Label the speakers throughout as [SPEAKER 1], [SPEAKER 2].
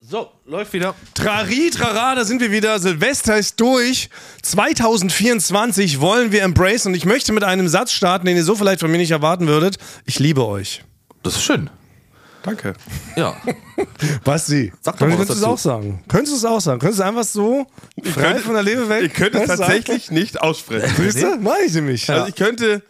[SPEAKER 1] So, läuft wieder.
[SPEAKER 2] Trari, trara, da sind wir wieder. Silvester ist durch. 2024 wollen wir embrace und ich möchte mit einem Satz starten, den ihr so vielleicht von mir nicht erwarten würdet. Ich liebe euch.
[SPEAKER 1] Das ist schön.
[SPEAKER 2] Danke.
[SPEAKER 1] Ja.
[SPEAKER 2] Basti,
[SPEAKER 1] Sag doch mal
[SPEAKER 2] könntest du
[SPEAKER 1] was
[SPEAKER 2] es
[SPEAKER 1] dazu.
[SPEAKER 2] auch sagen? Könntest du es auch sagen? Könntest du einfach so frei
[SPEAKER 3] könnte-
[SPEAKER 2] von der Leber weg?
[SPEAKER 3] Ich könnte es
[SPEAKER 2] das sagen?
[SPEAKER 3] tatsächlich nicht aussprechen.
[SPEAKER 2] Siehst du? Mach ich nämlich. Ja.
[SPEAKER 3] Also ich könnte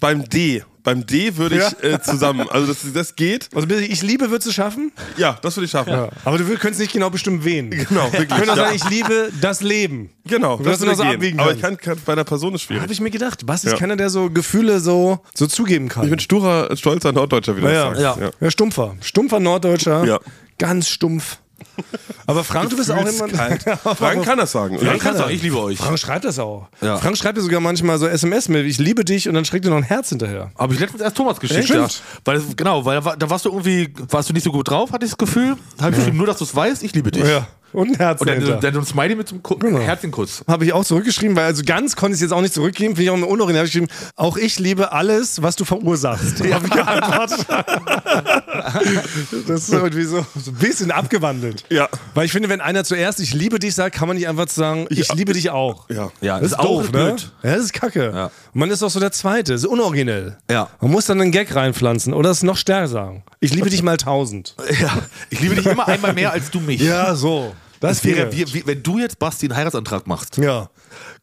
[SPEAKER 3] beim D, beim D würde ich
[SPEAKER 2] Ja.
[SPEAKER 3] äh, zusammen, also das, das geht,
[SPEAKER 2] Also bitte, ich liebe, würdest du schaffen?
[SPEAKER 3] ja, das würde ich schaffen.
[SPEAKER 2] Aber du wür- könntest nicht genau bestimmen, wen.
[SPEAKER 3] Genau, wirklich.
[SPEAKER 2] Können auch
[SPEAKER 3] ja.
[SPEAKER 2] sagen, ich liebe das Leben.
[SPEAKER 3] genau,
[SPEAKER 2] Dass
[SPEAKER 3] das
[SPEAKER 2] du noch
[SPEAKER 3] würde
[SPEAKER 2] so
[SPEAKER 3] gehen.
[SPEAKER 2] abwiegen
[SPEAKER 3] Aber ich kann,
[SPEAKER 2] kannst.
[SPEAKER 3] kann bei einer Person ist schwierig.
[SPEAKER 2] Habe ich mir gedacht. Basti
[SPEAKER 3] Ja.
[SPEAKER 2] ist keiner, der so Gefühle so, so zugeben kann.
[SPEAKER 3] Ich bin sturer, stolzer Norddeutscher, wie du
[SPEAKER 2] Ja,
[SPEAKER 3] das sagst.
[SPEAKER 1] ja.
[SPEAKER 2] Ja, stumpfer. Stumpfer Norddeutscher.
[SPEAKER 3] Ja.
[SPEAKER 2] Ganz stumpf. Aber Frank, du bist auch immer.
[SPEAKER 3] Gefühlskalt. Frank kann das sagen.
[SPEAKER 1] Dann
[SPEAKER 3] oder?
[SPEAKER 1] kannst du auch, ich liebe euch.
[SPEAKER 2] Frank schreibt das auch.
[SPEAKER 1] Ja.
[SPEAKER 2] Frank schreibt ja sogar manchmal so SMS mit, ich liebe dich und dann schlägt er noch ein Herz hinterher.
[SPEAKER 1] Habe ich letztens erst Thomas geschickt.
[SPEAKER 2] Echt?
[SPEAKER 1] Ja. Weil, das- genau, weil da war- da warst du irgendwie, warst du nicht so gut drauf, hatte ich das Gefühl. Habe ich geschrieben, nur dass du es weißt, ich liebe dich.
[SPEAKER 2] Und ein Herz
[SPEAKER 1] Und dann,
[SPEAKER 2] dahinter.
[SPEAKER 1] dann, so ein Smiley mit so einem Ku-
[SPEAKER 2] Genau.
[SPEAKER 1] Herzchenkuss.
[SPEAKER 2] habe ich auch zurückgeschrieben, weil also ganz konnte ich es jetzt auch nicht zurückgeben, finde ich auch eine unoriginell. Habe ich geschrieben, auch ich liebe alles, was du verursachst. Habe ich geantwortet. das ist irgendwie so, so ein bisschen abgewandelt.
[SPEAKER 3] Ja.
[SPEAKER 2] Weil ich finde, wenn einer zuerst ich liebe dich sagt, kann man nicht einfach sagen, ich
[SPEAKER 3] Ja.
[SPEAKER 2] liebe dich auch.
[SPEAKER 3] Ja.
[SPEAKER 1] Ja,
[SPEAKER 2] Das ist doof, ne?
[SPEAKER 1] blöd.
[SPEAKER 2] Ja, das ist kacke.
[SPEAKER 1] Ja.
[SPEAKER 2] Und man ist auch so der Zweite, ist unoriginell.
[SPEAKER 1] Ja.
[SPEAKER 2] Man muss dann einen Gag reinpflanzen oder es noch stärker sagen. Ich liebe dich mal tausend.
[SPEAKER 1] Ja, ich liebe dich immer einmal mehr als du mich.
[SPEAKER 2] so. Das,
[SPEAKER 1] Das wäre,
[SPEAKER 2] wie.
[SPEAKER 1] wie, wie, wenn du jetzt Basti einen Heiratsantrag machst,
[SPEAKER 2] Ja.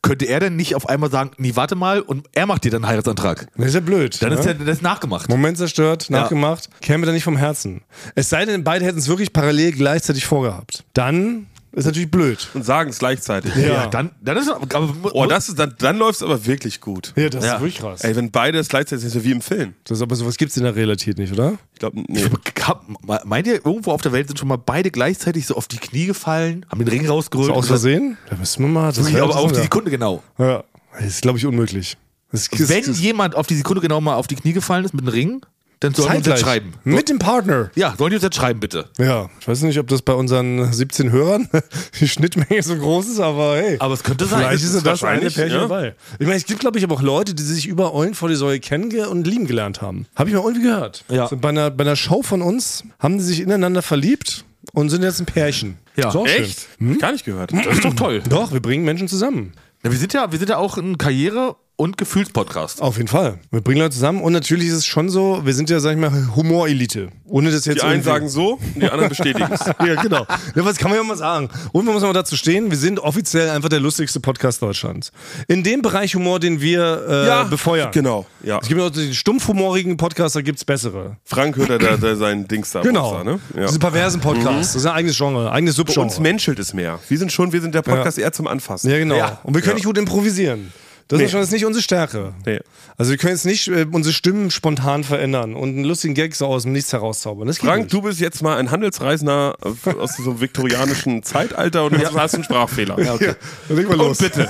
[SPEAKER 1] könnte er denn nicht auf einmal sagen, nee, warte mal, und er macht dir dann einen Heiratsantrag.
[SPEAKER 2] Das ist ja blöd.
[SPEAKER 1] Dann
[SPEAKER 2] ne?
[SPEAKER 1] ist er das nachgemacht.
[SPEAKER 2] Moment zerstört, nachgemacht, käme da nicht vom Herzen. Es sei denn, beide hätten es wirklich parallel gleichzeitig vorgehabt. Dann ist natürlich blöd.
[SPEAKER 3] Und sagen es gleichzeitig.
[SPEAKER 2] Ja.
[SPEAKER 1] dann, dann ist aber,
[SPEAKER 3] Oh, das ist, dann, dann läuft es aber wirklich gut.
[SPEAKER 2] Ja, das
[SPEAKER 1] Ja.
[SPEAKER 2] ist wirklich krass.
[SPEAKER 3] Ey, wenn beide es gleichzeitig sind, ist ja wie im Film.
[SPEAKER 2] Das, aber sowas gibt es in der Realität nicht, oder?
[SPEAKER 3] Ich glaube, nee.
[SPEAKER 1] Hab- me- Meint ihr, irgendwo auf der Welt sind schon mal beide gleichzeitig so auf die Knie gefallen, haben den Ring rausgeholt?
[SPEAKER 2] So aus Versehen? Da müssen wir mal. Das
[SPEAKER 1] Ich
[SPEAKER 2] wär-
[SPEAKER 1] aber auf die
[SPEAKER 2] ja.
[SPEAKER 1] Sekunde genau.
[SPEAKER 2] ja. Das ist, glaube ich, unmöglich. Das, das,
[SPEAKER 1] Wenn jemand auf die Sekunde genau mal auf die Knie gefallen ist mit einem Ring, dann sollen die uns
[SPEAKER 2] zeitgleich.
[SPEAKER 1] jetzt schreiben.
[SPEAKER 2] Mit dem Partner.
[SPEAKER 1] Ja, sollen die uns jetzt schreiben, bitte.
[SPEAKER 2] Ja, ich weiß nicht, ob das bei unseren 17 Hörern die Schnittmenge so groß ist, aber hey.
[SPEAKER 1] Aber es könnte sein.
[SPEAKER 2] Vielleicht ist ja das eine
[SPEAKER 3] wahrscheinlich,
[SPEAKER 2] Pärchen
[SPEAKER 3] ja.
[SPEAKER 2] dabei. Ich meine, es gibt, glaube ich, aber auch Leute, die sich über Eulen vor die Säule kennen ge- und lieben gelernt haben. Habe ich mal irgendwie gehört.
[SPEAKER 1] Ja.
[SPEAKER 2] So bei, einer, bei einer Show von uns haben die sich ineinander verliebt und sind jetzt ein Pärchen.
[SPEAKER 1] Ja.
[SPEAKER 2] Ist auch
[SPEAKER 3] Echt? Hab ich Gar nicht gehört.
[SPEAKER 1] Das ist doch toll.
[SPEAKER 2] Schön. Doch, wir bringen Menschen zusammen.
[SPEAKER 1] Na, wir, sind ja, wir sind ja auch ein Karriere- und Gefühlspodcast.
[SPEAKER 2] Auf jeden Fall. Wir bringen Leute zusammen und natürlich ist es schon so, wir sind ja, sag ich mal, Humorelite. Ohne das jetzt
[SPEAKER 3] Die einen
[SPEAKER 2] irgendwie-
[SPEAKER 3] sagen so, die anderen bestätigen es.
[SPEAKER 2] ja, genau. Ja, was kann man ja mal sagen? Und wir müssen mal dazu stehen, wir sind offiziell einfach der lustigste Podcast Deutschlands. In dem Bereich Humor, den wir äh,
[SPEAKER 3] Ja,
[SPEAKER 2] befeuern.
[SPEAKER 3] genau, ja.
[SPEAKER 2] Es gibt auch den stumpfhumorigen Podcast, da gibt es bessere.
[SPEAKER 3] Frank hört ja da, da sein Dings da.
[SPEAKER 2] Genau.
[SPEAKER 3] Da, ne? ja.
[SPEAKER 2] Diese perversen Podcasts. Das ist ein eigenes Genre, eigenes
[SPEAKER 3] Bei uns
[SPEAKER 2] Subgenre.
[SPEAKER 3] menschelt es mehr. Wir sind schon, wir sind der Podcast eher zum Anfassen.
[SPEAKER 2] Ja, genau.
[SPEAKER 3] Ja.
[SPEAKER 2] Und wir können nicht gut improvisieren. Das
[SPEAKER 3] Nee.
[SPEAKER 2] ist schon das ist nicht unsere Stärke.
[SPEAKER 3] Nee.
[SPEAKER 2] Also wir können jetzt nicht äh, unsere Stimmen spontan verändern und einen lustigen Gag so aus dem Nichts herauszaubern. Das geht
[SPEAKER 3] Frank,
[SPEAKER 2] nicht.
[SPEAKER 3] du bist jetzt mal ein Handelsreisender äh, aus so einem viktorianischen Zeitalter und hast einen Sprachfehler.
[SPEAKER 2] Dann leg mal los.
[SPEAKER 3] Und bitte.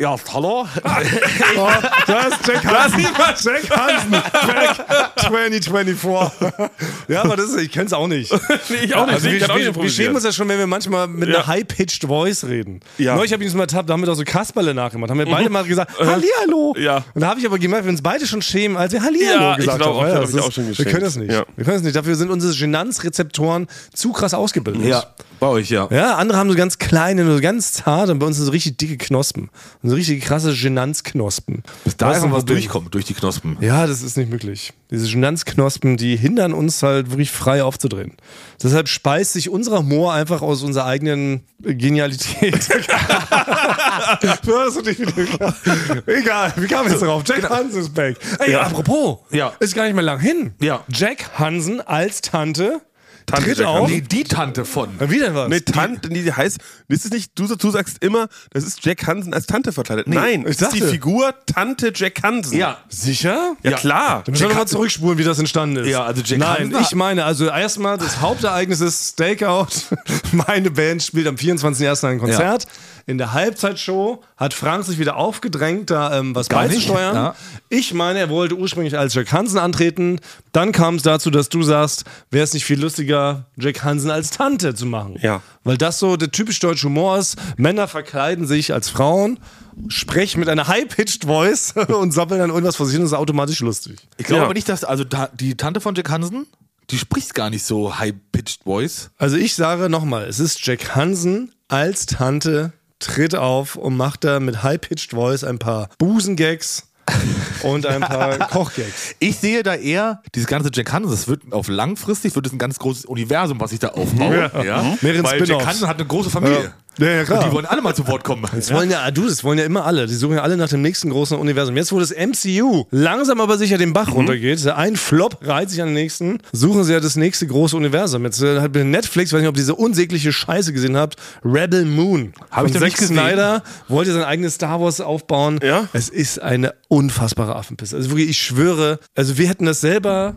[SPEAKER 1] Ja, hallo.
[SPEAKER 2] Oh, da ist Jack Hansen. Jack Hansen. Jack 2024. Ja, aber das ist, ich kenn's auch nicht.
[SPEAKER 3] Nee, ich auch nicht.
[SPEAKER 2] Also
[SPEAKER 3] ich
[SPEAKER 2] wir,
[SPEAKER 3] kann auch
[SPEAKER 2] wir, wir
[SPEAKER 3] nicht
[SPEAKER 2] schämen
[SPEAKER 3] improvisieren.
[SPEAKER 2] uns ja schon, wenn wir manchmal mit
[SPEAKER 3] Ja.
[SPEAKER 2] einer high-pitched Voice reden.
[SPEAKER 3] Ja. Äh.
[SPEAKER 2] Neulich habe ich uns mal ertappt, da haben wir doch so Kasperle nachgemacht. Haben wir beide mal gesagt, Hallihallo.
[SPEAKER 3] Ja.
[SPEAKER 2] Und da habe ich aber gemerkt, wir uns beide schon schämen, als wir Hallihallo
[SPEAKER 3] Ja, ich
[SPEAKER 2] gesagt
[SPEAKER 3] glaub
[SPEAKER 2] haben.
[SPEAKER 3] auch,
[SPEAKER 2] Ja,
[SPEAKER 3] hab
[SPEAKER 2] das
[SPEAKER 3] ich
[SPEAKER 2] ist-
[SPEAKER 3] auch schon
[SPEAKER 2] wir
[SPEAKER 3] geschenkt.
[SPEAKER 2] können das nicht.
[SPEAKER 3] Ja.
[SPEAKER 2] Wir können das nicht. Dafür sind unsere Genanzrezeptoren zu krass ausgebildet.
[SPEAKER 1] Ja, bei euch, ja.
[SPEAKER 2] Ja, andere haben so ganz kleine, nur so ganz zart und bei uns sind so richtig dicke Knospen. Und so richtig krasse Genanzknospen. Bis
[SPEAKER 1] Da ist noch was durchkommt, durch die Knospen.
[SPEAKER 2] Ja, das ist nicht möglich. Diese Genanzknospen, die hindern uns halt wirklich frei aufzudrehen. Deshalb speist sich unser Humor einfach aus unserer eigenen Genialität. das ist nicht wieder klar. Egal, wie kam ich jetzt drauf? Jack Hansen ist back. Ey, apropos,
[SPEAKER 1] Ja.
[SPEAKER 2] ist gar nicht mehr lang hin.
[SPEAKER 1] Ja.
[SPEAKER 2] Jack Hansen als Tante,
[SPEAKER 3] Tante
[SPEAKER 2] tritt
[SPEAKER 3] Jack
[SPEAKER 2] auf.
[SPEAKER 1] Nee, die Tante von.
[SPEAKER 2] Dann wieder was.
[SPEAKER 3] Nee, Tante, nee, die heißt, ist es nicht, du, du sagst immer, das ist Jack Hansen als Tante verkleidet. Nein,
[SPEAKER 2] ich
[SPEAKER 3] es ist die
[SPEAKER 2] dachte-
[SPEAKER 3] Figur Tante Jack Hansen.
[SPEAKER 1] Ja.
[SPEAKER 2] Sicher?
[SPEAKER 3] Ja, klar.
[SPEAKER 2] Dann müssen wir
[SPEAKER 3] Jack
[SPEAKER 2] nochmal zurückspulen, wie das entstanden ist.
[SPEAKER 1] Ja, also Jack
[SPEAKER 2] Nein,
[SPEAKER 1] Hansen-
[SPEAKER 2] ich meine, also erstmal das Hauptereignis ist Stakeout. Meine Band spielt am 24.01. ein Konzert. In der Halbzeitshow hat Frank sich wieder aufgedrängt, da ähm, was
[SPEAKER 1] Gar nicht,
[SPEAKER 2] beizusteuern.
[SPEAKER 1] ja.
[SPEAKER 2] Ich meine, er wollte ursprünglich als Jack Hansen antreten. Dann kam es dazu, dass du sagst, wäre es nicht viel lustiger, Jack Hansen als Tante zu machen.
[SPEAKER 3] Ja.
[SPEAKER 2] Weil das so der typisch deutsche Humor ist. Männer verkleiden sich als Frauen, sprechen mit einer high-pitched Voice und sabbeln dann irgendwas vor sich hin und ist automatisch lustig.
[SPEAKER 1] Ich glaube
[SPEAKER 3] Ja.
[SPEAKER 1] aber nicht, dass, also da, die Tante von Jack Hansen, die spricht gar nicht so high-pitched Voice.
[SPEAKER 2] Also ich sage nochmal, es ist Jack Hansen als Tante, tritt auf und macht da mit High-Pitched Voice ein paar Busengags und ein paar Kochgags.
[SPEAKER 1] Ich sehe da eher dieses ganze Jack Hansen, das wird auf langfristig wird es ein ganz großes Universum, was ich da aufbaue. Ja.
[SPEAKER 2] Mehreren
[SPEAKER 1] Weil Jack
[SPEAKER 2] Spin-offs.
[SPEAKER 1] Hansen hat eine große Familie.
[SPEAKER 2] Ja, ja, klar.
[SPEAKER 1] Und die wollen alle mal zu Wort kommen.
[SPEAKER 2] Das wollen ja, ah, du, das wollen ja immer alle. Die suchen ja alle nach dem nächsten großen Universum. Jetzt, wo das MCU langsam aber sicher den
[SPEAKER 1] Mhm.
[SPEAKER 2] Bach runtergeht, der ein Flop reiht sich an den nächsten, suchen sie ja das nächste große Universum. Jetzt äh, hat Netflix, weiß nicht, ob ihr diese unsägliche Scheiße gesehen habt, Rebel Moon.
[SPEAKER 1] Hab ich
[SPEAKER 2] Von
[SPEAKER 1] noch nicht
[SPEAKER 2] Zack
[SPEAKER 1] gesehen.
[SPEAKER 2] Snyder wollte sein eigenes Star Wars aufbauen.
[SPEAKER 3] Ja?
[SPEAKER 2] Es ist eine unfassbare Affenpisse. Also wirklich, ich schwöre, also wir hätten das selber.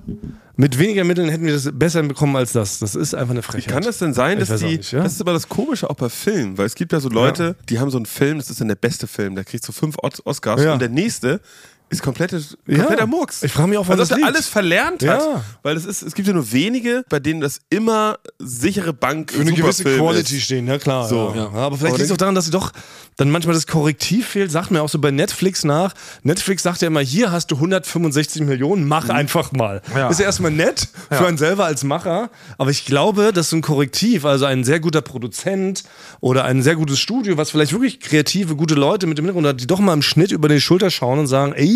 [SPEAKER 2] Mit weniger Mitteln hätten wir das besser hinbekommen als das. Das ist einfach eine Frechheit.
[SPEAKER 3] Kann das denn sein,
[SPEAKER 2] Ich
[SPEAKER 3] dass
[SPEAKER 2] weiß auch
[SPEAKER 3] die.
[SPEAKER 2] nicht, ja.
[SPEAKER 3] Das ist aber das Komische auch bei Filmen, weil es gibt ja so Leute, die haben so einen Film, das ist dann der beste Film, der kriegt so fünf Os- Oscars
[SPEAKER 2] Ja.
[SPEAKER 3] und der nächste ist komplette, kompletter Murks.
[SPEAKER 2] Ich frage mich auch,
[SPEAKER 3] weil
[SPEAKER 2] woran
[SPEAKER 3] das
[SPEAKER 2] das liegt.
[SPEAKER 3] alles verlernt hat.
[SPEAKER 2] Ja.
[SPEAKER 3] Weil es ist, es gibt ja nur wenige, bei denen das immer sichere Bank
[SPEAKER 2] für eine gewisse Quality stehen, ja klar.
[SPEAKER 3] So.
[SPEAKER 2] ja. Ja. Aber vielleicht
[SPEAKER 3] Aber
[SPEAKER 2] liegt es auch daran, dass sie doch dann manchmal das Korrektiv fehlt. Sagt mir auch so bei Netflix nach. Netflix sagt ja immer, hier hast du 165 Millionen, mach einfach mal.
[SPEAKER 1] Ja.
[SPEAKER 2] Ist Mhm. ja erstmal nett für einen selber als Macher. Aber ich glaube, dass so ein Korrektiv, also ein sehr guter Produzent oder ein sehr gutes Studio, was vielleicht wirklich kreative, gute Leute mit dem Hintergrund hat, die doch mal im Schnitt über die Schulter schauen und sagen, ey,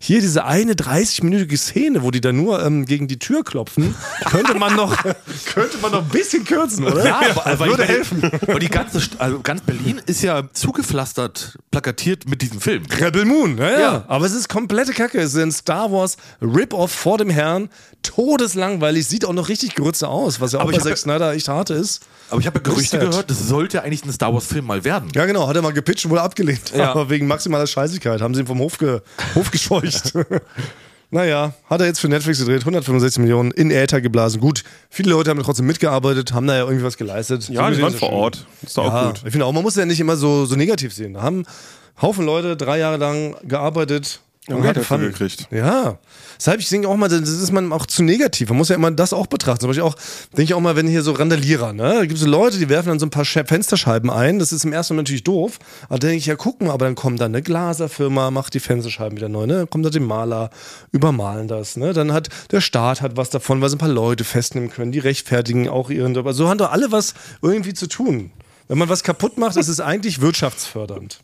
[SPEAKER 2] hier diese eine 30-minütige Szene, wo die da nur ähm, gegen die Tür klopfen, könnte man noch, könnte man noch ein bisschen kürzen, oder?
[SPEAKER 1] Ja, aber,
[SPEAKER 2] das
[SPEAKER 1] aber
[SPEAKER 2] würde
[SPEAKER 1] ich meine,
[SPEAKER 2] helfen.
[SPEAKER 1] Weil die ganze, St- also ganz Berlin ist ja zugepflastert, plakatiert mit diesem Film.
[SPEAKER 2] Rebel Moon, ja, ja.
[SPEAKER 1] Ja.
[SPEAKER 2] Aber es ist komplette Kacke. Es ist ein Star Wars Rip-Off vor dem Herrn. Todeslangweilig. Sieht auch noch richtig grütze aus, was ja auch
[SPEAKER 1] Aber
[SPEAKER 2] bei
[SPEAKER 1] ich hab-
[SPEAKER 2] Zack Snyder echt hart ist.
[SPEAKER 1] Aber ich habe ja Gerüchte
[SPEAKER 2] Reset.
[SPEAKER 1] gehört, das sollte eigentlich ein Star Wars-Film mal werden.
[SPEAKER 2] Ja, genau. Hat er mal gepitcht und wurde abgelehnt.
[SPEAKER 1] Ja.
[SPEAKER 2] Aber wegen maximaler Scheißigkeit haben sie ihn vom Hof, ge Hof gescheucht. naja, hat er jetzt für Netflix gedreht. 165 Millionen in Äther geblasen. Gut, viele Leute haben trotzdem mitgearbeitet, haben da ja irgendwie was geleistet. So
[SPEAKER 3] Ja, die
[SPEAKER 2] gesehen
[SPEAKER 3] waren
[SPEAKER 2] ist das
[SPEAKER 3] vor
[SPEAKER 2] schön.
[SPEAKER 3] Ort. Ist doch
[SPEAKER 2] Ja,
[SPEAKER 3] auch gut.
[SPEAKER 2] Ich finde auch, man muss ja nicht immer so, so negativ sehen. Da haben Haufen Leute drei Jahre lang gearbeitet
[SPEAKER 3] Und hat dafür gekriegt.
[SPEAKER 2] Ja. Deshalb, ich denke auch mal, das ist man auch zu negativ. Man muss ja immer das auch betrachten. Zum Beispiel auch, denke ich auch mal, wenn hier so Randalierer, ne? Da gibt es so Leute, die werfen dann so ein paar Sche- Fensterscheiben ein. Das ist im ersten Moment natürlich doof. Aber dann denke ich, ja, guck mal, aber dann kommt dann eine Glaserfirma, macht die Fensterscheiben wieder neu, ne? Dann kommt da der Maler, übermalen das, ne? Dann hat der Staat hat was davon, weil sie ein paar Leute festnehmen können, die rechtfertigen auch ihren Job. Also haben doch alle was irgendwie zu tun. Wenn man was kaputt macht, ist es eigentlich wirtschaftsfördernd.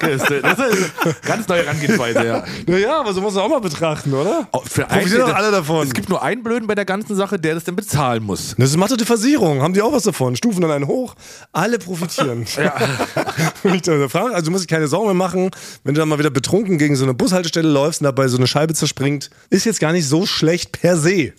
[SPEAKER 1] Das ist, das ist eine ganz neue Herangehensweise, ja.
[SPEAKER 2] Naja, aber so muss man auch mal betrachten, oder?
[SPEAKER 1] Oh, Für
[SPEAKER 2] Profitieren
[SPEAKER 1] einen-
[SPEAKER 2] doch alle davon.
[SPEAKER 1] Es gibt nur einen Blöden bei der ganzen Sache, der das denn bezahlen muss.
[SPEAKER 2] Das ist Mathematisierung, haben die auch was davon. Stufen dann einen hoch, alle profitieren. Wenn ich da frage, also du musst dir keine Sorgen mehr machen, wenn du dann mal wieder betrunken gegen so eine Bushaltestelle läufst und dabei so eine Scheibe zerspringt, ist jetzt gar nicht so schlecht per se.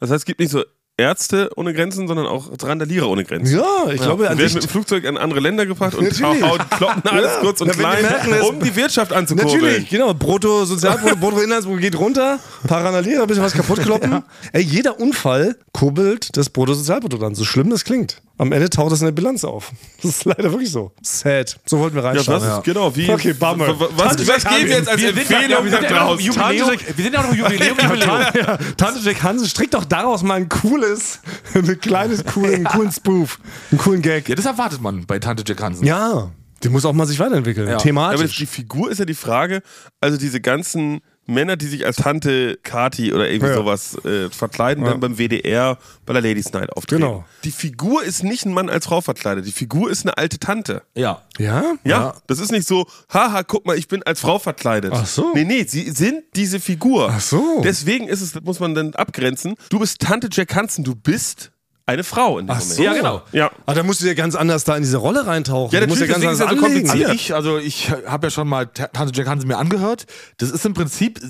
[SPEAKER 3] Das heißt, es gibt nicht so Ärzte ohne Grenzen, sondern auch Randalierer ohne Grenzen.
[SPEAKER 2] Ja, ich glaube an
[SPEAKER 3] Die werden
[SPEAKER 2] sich.
[SPEAKER 3] mit dem Flugzeug an andere Länder gebracht und
[SPEAKER 2] Natürlich.
[SPEAKER 3] hauen, kloppen alles
[SPEAKER 2] Ja.
[SPEAKER 3] kurz und
[SPEAKER 2] Na, wenn die
[SPEAKER 3] klein,
[SPEAKER 2] merken, dass-
[SPEAKER 3] um die Wirtschaft anzukurbeln.
[SPEAKER 2] Natürlich, genau. Bruttosozialprodukt, Bruttoinlandsprodukt geht runter, Paranalera, ein bisschen was kaputt kloppen. Ey, jeder Unfall kurbelt das Bruttosozialprodukt an, so schlimm das klingt. Am Ende taucht das in der Bilanz auf. Das ist leider wirklich so. Sad. So wollten wir
[SPEAKER 3] Ja,
[SPEAKER 2] reinschauen.
[SPEAKER 3] das ist genau wie.
[SPEAKER 2] Okay, Bummer.
[SPEAKER 3] w- w- Was, was, geben wir jetzt als Empfehlung
[SPEAKER 1] wir sind
[SPEAKER 3] nach
[SPEAKER 1] ja noch im
[SPEAKER 3] draußen?
[SPEAKER 1] Jubiläum,
[SPEAKER 3] Tante-
[SPEAKER 1] wir sind ja noch im Jubiläum, Jubiläum.
[SPEAKER 2] Tante, ja, Tante Jack Hansen strickt doch daraus mal ein cooles, ein kleines, cool, einen coolen Spoof, einen coolen Gag.
[SPEAKER 1] Ja, das erwartet man bei Tante Jack Hansen.
[SPEAKER 2] Ja, die muss auch mal sich weiterentwickeln,
[SPEAKER 1] Ja.
[SPEAKER 3] Ja, Aber das,
[SPEAKER 2] thematisch.
[SPEAKER 3] die Figur ist ja die Frage, also diese ganzen Männer, die sich als Tante Kati oder irgendwie
[SPEAKER 2] Ja.
[SPEAKER 3] sowas äh, verkleiden, dann beim WDR bei der Ladies Night auftreten.
[SPEAKER 2] Genau.
[SPEAKER 3] Die Figur ist nicht ein Mann als Frau verkleidet, die Figur ist eine alte Tante.
[SPEAKER 1] Ja.
[SPEAKER 2] ja?
[SPEAKER 3] Ja, das ist nicht so, haha, guck mal, ich bin als Frau verkleidet.
[SPEAKER 2] Ach so.
[SPEAKER 3] Nee, nee, sie sind diese Figur. Ach
[SPEAKER 2] so.
[SPEAKER 3] Deswegen ist es, das muss man dann abgrenzen, du bist Tante Jack Hansen, du bist eine Frau in dem
[SPEAKER 2] Ach
[SPEAKER 3] Moment.
[SPEAKER 2] so.
[SPEAKER 1] Ja, genau.
[SPEAKER 3] Ja.
[SPEAKER 2] Ah, da musst du ja ganz anders da in diese Rolle reintauchen.
[SPEAKER 3] Ja,
[SPEAKER 2] Du musst
[SPEAKER 3] natürlich,
[SPEAKER 2] ganz
[SPEAKER 3] deswegen
[SPEAKER 2] anlegen.
[SPEAKER 3] ist ja so
[SPEAKER 1] Also
[SPEAKER 3] kompliziert. Ja.
[SPEAKER 1] ich, also ich habe ja schon mal Ta- Tante Jack Hansen mir angehört. Das ist im Prinzip,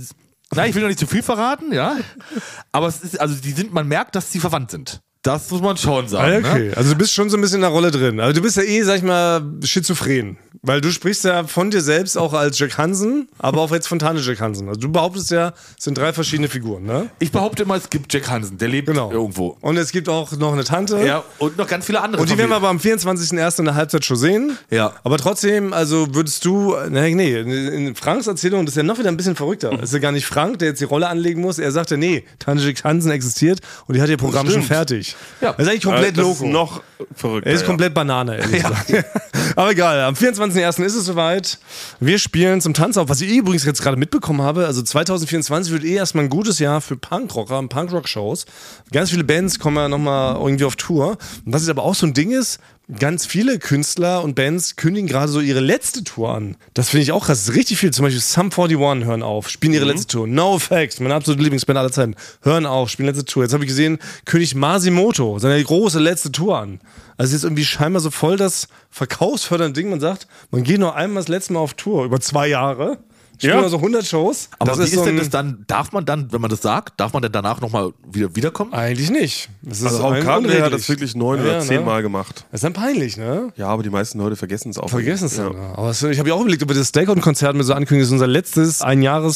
[SPEAKER 1] nein, ich will noch nicht zu viel verraten, ja. Aber es ist, also die sind, man merkt, dass sie verwandt sind. Das muss man schon
[SPEAKER 2] Ah,
[SPEAKER 1] sagen.
[SPEAKER 2] Okay,
[SPEAKER 1] Ne?
[SPEAKER 2] also du bist schon so ein bisschen in der Rolle drin. Also du bist ja eh, sag ich mal, schizophren. Weil du sprichst ja von dir selbst auch als Jack Hansen, aber auch jetzt von Tante Jack Hansen. Also du behauptest ja, es sind drei verschiedene Figuren, ne?
[SPEAKER 1] Ich behaupte immer, es gibt Jack Hansen, der lebt
[SPEAKER 2] Genau.
[SPEAKER 1] irgendwo.
[SPEAKER 2] Und es gibt auch noch eine Tante.
[SPEAKER 1] Ja, und noch ganz viele andere.
[SPEAKER 2] Und die werden wir
[SPEAKER 1] Familien.
[SPEAKER 2] aber am 24.01. in der Halbzeit schon sehen.
[SPEAKER 1] Ja.
[SPEAKER 2] Aber trotzdem, also würdest du, nee, nee, in Franks Erzählung das ist ja noch wieder ein bisschen verrückter. Es ist ja gar nicht Frank, der jetzt die Rolle anlegen muss. Er sagt ja, nee, Tanja Hansen existiert und die hat ihr Programm schon fertig.
[SPEAKER 1] Ja.
[SPEAKER 2] Das ist eigentlich
[SPEAKER 3] Äh,
[SPEAKER 2] komplett
[SPEAKER 3] das
[SPEAKER 2] Logo.
[SPEAKER 3] ist noch verrückt.
[SPEAKER 2] Er ist komplett Banane, ehrlich gesagt. Aber egal, am 24.01. ist es soweit. Wir spielen zum Tanz auf. Was ich übrigens jetzt gerade mitbekommen habe, also 2024 wird eh erstmal ein gutes Jahr für Punkrocker und Punkrock-Shows. Ganz viele Bands kommen ja nochmal irgendwie auf Tour. Und was jetzt aber auch so ein Ding ist, ganz viele Künstler und Bands kündigen gerade so ihre letzte Tour an. Das finde ich auch krass. Das ist richtig viel. Zum Beispiel Sum 41 hören auf, spielen
[SPEAKER 3] Mhm.
[SPEAKER 2] ihre letzte Tour. No Effects, meine absolute Lieblingsband aller Zeiten, hören auf, spielen letzte Tour. Jetzt habe ich gesehen, König Masimoto, seine große letzte Tour an. Also es ist irgendwie scheinbar so voll das verkaufsfördernde Ding. Man sagt, man geht nur einmal das letzte Mal auf Tour, über zwei Jahre. Spielen
[SPEAKER 3] Ja.
[SPEAKER 2] also 100 Shows.
[SPEAKER 1] Aber wie ist,
[SPEAKER 2] so
[SPEAKER 1] denn
[SPEAKER 2] ein-
[SPEAKER 1] das dann, darf man dann, wenn man das sagt, darf man denn danach nochmal wieder wiederkommen?
[SPEAKER 2] Eigentlich nicht. Das ist
[SPEAKER 3] also Raul
[SPEAKER 2] ein-
[SPEAKER 3] Cabré hat
[SPEAKER 2] unredlich.
[SPEAKER 3] das wirklich neun
[SPEAKER 2] Ja,
[SPEAKER 3] oder
[SPEAKER 2] ne?
[SPEAKER 3] zehnmal gemacht.
[SPEAKER 2] Das ist dann peinlich, ne?
[SPEAKER 3] Ja, aber die meisten Leute vergessen es auch.
[SPEAKER 2] Vergessen es halt. ja. Aber es- ich habe ja auch überlegt, ob wir das Stakeout-Konzert mit so ankündigen, das ist unser letztes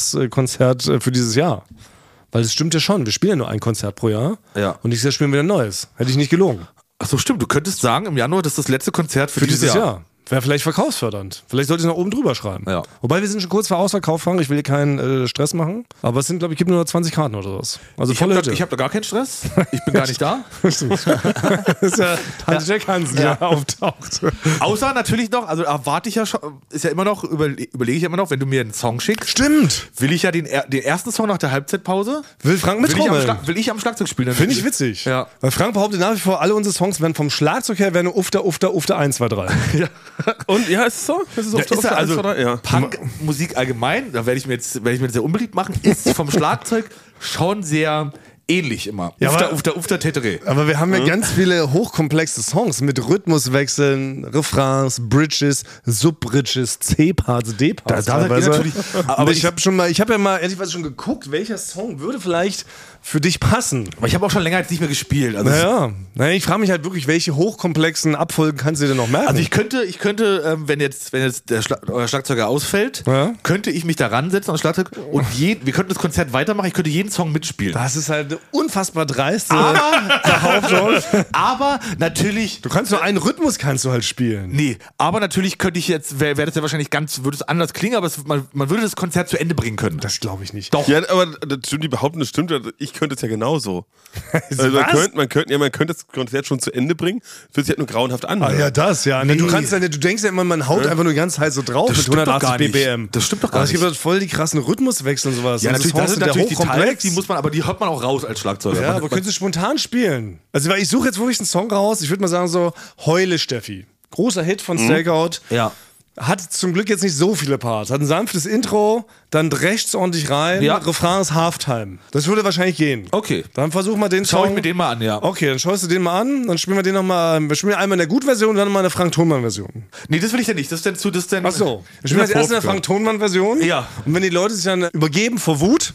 [SPEAKER 2] Einjahreskonzert äh, für dieses Jahr. Weil es stimmt ja schon, wir spielen ja nur ein Konzert pro Jahr.
[SPEAKER 1] Ja.
[SPEAKER 2] Und nächstes Jahr spielen wir wieder ein neues. Hätte ich nicht gelogen.
[SPEAKER 1] Achso, stimmt. Du könntest sagen, im Januar, das ist das letzte Konzert für, dieses, Jahr.
[SPEAKER 2] Wäre vielleicht verkaufsfördernd. Vielleicht sollte ich es noch oben drüber schreiben.
[SPEAKER 1] Ja.
[SPEAKER 2] Wobei wir sind schon kurz vor Ausverkauf Frank. Ich will hier keinen äh, Stress machen. Aber es sind, glaube ich, gibt nur noch 20 Karten oder sowas. Also
[SPEAKER 1] Ich habe
[SPEAKER 2] volle
[SPEAKER 1] da,
[SPEAKER 2] Hütte.
[SPEAKER 1] ich hab da gar keinen Stress. Ich bin gar nicht da.
[SPEAKER 2] das ist ja Hans Jack Hansen, der auftaucht.
[SPEAKER 1] Außer natürlich noch, also erwarte ich ja schon, ist ja immer noch, überle überlege ich ja immer noch, wenn du mir einen Song schickst,
[SPEAKER 2] Stimmt.
[SPEAKER 1] will ich ja den, er- den ersten Song nach der Halbzeitpause,
[SPEAKER 2] Will Frank
[SPEAKER 1] will ich, am
[SPEAKER 2] mittrommeln?
[SPEAKER 1] Schlag, will ich am Schlagzeug spielen. dann-
[SPEAKER 2] Finde ich witzig.
[SPEAKER 1] Ja.
[SPEAKER 2] Weil Frank behauptet nach wie vor, alle unsere Songs werden vom Schlagzeug her werden Ufter, Ufter, Ufter 1, 2, 3.
[SPEAKER 1] Ja.
[SPEAKER 3] Und ja, ist es so? Ist es
[SPEAKER 1] Ja,
[SPEAKER 3] auf
[SPEAKER 1] ist
[SPEAKER 3] der- auf
[SPEAKER 1] ja
[SPEAKER 3] der
[SPEAKER 1] also
[SPEAKER 3] Eins oder- ja.
[SPEAKER 1] Punkmusik allgemein, da werde ich mir jetzt, werde ich mir jetzt sehr unbeliebt machen, ist vom Schlagzeug schon sehr ähnlich immer.
[SPEAKER 2] Ja,
[SPEAKER 1] ufter,
[SPEAKER 2] aber-
[SPEAKER 1] ufter, ufter, tetere.
[SPEAKER 2] Aber wir haben ja ganz viele hochkomplexe Songs mit Rhythmuswechseln, Refrains, Bridges, Subbridges, C-Parts, D-Parts.
[SPEAKER 1] Da- da seid ihr
[SPEAKER 2] teilweise.
[SPEAKER 1] natürlich-
[SPEAKER 2] Aber ich habe schon mal, ich habe ja mal ehrlichweise schon geguckt, welcher Song würde vielleicht für dich passen.
[SPEAKER 1] Aber ich habe auch schon länger jetzt nicht mehr gespielt. Also,
[SPEAKER 2] Naja, naja ich frage mich halt wirklich, welche hochkomplexen Abfolgen kannst du dir denn noch merken?
[SPEAKER 1] also ich könnte, ich könnte, ähm, wenn jetzt, wenn jetzt der Schla euer Schlagzeuger ausfällt,
[SPEAKER 2] Ja.
[SPEAKER 1] könnte ich mich da ransetzen ans Schlagzeug und je, wir könnten das Konzert weitermachen, ich könnte jeden Song mitspielen.
[SPEAKER 2] das ist halt eine unfassbar dreiste
[SPEAKER 1] Aber, aber natürlich.
[SPEAKER 2] Ah! Du kannst nur einen Rhythmus kannst du halt spielen.
[SPEAKER 1] Nee, aber natürlich könnte ich jetzt, wäre wär das ja wahrscheinlich ganz, würde es anders klingen, aber es, man, man würde das Konzert zu Ende bringen können.
[SPEAKER 2] Das glaube ich nicht.
[SPEAKER 1] Doch.
[SPEAKER 3] Ja, aber das stimmt, die behaupten, das stimmt. Ich könnte es ja genauso. Also man,
[SPEAKER 2] Was?
[SPEAKER 3] könnte, man, könnte, ja, man könnte das Konzert schon zu Ende bringen, fühlt sich halt nur grauenhaft an.
[SPEAKER 2] Ah, ja, das, ja. Du, kannst, ja nicht- du denkst ja immer, man haut einfach nur ganz heiß so drauf
[SPEAKER 1] Das
[SPEAKER 2] mit
[SPEAKER 1] stimmt doch
[SPEAKER 2] 180
[SPEAKER 1] gar nicht.
[SPEAKER 2] BPM.
[SPEAKER 1] Das stimmt doch gar
[SPEAKER 2] Aber Es gibt
[SPEAKER 1] nicht.
[SPEAKER 2] halt voll die krassen Rhythmuswechsel und sowas.
[SPEAKER 1] Ja,
[SPEAKER 2] und
[SPEAKER 1] natürlich,
[SPEAKER 2] Songs
[SPEAKER 1] das sind
[SPEAKER 2] ja
[SPEAKER 1] natürlich die Teile,
[SPEAKER 2] hochkomplex.
[SPEAKER 1] die muss man, aber die hört man auch raus als Schlagzeuger.
[SPEAKER 2] ja,
[SPEAKER 1] man,
[SPEAKER 2] aber könntest du spontan spielen? Also, weil ich suche jetzt wirklich einen Song raus. Ich würde mal sagen, so Heule Steffi. Großer Hit von Stakeout.
[SPEAKER 1] Ja.
[SPEAKER 2] Hat zum Glück jetzt nicht so viele Parts. Hat ein sanftes Intro, dann rechts ordentlich rein,
[SPEAKER 1] Ja.
[SPEAKER 2] Refrain ist Halftime. Das würde wahrscheinlich gehen.
[SPEAKER 1] Okay.
[SPEAKER 2] Dann versuch mal den
[SPEAKER 1] Schau
[SPEAKER 2] Song. Oh.
[SPEAKER 1] ich mir den mal an, ja.
[SPEAKER 2] Okay, dann schaust du den mal an, dann spielen wir den nochmal. Wir spielen einmal in der Gut-Version, dann mal in der Frank-Thonmann-Version.
[SPEAKER 1] Nee, das will ich ja nicht. Das ist denn zu, das ist denn.
[SPEAKER 2] Ach so. Wir spielen das erst in der Frank-Thonmann-Version.
[SPEAKER 1] Ja.
[SPEAKER 2] Und wenn die Leute sich dann übergeben vor Wut,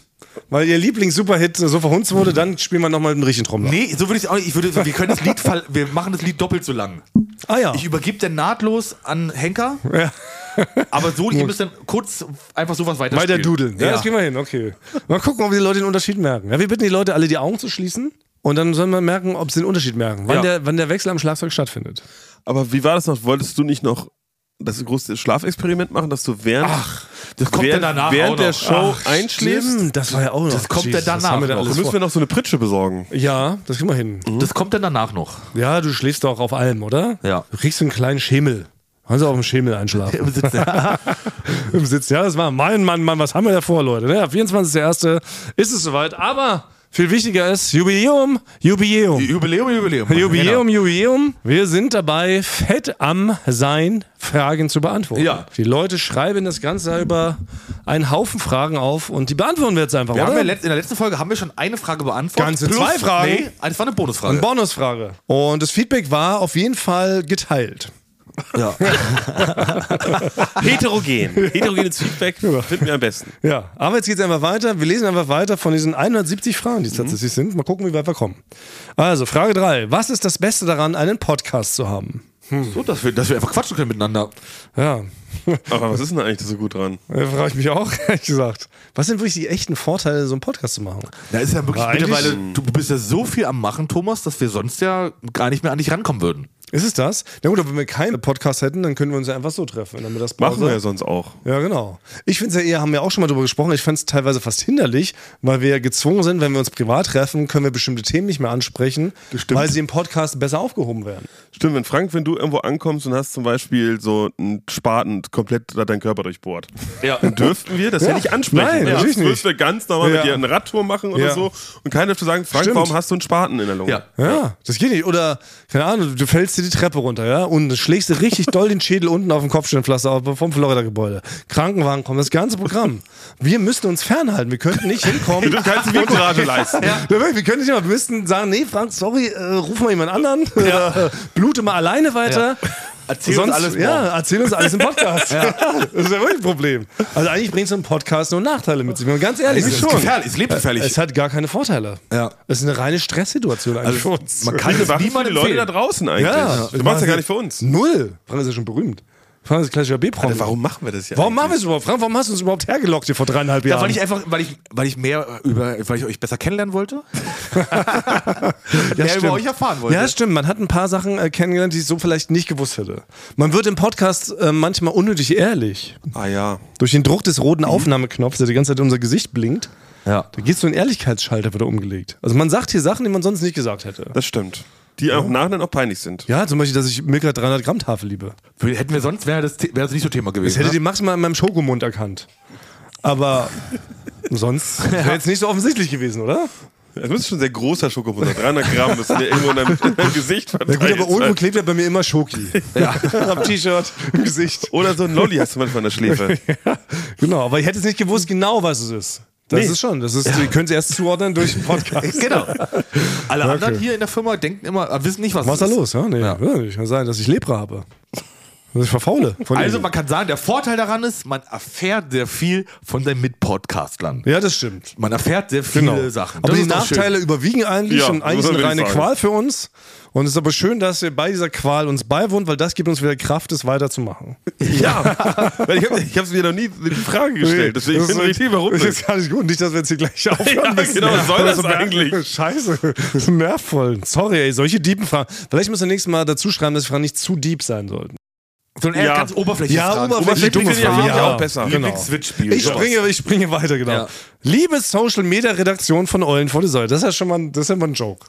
[SPEAKER 2] weil ihr Lieblings-Superhit so verhunzt wurde, dann spielen wir nochmal mit dem richtigen Trommler.
[SPEAKER 1] Nee, so würde ich es auch nicht. Ich würde, wir können das Lied, ver- wir machen das Lied doppelt so lang.
[SPEAKER 2] Ah ja.
[SPEAKER 1] Ich übergebe dann nahtlos an Henker,
[SPEAKER 2] ja.
[SPEAKER 1] aber so, ihr müsst dann kurz einfach sowas weiter ne?
[SPEAKER 2] Weiter dudeln. Ja,
[SPEAKER 1] Ja.
[SPEAKER 2] das kriegen wir hin, okay. Mal gucken, ob die Leute den Unterschied merken. Ja, wir bitten die Leute, alle die Augen zu schließen. Und dann sollen wir merken, ob sie den Unterschied merken, wann,
[SPEAKER 1] Ja.
[SPEAKER 2] der, wann der Wechsel am Schlagzeug stattfindet.
[SPEAKER 3] Aber wie war das noch? Wolltest du nicht noch das große Schlafexperiment machen, dass du während,
[SPEAKER 1] das kommt
[SPEAKER 3] während,
[SPEAKER 1] dann danach auch
[SPEAKER 3] während der
[SPEAKER 1] noch.
[SPEAKER 3] Show einschläfst?
[SPEAKER 2] Stimmt, das war ja auch noch.
[SPEAKER 1] Das kommt ja
[SPEAKER 2] Jesus, was
[SPEAKER 1] danach
[SPEAKER 2] haben wir da
[SPEAKER 1] noch.
[SPEAKER 2] alles
[SPEAKER 3] müssen
[SPEAKER 2] vor?
[SPEAKER 3] wir noch so eine Pritsche besorgen.
[SPEAKER 2] Ja, das kriegen wir hin.
[SPEAKER 1] Das kommt dann danach noch.
[SPEAKER 2] Ja, du schläfst doch auf allem, oder?
[SPEAKER 1] Ja.
[SPEAKER 2] Du kriegst so einen kleinen Schemel. Kannst du auf dem Schemel einschlafen.
[SPEAKER 1] Im Sitz.
[SPEAKER 2] Im Sitz, ja, das war mein Mann, Mann, was haben wir da vor, Leute? Naja, 24.01. ist es soweit, aber viel wichtiger ist Jubiläum, Jubiläum.
[SPEAKER 1] Jubiläum, Jubiläum. Genau.
[SPEAKER 2] Jubiläum, Jubiläum. Wir sind dabei, fett am Sein Fragen zu beantworten.
[SPEAKER 1] Ja.
[SPEAKER 2] Die Leute schreiben das Ganze über einen Haufen Fragen auf und die beantworten wir jetzt einfach,
[SPEAKER 1] Wir haben
[SPEAKER 2] oder?
[SPEAKER 1] ja letzt, in der letzten Folge haben wir schon eine Frage beantwortet.
[SPEAKER 2] Ganze zwei Fragen.
[SPEAKER 1] Nee, das war eine Bonusfrage.
[SPEAKER 2] Eine Bonusfrage. Und das Feedback war auf jeden Fall geteilt.
[SPEAKER 1] ja.
[SPEAKER 3] Heterogen. Heterogenes Feedback finden wir am besten.
[SPEAKER 2] Ja, aber jetzt geht's einfach weiter. Wir lesen einfach weiter von diesen 170 Fragen,
[SPEAKER 3] Mhm.
[SPEAKER 2] die es tatsächlich sind. Mal gucken, wie weit wir kommen. Also, Frage 3. Was ist das Beste daran, einen Podcast zu haben?
[SPEAKER 1] So, dass wir, dass wir einfach quatschen können miteinander.
[SPEAKER 2] Ja,
[SPEAKER 3] Aber was ist denn eigentlich so gut dran?
[SPEAKER 2] da frage ich mich auch, ehrlich gesagt. Was sind wirklich die echten Vorteile, so einen Podcast zu machen?
[SPEAKER 1] Da ist ja wirklich
[SPEAKER 2] Eigentlich-
[SPEAKER 1] mittlerweile, du bist ja so viel am Machen, Thomas, dass wir sonst ja gar nicht mehr an dich rankommen würden.
[SPEAKER 2] Ist es das? Na gut, aber wenn wir keinen Podcast hätten, dann können wir uns ja einfach so treffen. Dann haben wir das
[SPEAKER 3] Machen
[SPEAKER 2] Pause.
[SPEAKER 3] wir ja sonst auch.
[SPEAKER 2] Ja, genau. Ich finde es ja eher, haben wir auch schon mal drüber gesprochen, ich fand es teilweise fast hinderlich, weil wir ja gezwungen sind, wenn wir uns privat treffen, können wir bestimmte Themen nicht mehr ansprechen,
[SPEAKER 3] Bestimmt.
[SPEAKER 2] weil sie im Podcast besser aufgehoben werden.
[SPEAKER 3] Stimmt, wenn Frank, wenn du irgendwo ankommst und hast zum Beispiel so einen Spaten komplett da deinen Körper durchbohrt,
[SPEAKER 1] Ja.
[SPEAKER 3] dann dürften wir das ja,
[SPEAKER 2] Ja.
[SPEAKER 3] nicht ansprechen.
[SPEAKER 2] Nein,
[SPEAKER 3] ja,
[SPEAKER 2] natürlich
[SPEAKER 3] das dürfen wir ganz normal
[SPEAKER 2] Ja.
[SPEAKER 3] mit dir eine Radtour machen oder
[SPEAKER 2] Ja.
[SPEAKER 3] so und keiner dürfte sagen, Frank,
[SPEAKER 2] Stimmt.
[SPEAKER 3] warum hast du einen Spaten in der Lunge?
[SPEAKER 1] Ja.
[SPEAKER 2] Ja, das geht nicht. Oder, keine Ahnung, du fällst dir die Treppe runter, ja, und schlägst dir richtig doll den Schädel unten auf dem Kopfsteinpflaster auf- vom Florida-Gebäude. Krankenwagen kommen, das ganze Programm. Wir müssten uns fernhalten, wir könnten nicht hinkommen.
[SPEAKER 3] Wir dürfen keine Zivilcourage leisten.
[SPEAKER 2] Ja. wirklich, Wir können nicht mal, wir müssten sagen, nee, Frank, sorry, äh, ruf mal jemand anderen, oder, äh, blute mal alleine weiter.
[SPEAKER 1] Erzähl uns alles morgen.
[SPEAKER 2] Ja, erzähl uns alles im Podcast. Das ist ja wirklich ein Problem. Also eigentlich bringt so ein Podcast nur Nachteile mit sich, wenn man ganz ehrlich
[SPEAKER 1] Es
[SPEAKER 2] ist.
[SPEAKER 1] ist gefährlich, es lebt gefährlich.
[SPEAKER 2] Es hat gar keine Vorteile.
[SPEAKER 1] Ja.
[SPEAKER 2] Es ist eine reine Stresssituation eigentlich
[SPEAKER 1] Also,
[SPEAKER 2] für uns.
[SPEAKER 1] man
[SPEAKER 3] Kann
[SPEAKER 1] kann
[SPEAKER 3] das
[SPEAKER 1] es
[SPEAKER 3] machen für die
[SPEAKER 1] niemandem
[SPEAKER 3] Leute da
[SPEAKER 1] empfehlen.
[SPEAKER 3] draußen eigentlich? du machst ja gar nicht für uns.
[SPEAKER 2] Null. Frank ist ja schon berühmt. Frank ist klassischer B-Promi.
[SPEAKER 3] machen wir das ja?
[SPEAKER 2] Äh, Warum machen wir es überhaupt? Frank, warum hast du uns überhaupt hergelockt hier vor dreieinhalb
[SPEAKER 1] Ja,
[SPEAKER 2] Jahren?
[SPEAKER 1] weil ich einfach, weil ich, weil ich mehr über, weil ich euch besser kennenlernen wollte. mehr über
[SPEAKER 2] stimmt.
[SPEAKER 1] euch erfahren wollte.
[SPEAKER 2] Ja, stimmt. Man hat ein paar Sachen äh, kennengelernt, die ich so vielleicht nicht gewusst hätte. Man wird im Podcast äh, manchmal unnötig ehrlich.
[SPEAKER 3] Ah ja.
[SPEAKER 2] Durch den Druck des roten Aufnahmeknopfs, der die ganze Zeit in unser Gesicht blinkt,
[SPEAKER 1] Ja.
[SPEAKER 2] da geht so ein Ehrlichkeitsschalter wieder umgelegt. Also man sagt hier Sachen, die man sonst nicht gesagt hätte.
[SPEAKER 3] Das stimmt. Die auch im Nachhinein auch peinlich sind.
[SPEAKER 2] Ja, zum Beispiel, dass ich Milka 300 Gramm Tafel liebe.
[SPEAKER 1] Hätten wir sonst, wäre das, The- wäre das nicht so Thema
[SPEAKER 2] Ich
[SPEAKER 1] gewesen.
[SPEAKER 2] hätte
[SPEAKER 1] ne?
[SPEAKER 2] den maximal in meinem Schokomund erkannt. Aber sonst wäre jetzt nicht so offensichtlich gewesen, oder?
[SPEAKER 3] Es müsste schon ein sehr großer Schokobund sein. 300 Gramm müssen wir irgendwo in deinem, in deinem Gesicht
[SPEAKER 2] Na
[SPEAKER 3] verteilt
[SPEAKER 2] gut, aber irgendwo
[SPEAKER 3] sein.
[SPEAKER 2] klebt ja bei mir immer Schoki.
[SPEAKER 1] Ja.
[SPEAKER 2] Am T-Shirt, im Gesicht.
[SPEAKER 3] Oder so ein Lolli hast du manchmal in der Schläfe.
[SPEAKER 2] Genau, aber ich hätte es nicht gewusst, genau was es ist. Das
[SPEAKER 3] Nee.
[SPEAKER 2] ist schon. Das ist, Ihr könnt es erst zuordnen durch den Podcast.
[SPEAKER 1] Genau. Alle anderen hier in der Firma denken immer, äh, wissen nicht, was,
[SPEAKER 2] Was ist
[SPEAKER 1] es
[SPEAKER 2] da los? Ja, nee,
[SPEAKER 1] Ja.
[SPEAKER 2] ja. Ich kann sein, dass ich Lepra habe. Dass ich verfaule. Von
[SPEAKER 1] Also
[SPEAKER 2] Ihnen.
[SPEAKER 1] man kann sagen, der Vorteil daran ist, man erfährt sehr viel von seinen Mitpodcastlern.
[SPEAKER 2] ja, das stimmt.
[SPEAKER 1] Man erfährt sehr viele
[SPEAKER 2] Genau.
[SPEAKER 1] Sachen.
[SPEAKER 2] Aber
[SPEAKER 1] Das
[SPEAKER 2] die
[SPEAKER 1] ist doch
[SPEAKER 2] Nachteile überwiegen eigentlich
[SPEAKER 3] Ja,
[SPEAKER 2] und
[SPEAKER 3] muss
[SPEAKER 2] eigentlich ist
[SPEAKER 3] man
[SPEAKER 2] eine reine
[SPEAKER 3] wirklich sagen.
[SPEAKER 2] Qual für uns. Und es ist aber schön, dass ihr bei dieser Qual uns beiwohnt, weil das gibt uns wieder Kraft, es weiterzumachen.
[SPEAKER 3] Ja, weil ich habe ich hab's mir noch nie die Frage gestellt. Deswegen
[SPEAKER 2] Das
[SPEAKER 3] bin
[SPEAKER 2] ist-
[SPEAKER 3] ich richtig, warum
[SPEAKER 2] Das
[SPEAKER 3] nicht?
[SPEAKER 2] ist gar nicht gut. Nicht, dass wir jetzt hier gleich aufhören
[SPEAKER 3] Ja,
[SPEAKER 2] müssen.
[SPEAKER 3] genau, was soll
[SPEAKER 2] Oder
[SPEAKER 3] das
[SPEAKER 2] so merken,
[SPEAKER 3] eigentlich?
[SPEAKER 2] Scheiße, das ist nervvoll. Sorry, ey, solche diepen Fragen. Vielleicht müssen wir nächstes Mal dazu schreiben, dass die Fragen nicht zu deep sein sollten.
[SPEAKER 1] So ein
[SPEAKER 3] Ja.
[SPEAKER 1] ganz oberflächliches
[SPEAKER 2] Ja,
[SPEAKER 1] Fragen.
[SPEAKER 2] oberflächlich
[SPEAKER 1] Oberflächlich
[SPEAKER 2] dumme
[SPEAKER 1] finde ich
[SPEAKER 2] Fragen.
[SPEAKER 1] wirklich
[SPEAKER 2] Ja.
[SPEAKER 1] auch besser.
[SPEAKER 2] Genau.
[SPEAKER 1] Lieblings-Switch-Spiel.
[SPEAKER 2] Ich springe, ich springe weiter, genau.
[SPEAKER 1] Ja.
[SPEAKER 2] Liebe Social Media Redaktion von Eulen vor die Säule. Das ist ja schon mal, ein- das ist ja mal ein Joke.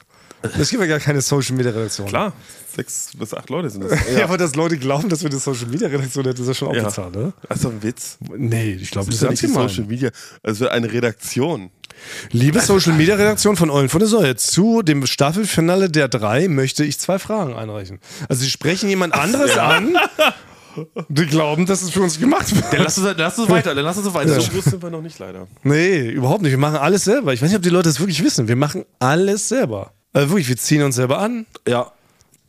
[SPEAKER 2] Es gibt ja gar keine Social Media Redaktion.
[SPEAKER 3] Klar, sechs bis acht Leute sind das.
[SPEAKER 2] Ja. aber dass Leute glauben, dass wir eine Social Media Redaktion hätten, ist ja schon
[SPEAKER 3] Ja.
[SPEAKER 2] abgezahlt, ne?
[SPEAKER 3] Das ist doch ein Witz.
[SPEAKER 2] Nee, ich glaube, das ist
[SPEAKER 3] Das ist ja nicht die
[SPEAKER 2] angemein.
[SPEAKER 3] Social Media. Es wird eine Redaktion.
[SPEAKER 2] Liebe Social Media Redaktion von Eulen von der Säule, zu dem Staffelfinale der drei möchte ich zwei Fragen einreichen. Also, Sie sprechen jemand anderes an, die glauben, dass es für uns gemacht
[SPEAKER 1] Dann
[SPEAKER 2] wird.
[SPEAKER 1] lass uns, lass uns weiter, dann lass uns weiter.
[SPEAKER 3] So groß sind wir noch nicht leider.
[SPEAKER 2] Nee, überhaupt nicht. Wir machen alles selber. Ich weiß nicht, ob die Leute das wirklich wissen. Wir machen alles selber. Also wirklich, wir ziehen uns selber an.
[SPEAKER 1] Ja.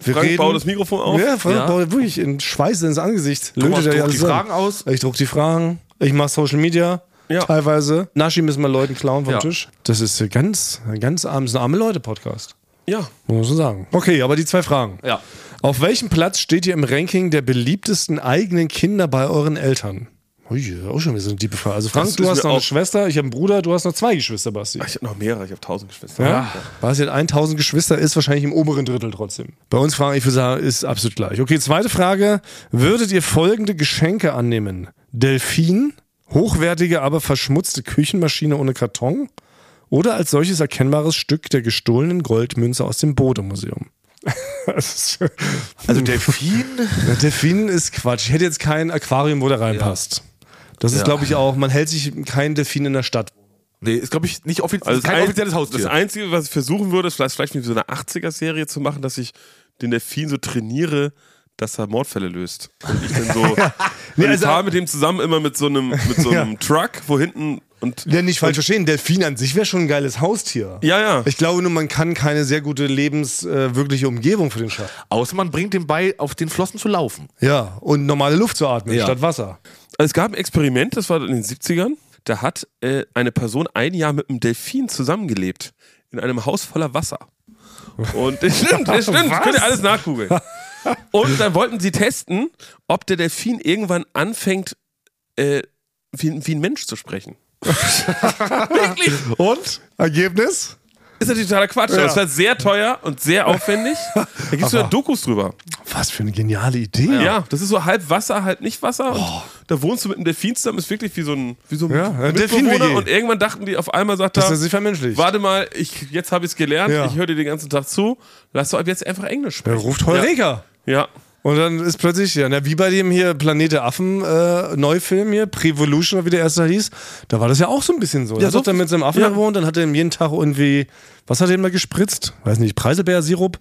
[SPEAKER 2] Wir
[SPEAKER 3] Frank,
[SPEAKER 2] reden.
[SPEAKER 3] bau das Mikrofon auf.
[SPEAKER 2] Ja, Frank
[SPEAKER 1] Ja.
[SPEAKER 2] baut wirklich in Schweiße ins Angesicht. Lötet
[SPEAKER 1] Thomas
[SPEAKER 2] er ja
[SPEAKER 1] druckt
[SPEAKER 2] alles
[SPEAKER 1] die
[SPEAKER 2] an.
[SPEAKER 1] Fragen aus.
[SPEAKER 2] Ich druck die Fragen. Ich mache Social Media.
[SPEAKER 3] Ja.
[SPEAKER 2] Teilweise. Naschi müssen wir Leuten klauen vom
[SPEAKER 1] Ja.
[SPEAKER 2] Tisch. Das ist äh, ganz, ganz armes, ein arme Leute-Podcast.
[SPEAKER 3] Ja.
[SPEAKER 2] Muss man so sagen. Okay, aber die zwei Fragen.
[SPEAKER 1] Ja.
[SPEAKER 2] Auf welchem Platz steht ihr im Ranking der beliebtesten eigenen Kinder bei euren Eltern? Ui, auch schon wieder so eine tiefe Frage. Also Frank,
[SPEAKER 3] Das
[SPEAKER 2] du
[SPEAKER 3] ist
[SPEAKER 2] hast
[SPEAKER 3] mir
[SPEAKER 2] noch eine
[SPEAKER 3] auch-
[SPEAKER 2] Schwester, ich habe einen Bruder, du hast noch zwei Geschwister, Basti.
[SPEAKER 3] Ah, Ich habe noch mehrere, ich habe tausend Geschwister.
[SPEAKER 2] Ja? Was jetzt 1000 Geschwister ist, wahrscheinlich im oberen Drittel trotzdem. Bei uns Fragen, ich würde sagen, ist absolut gleich. Okay, zweite Frage. Würdet ihr folgende Geschenke annehmen? Delfin, hochwertige, aber verschmutzte Küchenmaschine ohne Karton oder als solches erkennbares Stück der gestohlenen Goldmünze aus dem Bode-Museum? Das ist-
[SPEAKER 1] Also Delfin.
[SPEAKER 2] Der Delfin ist Quatsch. Ich hätte jetzt kein Aquarium, wo der reinpasst. Das ist,
[SPEAKER 1] Ja.
[SPEAKER 2] glaube ich, auch, man hält sich keinen Delfin in der Stadt.
[SPEAKER 1] Nee, ist, glaube ich, nicht offiziell.
[SPEAKER 3] Also
[SPEAKER 1] kein
[SPEAKER 3] ein-
[SPEAKER 1] offizielles Haustier.
[SPEAKER 3] Das Einzige, was ich versuchen würde, ist vielleicht, vielleicht wie so eine 80er-Serie zu machen, dass ich den Delfin so trainiere, dass er Mordfälle löst. Und ich dann so. nee,
[SPEAKER 2] also-
[SPEAKER 3] ich fahre mit dem zusammen immer mit so einem, mit so einem Truck, wo hinten und.
[SPEAKER 2] Ja, nicht falsch verstehen. Delfin an sich wäre schon ein geiles Haustier.
[SPEAKER 3] Ja, ja.
[SPEAKER 2] Ich glaube nur, man kann keine sehr gute lebenswirkliche Umgebung für den schaffen.
[SPEAKER 1] Außer man bringt dem bei, auf den Flossen zu laufen.
[SPEAKER 2] Ja, und normale Luft zu atmen
[SPEAKER 1] Ja.
[SPEAKER 2] statt Wasser.
[SPEAKER 3] Also es gab ein Experiment, das war in den 70ern. Da hat äh, eine Person ein Jahr mit einem Delfin zusammengelebt. In einem Haus voller Wasser. Und das stimmt, das stimmt. Das könnt ihr alles nachgoogeln. Und dann wollten sie testen, ob der Delfin irgendwann anfängt, äh, wie, wie ein Mensch zu sprechen. Wirklich?
[SPEAKER 2] Und? Ergebnis?
[SPEAKER 3] Ist natürlich totaler Quatsch. aber Das war sehr teuer und sehr aufwendig. Da gibt es sogar Dokus drüber.
[SPEAKER 2] was für eine geniale Idee.
[SPEAKER 3] Ja. das ist so halb Wasser, halb nicht Wasser. Und Da wohnst du mit einem Delfin zusammen, ist wirklich wie so ein, wie so ein
[SPEAKER 2] Oh. Ja, ein Delfin-WG.
[SPEAKER 3] Mitbewohner. Und irgendwann dachten die auf einmal, sagt
[SPEAKER 2] Dass
[SPEAKER 3] er,
[SPEAKER 2] er sich vermenschlicht.
[SPEAKER 3] warte mal, ich, jetzt habe ich es gelernt,
[SPEAKER 2] Ja.
[SPEAKER 3] ich höre dir den ganzen Tag zu, lass doch ab jetzt einfach Englisch
[SPEAKER 2] Er
[SPEAKER 3] sprechen.
[SPEAKER 2] ruft Heureka.
[SPEAKER 3] Ja.
[SPEAKER 2] Und dann ist plötzlich, ja, na, wie bei dem hier Planet der Affen äh, Neufilm hier, Prevolution, oder wie der erste hieß, da war das ja auch so ein bisschen so. Ja, er hat
[SPEAKER 3] so-
[SPEAKER 2] doch dann mit seinem Affen
[SPEAKER 3] ja.
[SPEAKER 2] da gewohnt, dann hat er ihm jeden Tag irgendwie, was hat er ihm da gespritzt? Weiß nicht, Preiselbeersirup.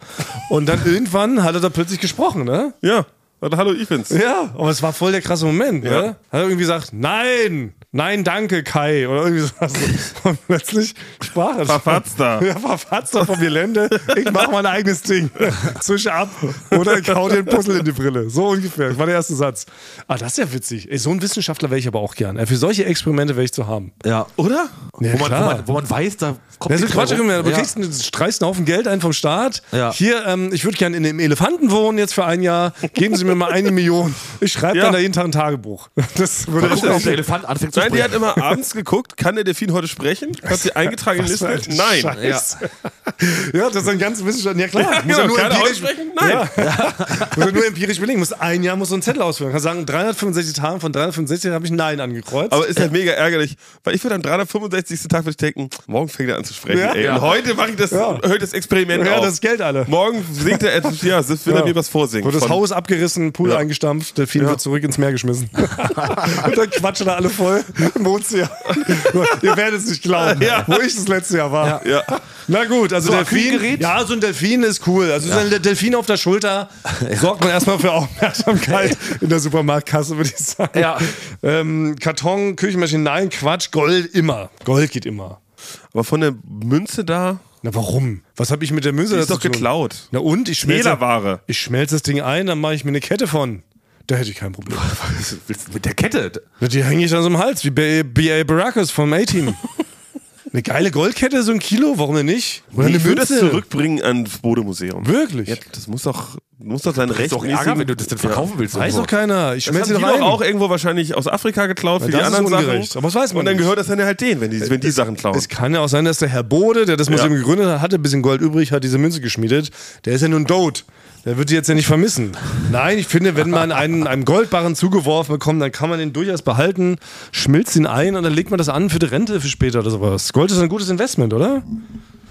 [SPEAKER 2] Und dann irgendwann hat er da plötzlich gesprochen, ne?
[SPEAKER 3] Ja. Und hallo, ich bin's.
[SPEAKER 2] Ja, aber es war voll der krasse Moment, ne? Hat er irgendwie gesagt, nein, nein, danke, Kai, oder irgendwie sowas. Und plötzlich sprach er
[SPEAKER 3] Verfatzter.
[SPEAKER 2] Ja, verfatzter vom Gelände. Ich mach mein eigenes Ding. Zwisch ab oder ich hau dir ein Puzzle in die Brille. So ungefähr. Das war der erste Satz. Ah, das ist ja witzig. Ey, so ein Wissenschaftler wäre ich aber auch gern. Ey, Für solche Experimente wäre ich zu haben.
[SPEAKER 1] Ja, oder?
[SPEAKER 2] Ja,
[SPEAKER 1] wo, man,
[SPEAKER 2] klar.
[SPEAKER 1] wo, man, wo man weiß, da kommt
[SPEAKER 2] Ja, so
[SPEAKER 1] nichts
[SPEAKER 2] Quatsch,
[SPEAKER 1] mehr rum.
[SPEAKER 2] irgendwie. du
[SPEAKER 1] ja.
[SPEAKER 2] kriegst einen, streichst einen Haufen Geld ein vom Staat.
[SPEAKER 1] Ja.
[SPEAKER 2] Hier, ähm, ich würde gerne in einem Elefanten wohnen jetzt für ein Jahr. Geben Sie mir mal eine Million. Ich schreibe
[SPEAKER 3] Ja.
[SPEAKER 2] dann da jeden Tag ein Tagebuch. Das würde
[SPEAKER 1] Guck, ob
[SPEAKER 2] ich
[SPEAKER 1] der Elefant anfängt zu
[SPEAKER 3] Nein, die
[SPEAKER 1] sprechen.
[SPEAKER 3] hat halt immer abends geguckt, kann der Delfin heute sprechen? Hat sie eingetragen in die
[SPEAKER 2] Was für
[SPEAKER 3] Liste?
[SPEAKER 2] eine
[SPEAKER 3] Nein.
[SPEAKER 2] Scheiße. Ja. das ist ein ganz Wissenschaft. Ja, klar.
[SPEAKER 3] Ja,
[SPEAKER 2] muss er
[SPEAKER 3] genau.
[SPEAKER 2] nur
[SPEAKER 3] Kann er
[SPEAKER 2] empirisch,
[SPEAKER 3] aussprechen? Nein.
[SPEAKER 2] Ja. muss er nur empirisch belegen. Muss ein Jahr muss so ein Zettel ausfüllen. Kann sagen, 365 Tagen von 365 habe ich ein Nein angekreuzt.
[SPEAKER 3] Aber ist halt mega ärgerlich, weil ich würde am 365. Tag würde ich denken, morgen fängt er an zu sprechen.
[SPEAKER 2] Ja.
[SPEAKER 3] Ey.
[SPEAKER 2] Ja.
[SPEAKER 3] Und heute mache ich das,
[SPEAKER 2] Ja.
[SPEAKER 3] hört das Experiment
[SPEAKER 2] ja,
[SPEAKER 3] auf.
[SPEAKER 2] das Geld alle.
[SPEAKER 3] Morgen singt er etwas, ja, das will er mir was vorsingen.
[SPEAKER 2] Wurde das
[SPEAKER 3] Von-
[SPEAKER 2] Haus abgerissen, Pool
[SPEAKER 3] Ja.
[SPEAKER 2] eingestampft, Delfin wird zurück ins Meer geschmissen. und dann quatschen da alle voll im Ozean. Ihr werdet es nicht glauben,
[SPEAKER 3] Ja.
[SPEAKER 2] wo ich das letzte Jahr war.
[SPEAKER 3] Ja.
[SPEAKER 2] Na gut, also
[SPEAKER 1] So,
[SPEAKER 2] Delfin.
[SPEAKER 1] Kühlgerät?
[SPEAKER 2] Ja, so ein Delfin ist cool. Also so ein Delfin auf der Schulter sorgt man erstmal für Aufmerksamkeit in der Supermarktkasse, würde ich sagen.
[SPEAKER 1] Ja.
[SPEAKER 2] Ähm, Karton, Küchenmaschine, nein, Quatsch, Gold immer. Gold geht immer.
[SPEAKER 3] Aber von der Münze da,
[SPEAKER 2] Na warum? Was habe ich mit der Münze
[SPEAKER 3] die ist
[SPEAKER 2] dazu
[SPEAKER 3] doch
[SPEAKER 2] zu tun?
[SPEAKER 3] geklaut.
[SPEAKER 2] Na und? Ich schmelze,
[SPEAKER 3] Fehlerware.
[SPEAKER 2] ich schmelze das Ding ein, dann mache ich mir eine Kette von. Da hätte ich kein Problem.
[SPEAKER 1] Willst du mit der Kette.
[SPEAKER 2] Na, Die hänge ich dann so im Hals, wie B.A. B.A. Baracus vom A-Team. Eine geile Goldkette, so ein Kilo, warum denn nicht? Oder
[SPEAKER 3] ich würde das zurückbringen ans Bodemuseum.
[SPEAKER 2] Wirklich?
[SPEAKER 3] Ja, das muss doch, muss doch sein
[SPEAKER 1] Ist
[SPEAKER 3] Recht
[SPEAKER 1] doch Ärger, wenn du das denn verkaufen willst.
[SPEAKER 2] Weiß
[SPEAKER 1] irgendwo.
[SPEAKER 2] doch keiner. Ich
[SPEAKER 3] Das
[SPEAKER 2] schmelze
[SPEAKER 3] haben
[SPEAKER 2] die
[SPEAKER 3] die
[SPEAKER 2] doch rein.
[SPEAKER 3] doch auch irgendwo wahrscheinlich aus Afrika geklaut für die
[SPEAKER 2] das ist
[SPEAKER 3] anderen
[SPEAKER 2] ungerecht,
[SPEAKER 3] Sachen.
[SPEAKER 2] aber das weiß man
[SPEAKER 3] Und dann
[SPEAKER 2] nicht.
[SPEAKER 3] gehört das dann halt denen, wenn die, wenn die Sachen klauen.
[SPEAKER 2] Es kann ja auch sein, dass der Herr Bode, der das Museum
[SPEAKER 3] Ja.
[SPEAKER 2] gegründet hat, hatte ein bisschen Gold übrig, hat diese Münze geschmiedet. Der ist ja nun tot. Der wird die jetzt ja nicht vermissen. Nein, ich finde, wenn man einen einem Goldbarren zugeworfen bekommt, dann kann man den durchaus behalten, schmilzt ihn ein und dann legt man das an für die Rente für später oder sowas. Gold ist ein gutes Investment, oder?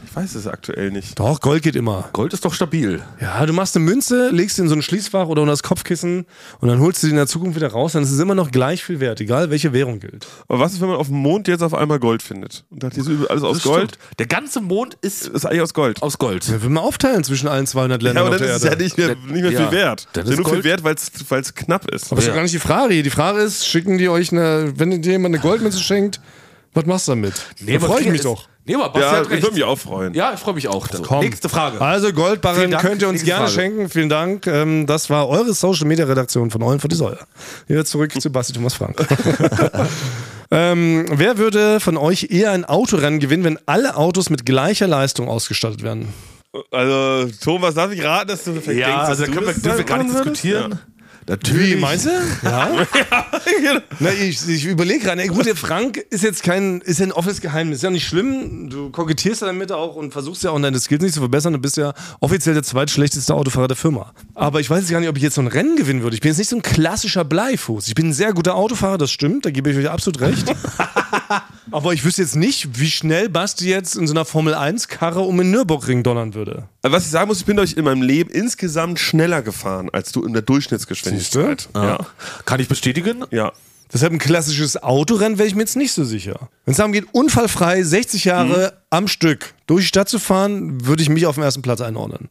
[SPEAKER 3] Ich weiß es aktuell nicht.
[SPEAKER 2] Doch, Gold geht immer.
[SPEAKER 1] Gold ist doch stabil.
[SPEAKER 2] Ja, du machst eine Münze, legst sie in so ein Schließfach oder unter das Kopfkissen und dann holst du die in der Zukunft wieder raus, dann ist es immer noch gleich viel wert, egal welche Währung gilt.
[SPEAKER 3] Aber was ist, wenn man auf dem Mond jetzt auf einmal Gold findet? Und da hat die so über- alles aus Gold.
[SPEAKER 1] Stimmt. Der ganze Mond ist
[SPEAKER 3] Ist eigentlich aus Gold.
[SPEAKER 1] aus Gold.
[SPEAKER 2] Dann will man aufteilen zwischen allen 200
[SPEAKER 3] Ja,
[SPEAKER 2] Ländern
[SPEAKER 3] aber
[SPEAKER 2] auf
[SPEAKER 3] dann
[SPEAKER 2] der
[SPEAKER 3] ist es
[SPEAKER 2] Erde.
[SPEAKER 3] ja nicht mehr, nicht mehr
[SPEAKER 1] Ja.
[SPEAKER 3] viel wert.
[SPEAKER 1] Dann
[SPEAKER 3] Ist ja
[SPEAKER 1] ist
[SPEAKER 3] nur viel
[SPEAKER 1] Gold-
[SPEAKER 3] wert, weil es knapp ist.
[SPEAKER 2] Aber ist
[SPEAKER 1] Ja.
[SPEAKER 2] doch gar nicht die Frage hier. Die Frage ist, schicken die euch eine, wenn dir jemand eine Goldmünze schenkt, was mast du damit? da
[SPEAKER 1] aber
[SPEAKER 2] freue ich
[SPEAKER 1] Frieda
[SPEAKER 2] mich
[SPEAKER 1] ist-
[SPEAKER 2] doch.
[SPEAKER 1] Nee, aber Basti
[SPEAKER 3] ja,
[SPEAKER 1] hat
[SPEAKER 3] ich würde
[SPEAKER 1] recht.
[SPEAKER 3] mich auch freuen.
[SPEAKER 1] Ja, ich freue mich auch. So.
[SPEAKER 2] Komm.
[SPEAKER 1] Nächste Frage.
[SPEAKER 2] Also Goldbarren
[SPEAKER 1] Vielen Dank.
[SPEAKER 2] könnt ihr uns
[SPEAKER 1] Nächste
[SPEAKER 2] gerne
[SPEAKER 1] Frage.
[SPEAKER 2] schenken. Vielen Dank. Ähm, das war eure Social Media Redaktion von Eulen von die Säule. Wieder zurück zu Basti Thomas Frank. ähm, wer würde von euch eher ein Autorennen gewinnen, wenn alle Autos mit gleicher Leistung ausgestattet werden?
[SPEAKER 3] Also, Thomas, darf ich raten, dass du vielleicht
[SPEAKER 1] ja,
[SPEAKER 3] denkst, dass
[SPEAKER 1] also da
[SPEAKER 3] du
[SPEAKER 1] können wir,
[SPEAKER 3] das
[SPEAKER 1] dürfen wir
[SPEAKER 3] dann
[SPEAKER 1] gar nicht
[SPEAKER 3] machen würdest?
[SPEAKER 1] diskutieren. Natürlich.
[SPEAKER 2] du? Ja. genau. Na, ich, ich überlege gerade. Ey, Gut, der Frank ist jetzt kein, ist ja ein offenes Geheimnis. Ist ja nicht schlimm. Du kokettierst ja damit auch und versuchst ja auch deine Skills nicht zu verbessern. Du bist ja offiziell der zweitschlechteste Autofahrer der Firma. Aber ich weiß jetzt gar nicht, ob ich jetzt so ein Rennen gewinnen würde. Ich bin jetzt nicht so ein klassischer Bleifuß. Ich bin ein sehr guter Autofahrer, das stimmt. Da gebe ich euch absolut recht. Aber ich wüsste jetzt nicht, wie schnell Basti jetzt in so einer Formel-1-Karre um den Nürburgring donnern würde.
[SPEAKER 3] Aber Was ich sagen muss, ich bin euch in meinem Leben insgesamt schneller gefahren, als du in der Durchschnittsgeschwindigkeit.
[SPEAKER 1] Ja. Kann ich bestätigen?
[SPEAKER 3] Ja.
[SPEAKER 2] Deshalb ein klassisches Autorennen wäre ich mir jetzt nicht so sicher. Wenn es darum geht, unfallfrei 60 Jahre
[SPEAKER 1] Mhm.
[SPEAKER 2] am Stück durch die Stadt zu fahren, würde ich mich auf den ersten Platz einordnen.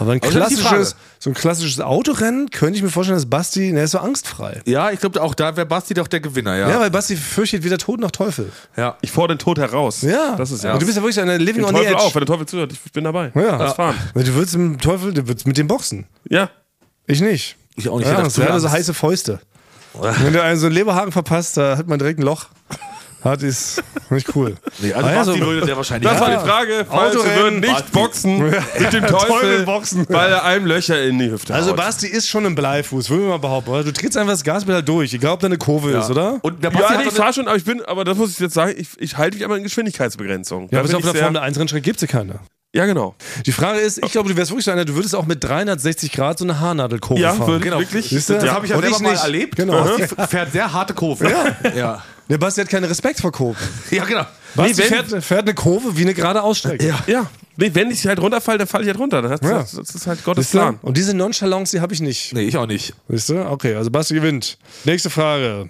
[SPEAKER 2] Aber ein
[SPEAKER 1] das ist die
[SPEAKER 2] klassisches,
[SPEAKER 1] Frage.
[SPEAKER 2] so ein klassisches Autorennen könnte ich mir vorstellen, dass Basti, der ist so angstfrei.
[SPEAKER 1] Ja, ich glaube, auch da wäre Basti doch der Gewinner, ja.
[SPEAKER 2] Ja, weil Basti fürchtet weder Tod noch Teufel.
[SPEAKER 1] ja.
[SPEAKER 3] Ich fordere den Tod heraus.
[SPEAKER 2] Ja.
[SPEAKER 3] Das ist ja.
[SPEAKER 2] Aber du bist ja wirklich einer Living
[SPEAKER 3] den
[SPEAKER 2] on the
[SPEAKER 3] Teufel
[SPEAKER 2] Edge.
[SPEAKER 3] auch, wenn der Teufel zuhört, ich bin dabei.
[SPEAKER 2] Ja.
[SPEAKER 3] Lass fahren.
[SPEAKER 2] Weil du würdest mit dem Teufel, du würdest mit dem boxen.
[SPEAKER 3] Ja.
[SPEAKER 2] Ich nicht.
[SPEAKER 1] Ich auch nicht. Ich
[SPEAKER 2] Ja,
[SPEAKER 1] hätte
[SPEAKER 2] das
[SPEAKER 1] zu
[SPEAKER 2] wäre
[SPEAKER 1] Angst.
[SPEAKER 2] so heiße Fäuste. Wenn du einen so einen Leberhaken verpasst, da hat man direkt ein Loch. Hat ist nicht cool.
[SPEAKER 1] Nee, also
[SPEAKER 2] Ah ja,
[SPEAKER 1] Basti
[SPEAKER 2] so-
[SPEAKER 1] würde der wahrscheinlich.
[SPEAKER 3] Das war
[SPEAKER 1] gewinnen.
[SPEAKER 3] die Frage. Falls wir
[SPEAKER 2] Autorennen,
[SPEAKER 3] würden nicht
[SPEAKER 1] Basti.
[SPEAKER 3] boxen mit dem Teufel,
[SPEAKER 2] Teufel boxen.
[SPEAKER 3] weil er einem Löcher in die Hüfte
[SPEAKER 2] Also
[SPEAKER 3] haut.
[SPEAKER 2] Basti ist schon ein Bleifuß, würden wir mal behaupten. Oder? Du trittst einfach das Gaspedal durch, egal ob da eine Kurve ist, oder?
[SPEAKER 1] Und der Basti
[SPEAKER 3] Ja, nee,
[SPEAKER 1] hat so
[SPEAKER 3] ich
[SPEAKER 1] eine,
[SPEAKER 3] fahre schon, aber ich bin, aber das muss ich jetzt sagen, ich, ich halte mich an meine Geschwindigkeitsbegrenzung.
[SPEAKER 2] ja, bis
[SPEAKER 3] bin
[SPEAKER 2] auf
[SPEAKER 3] ich
[SPEAKER 2] der
[SPEAKER 3] sehr-
[SPEAKER 2] Formel 1 Rennstrecke gibt es ja keine.
[SPEAKER 3] Ja, genau.
[SPEAKER 2] Die Frage ist, ich glaube, du wärst wirklich so einer, du würdest auch mit 360 Grad so eine Haarnadelkurve
[SPEAKER 3] Ja,
[SPEAKER 2] fahren.
[SPEAKER 3] würde- wirklich?
[SPEAKER 2] Genau. Siehst du?
[SPEAKER 1] Das habe ich ja
[SPEAKER 2] Und
[SPEAKER 1] selber
[SPEAKER 2] ich
[SPEAKER 1] mal
[SPEAKER 2] nicht.
[SPEAKER 1] erlebt.
[SPEAKER 2] Genau.
[SPEAKER 1] Sie fährt sehr harte Kurve. Ja, ja.
[SPEAKER 2] Der Basti hat keinen Respekt vor Kurven.
[SPEAKER 1] genau.
[SPEAKER 2] Basti
[SPEAKER 3] wenn-
[SPEAKER 2] fährt, fährt eine Kurve wie eine gerade Ausstrecke. Ja.
[SPEAKER 3] Ja. Nee, wenn ich halt runterfalle, dann falle ich halt runter. Das,
[SPEAKER 2] Ja.
[SPEAKER 3] das, das ist halt Gottes
[SPEAKER 2] Siehst du?
[SPEAKER 3] Plan.
[SPEAKER 2] Und diese Nonchalance, die habe ich nicht.
[SPEAKER 1] Nee, ich auch nicht.
[SPEAKER 2] Siehst du? Okay, also Basti gewinnt. Nächste Frage.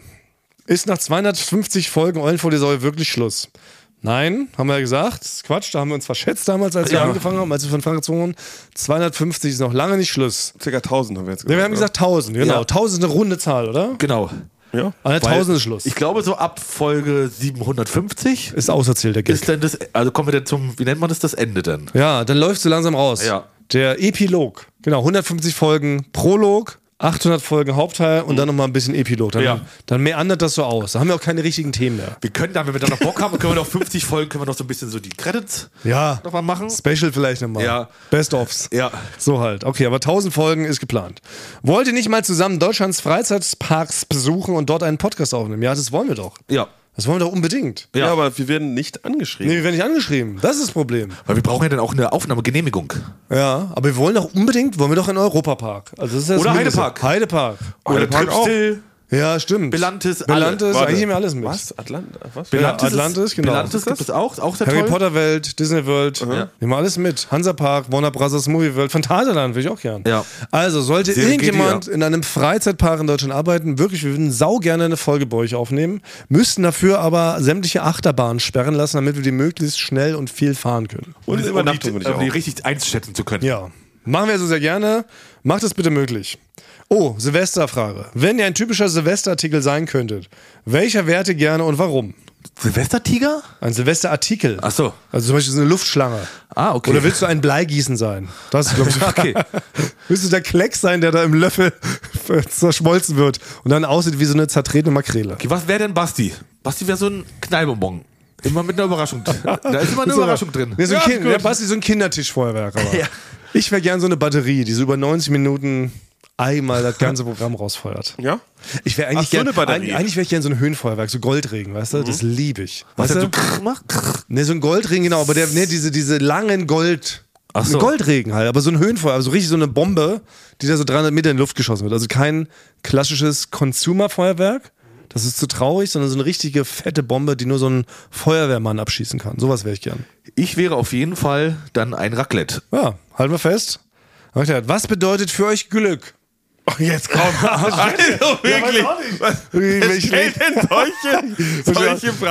[SPEAKER 2] Ist nach 250 Folgen Eulen vor die Säule wirklich Schluss? Nein, haben wir ja gesagt. Das ist Quatsch, da haben wir uns verschätzt damals, als wir
[SPEAKER 3] Ja.
[SPEAKER 2] angefangen haben, als wir von Frank gezogen haben. 250 ist noch lange nicht Schluss.
[SPEAKER 3] Circa 1000 haben wir jetzt gesagt.
[SPEAKER 2] Ja, wir haben gesagt 1000, genau.
[SPEAKER 1] Ja.
[SPEAKER 2] 1000 ist eine runde Zahl, oder?
[SPEAKER 1] Genau.
[SPEAKER 3] Ja.
[SPEAKER 2] An der
[SPEAKER 1] Weil
[SPEAKER 2] 1000 ist Schluss.
[SPEAKER 1] Ich glaube, so ab Folge 750
[SPEAKER 2] ist auserzählt, der Gag.
[SPEAKER 1] ist dann das, also kommen wir dann zum, wie nennt man das, das Ende dann?
[SPEAKER 2] ja, dann läuft so langsam raus.
[SPEAKER 1] Ja.
[SPEAKER 2] Der Epilog. Genau, 150 Folgen Prolog, 800 Folgen Hauptteil und dann nochmal ein bisschen Epilog. Dann,
[SPEAKER 1] Mhm. Ja.
[SPEAKER 2] dann meandert das so aus. Da haben wir auch keine richtigen Themen mehr.
[SPEAKER 1] Wir können dann, wenn wir dann noch Bock haben, können wir noch 50 Folgen, können wir noch so ein bisschen so die Credits
[SPEAKER 2] Ja.
[SPEAKER 1] nochmal machen.
[SPEAKER 2] Special vielleicht nochmal.
[SPEAKER 1] Ja.
[SPEAKER 2] Best-ofs.
[SPEAKER 1] Ja.
[SPEAKER 2] So halt. Okay, aber 1000 Folgen ist geplant. Wollt ihr nicht mal zusammen Deutschlands Freizeitparks besuchen und dort einen Podcast aufnehmen? Ja, das wollen wir doch.
[SPEAKER 1] Ja.
[SPEAKER 2] Das wollen wir doch unbedingt.
[SPEAKER 3] ja.
[SPEAKER 1] Ja.
[SPEAKER 3] aber wir werden nicht angeschrieben.
[SPEAKER 2] Nee, wir werden nicht angeschrieben. Das ist das Problem.
[SPEAKER 1] Weil wir brauchen ja dann auch eine Aufnahmegenehmigung.
[SPEAKER 2] Ja, aber wir wollen doch unbedingt, wollen wir doch in Europapark. Also das ist das
[SPEAKER 1] Oder
[SPEAKER 2] Mindeste.
[SPEAKER 1] Heidepark.
[SPEAKER 2] Heidepark.
[SPEAKER 3] Park auch.
[SPEAKER 1] Tripstil,
[SPEAKER 2] Ja, stimmt.
[SPEAKER 1] Belantis, alle.
[SPEAKER 2] Belantis,
[SPEAKER 3] Warte.
[SPEAKER 2] eigentlich nehmen wir alles mit.
[SPEAKER 3] Was? Atlanta? Was?
[SPEAKER 1] Atlantis,
[SPEAKER 2] Belantis ist- Atlantis, genau.
[SPEAKER 1] Atlantis gibt es auch, auch sehr
[SPEAKER 2] Harry
[SPEAKER 1] toll.
[SPEAKER 2] Potter Welt, Disney World,
[SPEAKER 1] Mhm.
[SPEAKER 2] nehmen wir alles mit. Hansapark, Warner Brothers Movie World, Phantasialand will ich auch gern.
[SPEAKER 1] Ja.
[SPEAKER 2] Also, sollte
[SPEAKER 1] Serie geht
[SPEAKER 2] irgendjemand in einem Freizeitpark in Deutschland arbeiten, wirklich, wir würden sau gerne eine Folge bei euch aufnehmen, müssten dafür aber sämtliche Achterbahnen sperren lassen, damit wir die möglichst schnell und viel fahren können.
[SPEAKER 3] Und diese
[SPEAKER 1] um die,
[SPEAKER 3] Übernachtung würde ich
[SPEAKER 1] um die
[SPEAKER 3] auch.
[SPEAKER 1] richtig einschätzen zu können.
[SPEAKER 2] Ja. Machen wir also sehr gerne. Macht es bitte möglich. Oh, Silvesterfrage. Wenn ihr ein typischer Silvesterartikel sein könntet, welcher wärt ihr gerne und warum?
[SPEAKER 1] Silvestertiger?
[SPEAKER 2] Ein Silvesterartikel.
[SPEAKER 1] Ach so.
[SPEAKER 2] Also zum Beispiel so eine Luftschlange.
[SPEAKER 1] Ah, okay.
[SPEAKER 2] Oder willst du ein Bleigießen sein? Das ist, glaube ich,
[SPEAKER 1] Okay.
[SPEAKER 2] Willst du der Kleck sein, der da im Löffel zerschmolzen wird und dann aussieht wie so eine zertretene Makrele?
[SPEAKER 1] Okay, was wäre denn Basti? Basti wäre so ein Knallbonbon. Immer mit einer Überraschung. Da ist immer eine Überraschung drin.
[SPEAKER 2] Ja, so ein
[SPEAKER 1] Ja,
[SPEAKER 2] kind,
[SPEAKER 1] gut.
[SPEAKER 2] der Basti ist so ein Kindertischfeuerwerk. Aber.
[SPEAKER 1] Ja.
[SPEAKER 2] Ich wäre gern so eine Batterie, die so über 90 Minuten einmal das ganze Programm rausfeuert.
[SPEAKER 3] Ja?
[SPEAKER 2] Ich wäre
[SPEAKER 3] Ach,
[SPEAKER 2] eigentlich
[SPEAKER 3] so
[SPEAKER 2] gerne
[SPEAKER 3] eine Batterie.
[SPEAKER 2] eigentlich wäre ich gerne so ein Höhenfeuerwerk, so Goldregen, weißt du? Das liebe ich.
[SPEAKER 1] Mhm. Was
[SPEAKER 2] weißt
[SPEAKER 1] er
[SPEAKER 2] du?
[SPEAKER 1] so krr macht? Krr.
[SPEAKER 2] Ne, so ein Goldring, genau, aber der, ne, diese, diese langen Gold.
[SPEAKER 1] Ach
[SPEAKER 2] ein
[SPEAKER 1] so.
[SPEAKER 2] Goldregen halt, aber so ein Höhenfeuer, also richtig so eine Bombe, die da so 300 Meter in die Luft geschossen wird. Also kein klassisches Consumer-Feuerwerk, das ist zu traurig, sondern so eine richtige fette Bombe, die nur so ein Feuerwehrmann abschießen kann. Sowas wäre ich gern.
[SPEAKER 1] Ich wäre auf jeden Fall dann ein Raclette.
[SPEAKER 2] Ja, halten wir fest. Hab ich gedacht, Was bedeutet für euch Glück?
[SPEAKER 3] Oh, jetzt komm. also wirklich. Was
[SPEAKER 2] Wer
[SPEAKER 3] stellt denn solche, solche
[SPEAKER 2] Das ist voll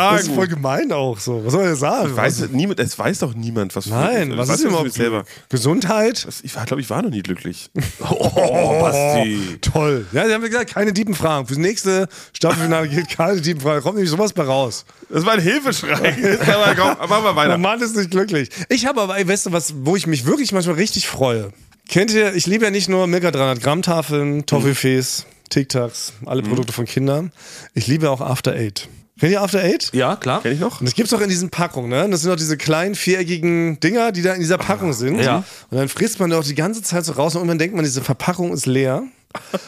[SPEAKER 3] Fragen?
[SPEAKER 2] gemein auch so. Was soll man denn sagen?
[SPEAKER 3] Weiß,
[SPEAKER 2] Was-
[SPEAKER 3] niemand, es weiß doch niemand, was
[SPEAKER 2] Nein, was
[SPEAKER 3] weiß
[SPEAKER 2] ist
[SPEAKER 3] das
[SPEAKER 2] überhaupt
[SPEAKER 3] mit selber?
[SPEAKER 2] Glück? Gesundheit?
[SPEAKER 3] Das- Ich glaube, ich war noch nie glücklich.
[SPEAKER 1] Oh, Basti.
[SPEAKER 2] Toll. Ja, sie haben gesagt, keine tiefen Fragen. Fürs nächste Staffelfinale gilt keine tiefen Fragen. Kommt nämlich sowas bei raus.
[SPEAKER 3] Das war ein Hilfeschrei. Aber komm, machen wir
[SPEAKER 2] Der
[SPEAKER 3] weiter.
[SPEAKER 2] Mann ist nicht glücklich. Ich habe aber, ey, weißt du was, wo ich mich wirklich manchmal richtig freue? Kennt ihr, ich liebe ja nicht nur Milka 300 Gramm
[SPEAKER 3] Mhm.
[SPEAKER 2] Tafeln, Toffifees, Tic Tacs, alle Produkte von Kindern. Ich liebe auch After Eight. Kennt ihr After Eight?
[SPEAKER 1] Ja, klar.
[SPEAKER 3] Kenn ich noch?
[SPEAKER 2] Und das gibt's doch in diesen Packungen, ne? Und Das sind doch diese kleinen, viereckigen Dinger, die da in dieser Packung sind.
[SPEAKER 1] Ah, Ja.
[SPEAKER 2] Und dann frisst man doch die ganze Zeit so raus und irgendwann denkt man, diese Verpackung ist leer.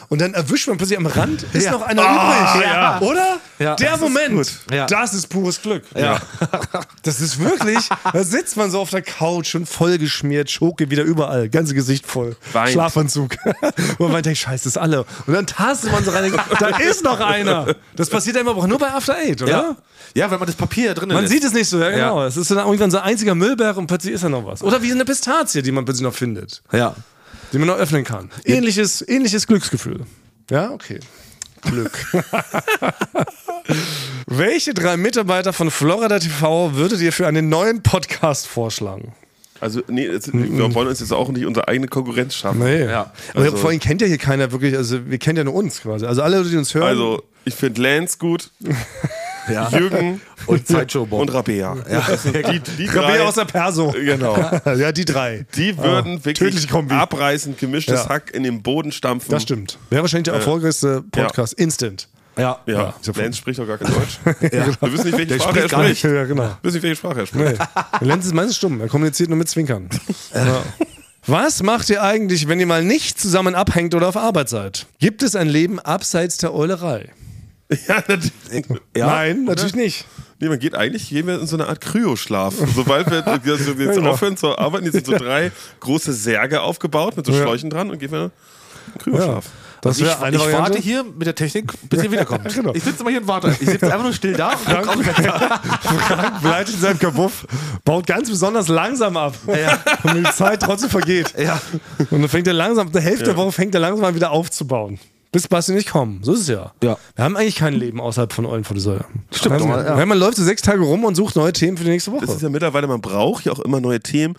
[SPEAKER 2] Und dann erwischt man plötzlich am Rand, ist
[SPEAKER 1] Ja.
[SPEAKER 2] noch einer
[SPEAKER 1] Ah,
[SPEAKER 2] übrig.
[SPEAKER 1] ja.
[SPEAKER 2] Oder?
[SPEAKER 1] Ja.
[SPEAKER 2] Der
[SPEAKER 1] Das ist
[SPEAKER 2] Moment,
[SPEAKER 1] Ja.
[SPEAKER 2] das ist pures Glück.
[SPEAKER 1] Ja.
[SPEAKER 2] Das ist wirklich, da sitzt man so auf der Couch, schon vollgeschmiert, Schoke wieder überall, ganze Gesicht voll,
[SPEAKER 3] Weint.
[SPEAKER 2] Schlafanzug. Und man denkt, scheiße, das ist alle. Und dann tastet man so rein, denkt, da ist noch einer. Das passiert ja immer aber auch nur bei After Eight, oder?
[SPEAKER 1] Ja. ja, wenn man das Papier da drin
[SPEAKER 2] Man
[SPEAKER 1] lässt.
[SPEAKER 2] sieht es nicht so, ja, genau.
[SPEAKER 1] Ja.
[SPEAKER 2] Es ist dann irgendwann so ein einziger Müllberg und plötzlich ist da noch was. Oder wie so eine Pistazie, die man plötzlich noch findet,
[SPEAKER 1] Ja.
[SPEAKER 2] die man noch öffnen kann. Ähnliches, ähnliches Glücksgefühl. Ja, okay. Glück. Welche drei Mitarbeiter von Florida TV würdet ihr für einen neuen Podcast vorschlagen?
[SPEAKER 3] Also, nee, jetzt, wir wollen uns jetzt auch nicht unsere eigene Konkurrenz schaffen.
[SPEAKER 2] Nee.
[SPEAKER 1] Ja.
[SPEAKER 2] Aber
[SPEAKER 3] Also-
[SPEAKER 2] vor allem kennt ja hier keiner wirklich, also wir kennen ja nur uns quasi. Also alle, die uns hören.
[SPEAKER 3] Also, ich finde Lance gut,
[SPEAKER 1] ja.
[SPEAKER 3] Jürgen
[SPEAKER 1] Und Sideshow-Bob.
[SPEAKER 3] und Rabea.
[SPEAKER 1] ja.
[SPEAKER 3] Die, die
[SPEAKER 2] Rabea
[SPEAKER 3] drei,
[SPEAKER 2] aus der Perso.
[SPEAKER 3] Genau.
[SPEAKER 2] ja, die drei.
[SPEAKER 3] Die würden
[SPEAKER 2] Ah. tödliche
[SPEAKER 3] wirklich
[SPEAKER 2] Kombi.
[SPEAKER 3] abreißen, gemischtes
[SPEAKER 2] Ja.
[SPEAKER 3] Hack in den Boden stampfen.
[SPEAKER 2] Das stimmt. Wäre wahrscheinlich
[SPEAKER 3] Äh,
[SPEAKER 2] der erfolgreichste Podcast. Instant.
[SPEAKER 1] ja.
[SPEAKER 3] Ja,
[SPEAKER 2] Ja.
[SPEAKER 3] Lance spricht doch gar kein Deutsch. Wir wissen nicht, welche
[SPEAKER 1] Der
[SPEAKER 3] Sprache
[SPEAKER 1] spricht
[SPEAKER 3] er
[SPEAKER 1] gar
[SPEAKER 3] spricht.
[SPEAKER 2] Ja, genau.
[SPEAKER 3] Wir wissen nicht, welche Sprache er spricht.
[SPEAKER 2] Nee. Lenz ist meistens stumm, er kommuniziert nur mit Zwinkern. Ja. Was macht ihr eigentlich, wenn ihr mal nicht zusammen abhängt oder auf Arbeit seid? Gibt es ein Leben abseits der Eulerei?
[SPEAKER 3] Ja, natürlich.
[SPEAKER 2] Nein, natürlich nicht.
[SPEAKER 3] Nee, man geht eigentlich, gehen wir in so eine Art Kryoschlaf. Sobald wir also jetzt
[SPEAKER 2] Genau.
[SPEAKER 3] aufhören zu arbeiten, jetzt sind so drei große Särge aufgebaut mit so
[SPEAKER 2] Ja.
[SPEAKER 3] Schläuchen dran und gehen wir in den Kryoschlaf.
[SPEAKER 2] Das
[SPEAKER 1] Ich,
[SPEAKER 2] wäre eine
[SPEAKER 1] ich
[SPEAKER 2] Variante.
[SPEAKER 1] warte hier mit der Technik, bis ihr wiederkommt.
[SPEAKER 2] Genau.
[SPEAKER 1] Ich sitze immer hier und warte. Ich sitze einfach nur still da und guck auf das Wetter.
[SPEAKER 2] Frank bleibt in seinem Kabuff, baut ganz besonders langsam ab.
[SPEAKER 1] Ja.
[SPEAKER 2] Und die Zeit trotzdem vergeht.
[SPEAKER 1] Ja.
[SPEAKER 2] Und dann fängt er langsam, der Hälfte der Woche fängt er langsam an wieder aufzubauen. Bis Basti nicht kommen. So ist es ja.
[SPEAKER 1] Ja.
[SPEAKER 2] Wir haben eigentlich kein Leben außerhalb von Eulen vor der Säule.
[SPEAKER 1] Stimmt
[SPEAKER 2] Man,
[SPEAKER 1] doch mal, ja.
[SPEAKER 2] man, man läuft so sechs Tage rum und sucht neue Themen für die nächste
[SPEAKER 3] Das ist
[SPEAKER 2] Woche.
[SPEAKER 3] ja mittlerweile, man braucht ja auch immer neue Themen.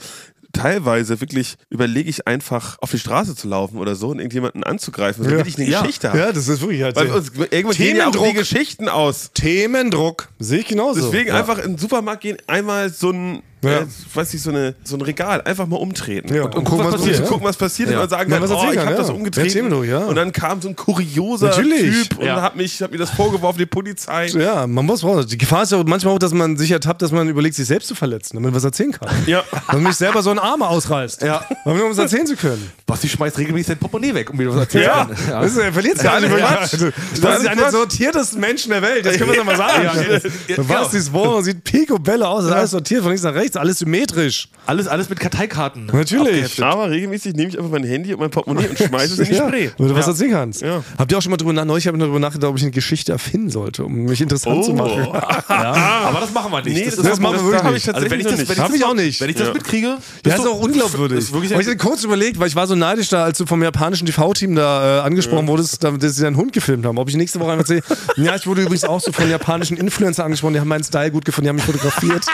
[SPEAKER 3] Teilweise wirklich überlege ich einfach, auf die Straße zu laufen oder so und irgendjemanden anzugreifen, damit ich eine
[SPEAKER 1] Ja.
[SPEAKER 3] Geschichte habe.
[SPEAKER 2] das ist wirklich halt.
[SPEAKER 3] Weil
[SPEAKER 2] so.
[SPEAKER 3] uns, irgendwann gehen ja auch die
[SPEAKER 2] Themendruck.
[SPEAKER 3] Geschichten aus.
[SPEAKER 2] Themendruck. Sehe ich genauso.
[SPEAKER 3] Deswegen einfach in den Supermarkt gehen, einmal so ein,
[SPEAKER 2] Ja.
[SPEAKER 3] äh, weiß nicht, so, eine, so ein Regal einfach mal umtreten.
[SPEAKER 2] Ja. ne?
[SPEAKER 3] Und,
[SPEAKER 2] Und
[SPEAKER 3] gucken, was, passiert.
[SPEAKER 2] ja.
[SPEAKER 3] Gucken, was passiert. Und dann sagen,
[SPEAKER 2] Mal
[SPEAKER 3] dann,
[SPEAKER 2] was
[SPEAKER 3] oh,
[SPEAKER 2] erzählen
[SPEAKER 3] ich
[SPEAKER 2] kann,
[SPEAKER 3] habe
[SPEAKER 2] ja.
[SPEAKER 3] das
[SPEAKER 2] Erzähl
[SPEAKER 3] umgetreten.
[SPEAKER 2] mir doch, ja.
[SPEAKER 3] Und dann kam so ein kurioser
[SPEAKER 2] Natürlich.
[SPEAKER 3] Typ und
[SPEAKER 1] Ja.
[SPEAKER 3] hat, mich, hat mir das vorgeworfen, die Polizei.
[SPEAKER 2] Ja, man muss brauchen. Die Gefahr ist ja auch manchmal auch, dass man sich ertappt, dass man überlegt, sich selbst zu verletzen, damit man was erzählen kann.
[SPEAKER 3] Ja.
[SPEAKER 2] Damit man sich selber so einen Arm ausreißt.
[SPEAKER 1] Ja.
[SPEAKER 2] Damit um es erzählen zu können.
[SPEAKER 1] Basti schmeißt regelmäßig sein Portemonnaie weg, um mir was erzählen
[SPEAKER 2] Ja.
[SPEAKER 1] zu können.
[SPEAKER 2] Das ist, er verliert gar nicht
[SPEAKER 3] Ja,
[SPEAKER 2] mehr.
[SPEAKER 3] ja.
[SPEAKER 2] Quatsch. Das ist einer der sortiertesten Menschen der Welt. Das können wir doch mal sagen.
[SPEAKER 1] Ja, ja, ja,
[SPEAKER 2] Du warst dieses Wohnung, sieht picobello aus. Das ist alles sortiert von links nach rechts, alles symmetrisch.
[SPEAKER 1] Alles, alles mit Karteikarten.
[SPEAKER 2] Natürlich.
[SPEAKER 3] Aber regelmäßig nehme ich einfach mein Handy und mein Portemonnaie und schmeiße es in die
[SPEAKER 2] Ja,
[SPEAKER 3] Spree.
[SPEAKER 2] wenn du was erzählen kannst.
[SPEAKER 3] Ja.
[SPEAKER 2] Habt ihr auch schon mal drüber nachgedacht? Neulich habe ich darüber nachgedacht, ob ich eine Geschichte erfinden sollte, um mich interessant zu machen.
[SPEAKER 1] Aber das machen wir nicht.
[SPEAKER 3] Nee, das
[SPEAKER 1] ist
[SPEAKER 2] das machen wir
[SPEAKER 1] das-
[SPEAKER 2] wirklich
[SPEAKER 1] hab
[SPEAKER 2] nicht.
[SPEAKER 1] also wenn ich das,
[SPEAKER 3] Also,
[SPEAKER 1] wenn
[SPEAKER 2] Hab ich auch nicht.
[SPEAKER 1] Wenn ich das
[SPEAKER 3] Ja.
[SPEAKER 1] mitkriege,
[SPEAKER 2] Ja,
[SPEAKER 1] bist
[SPEAKER 2] ist
[SPEAKER 1] du-
[SPEAKER 2] auch unglaubwürdig.
[SPEAKER 1] Ist wirklich
[SPEAKER 2] Aber ich hatte kurz überlegt, weil ich war so neidisch da, als du vom japanischen TV-Team da äh, angesprochen wurdest, da, dass sie deinen Hund gefilmt haben. Ob ich nächste Woche einfach sehe, ja, ich wurde übrigens auch so von japanischen Influencer angesprochen, die haben meinen Style gut gefunden, die haben mich fotografiert.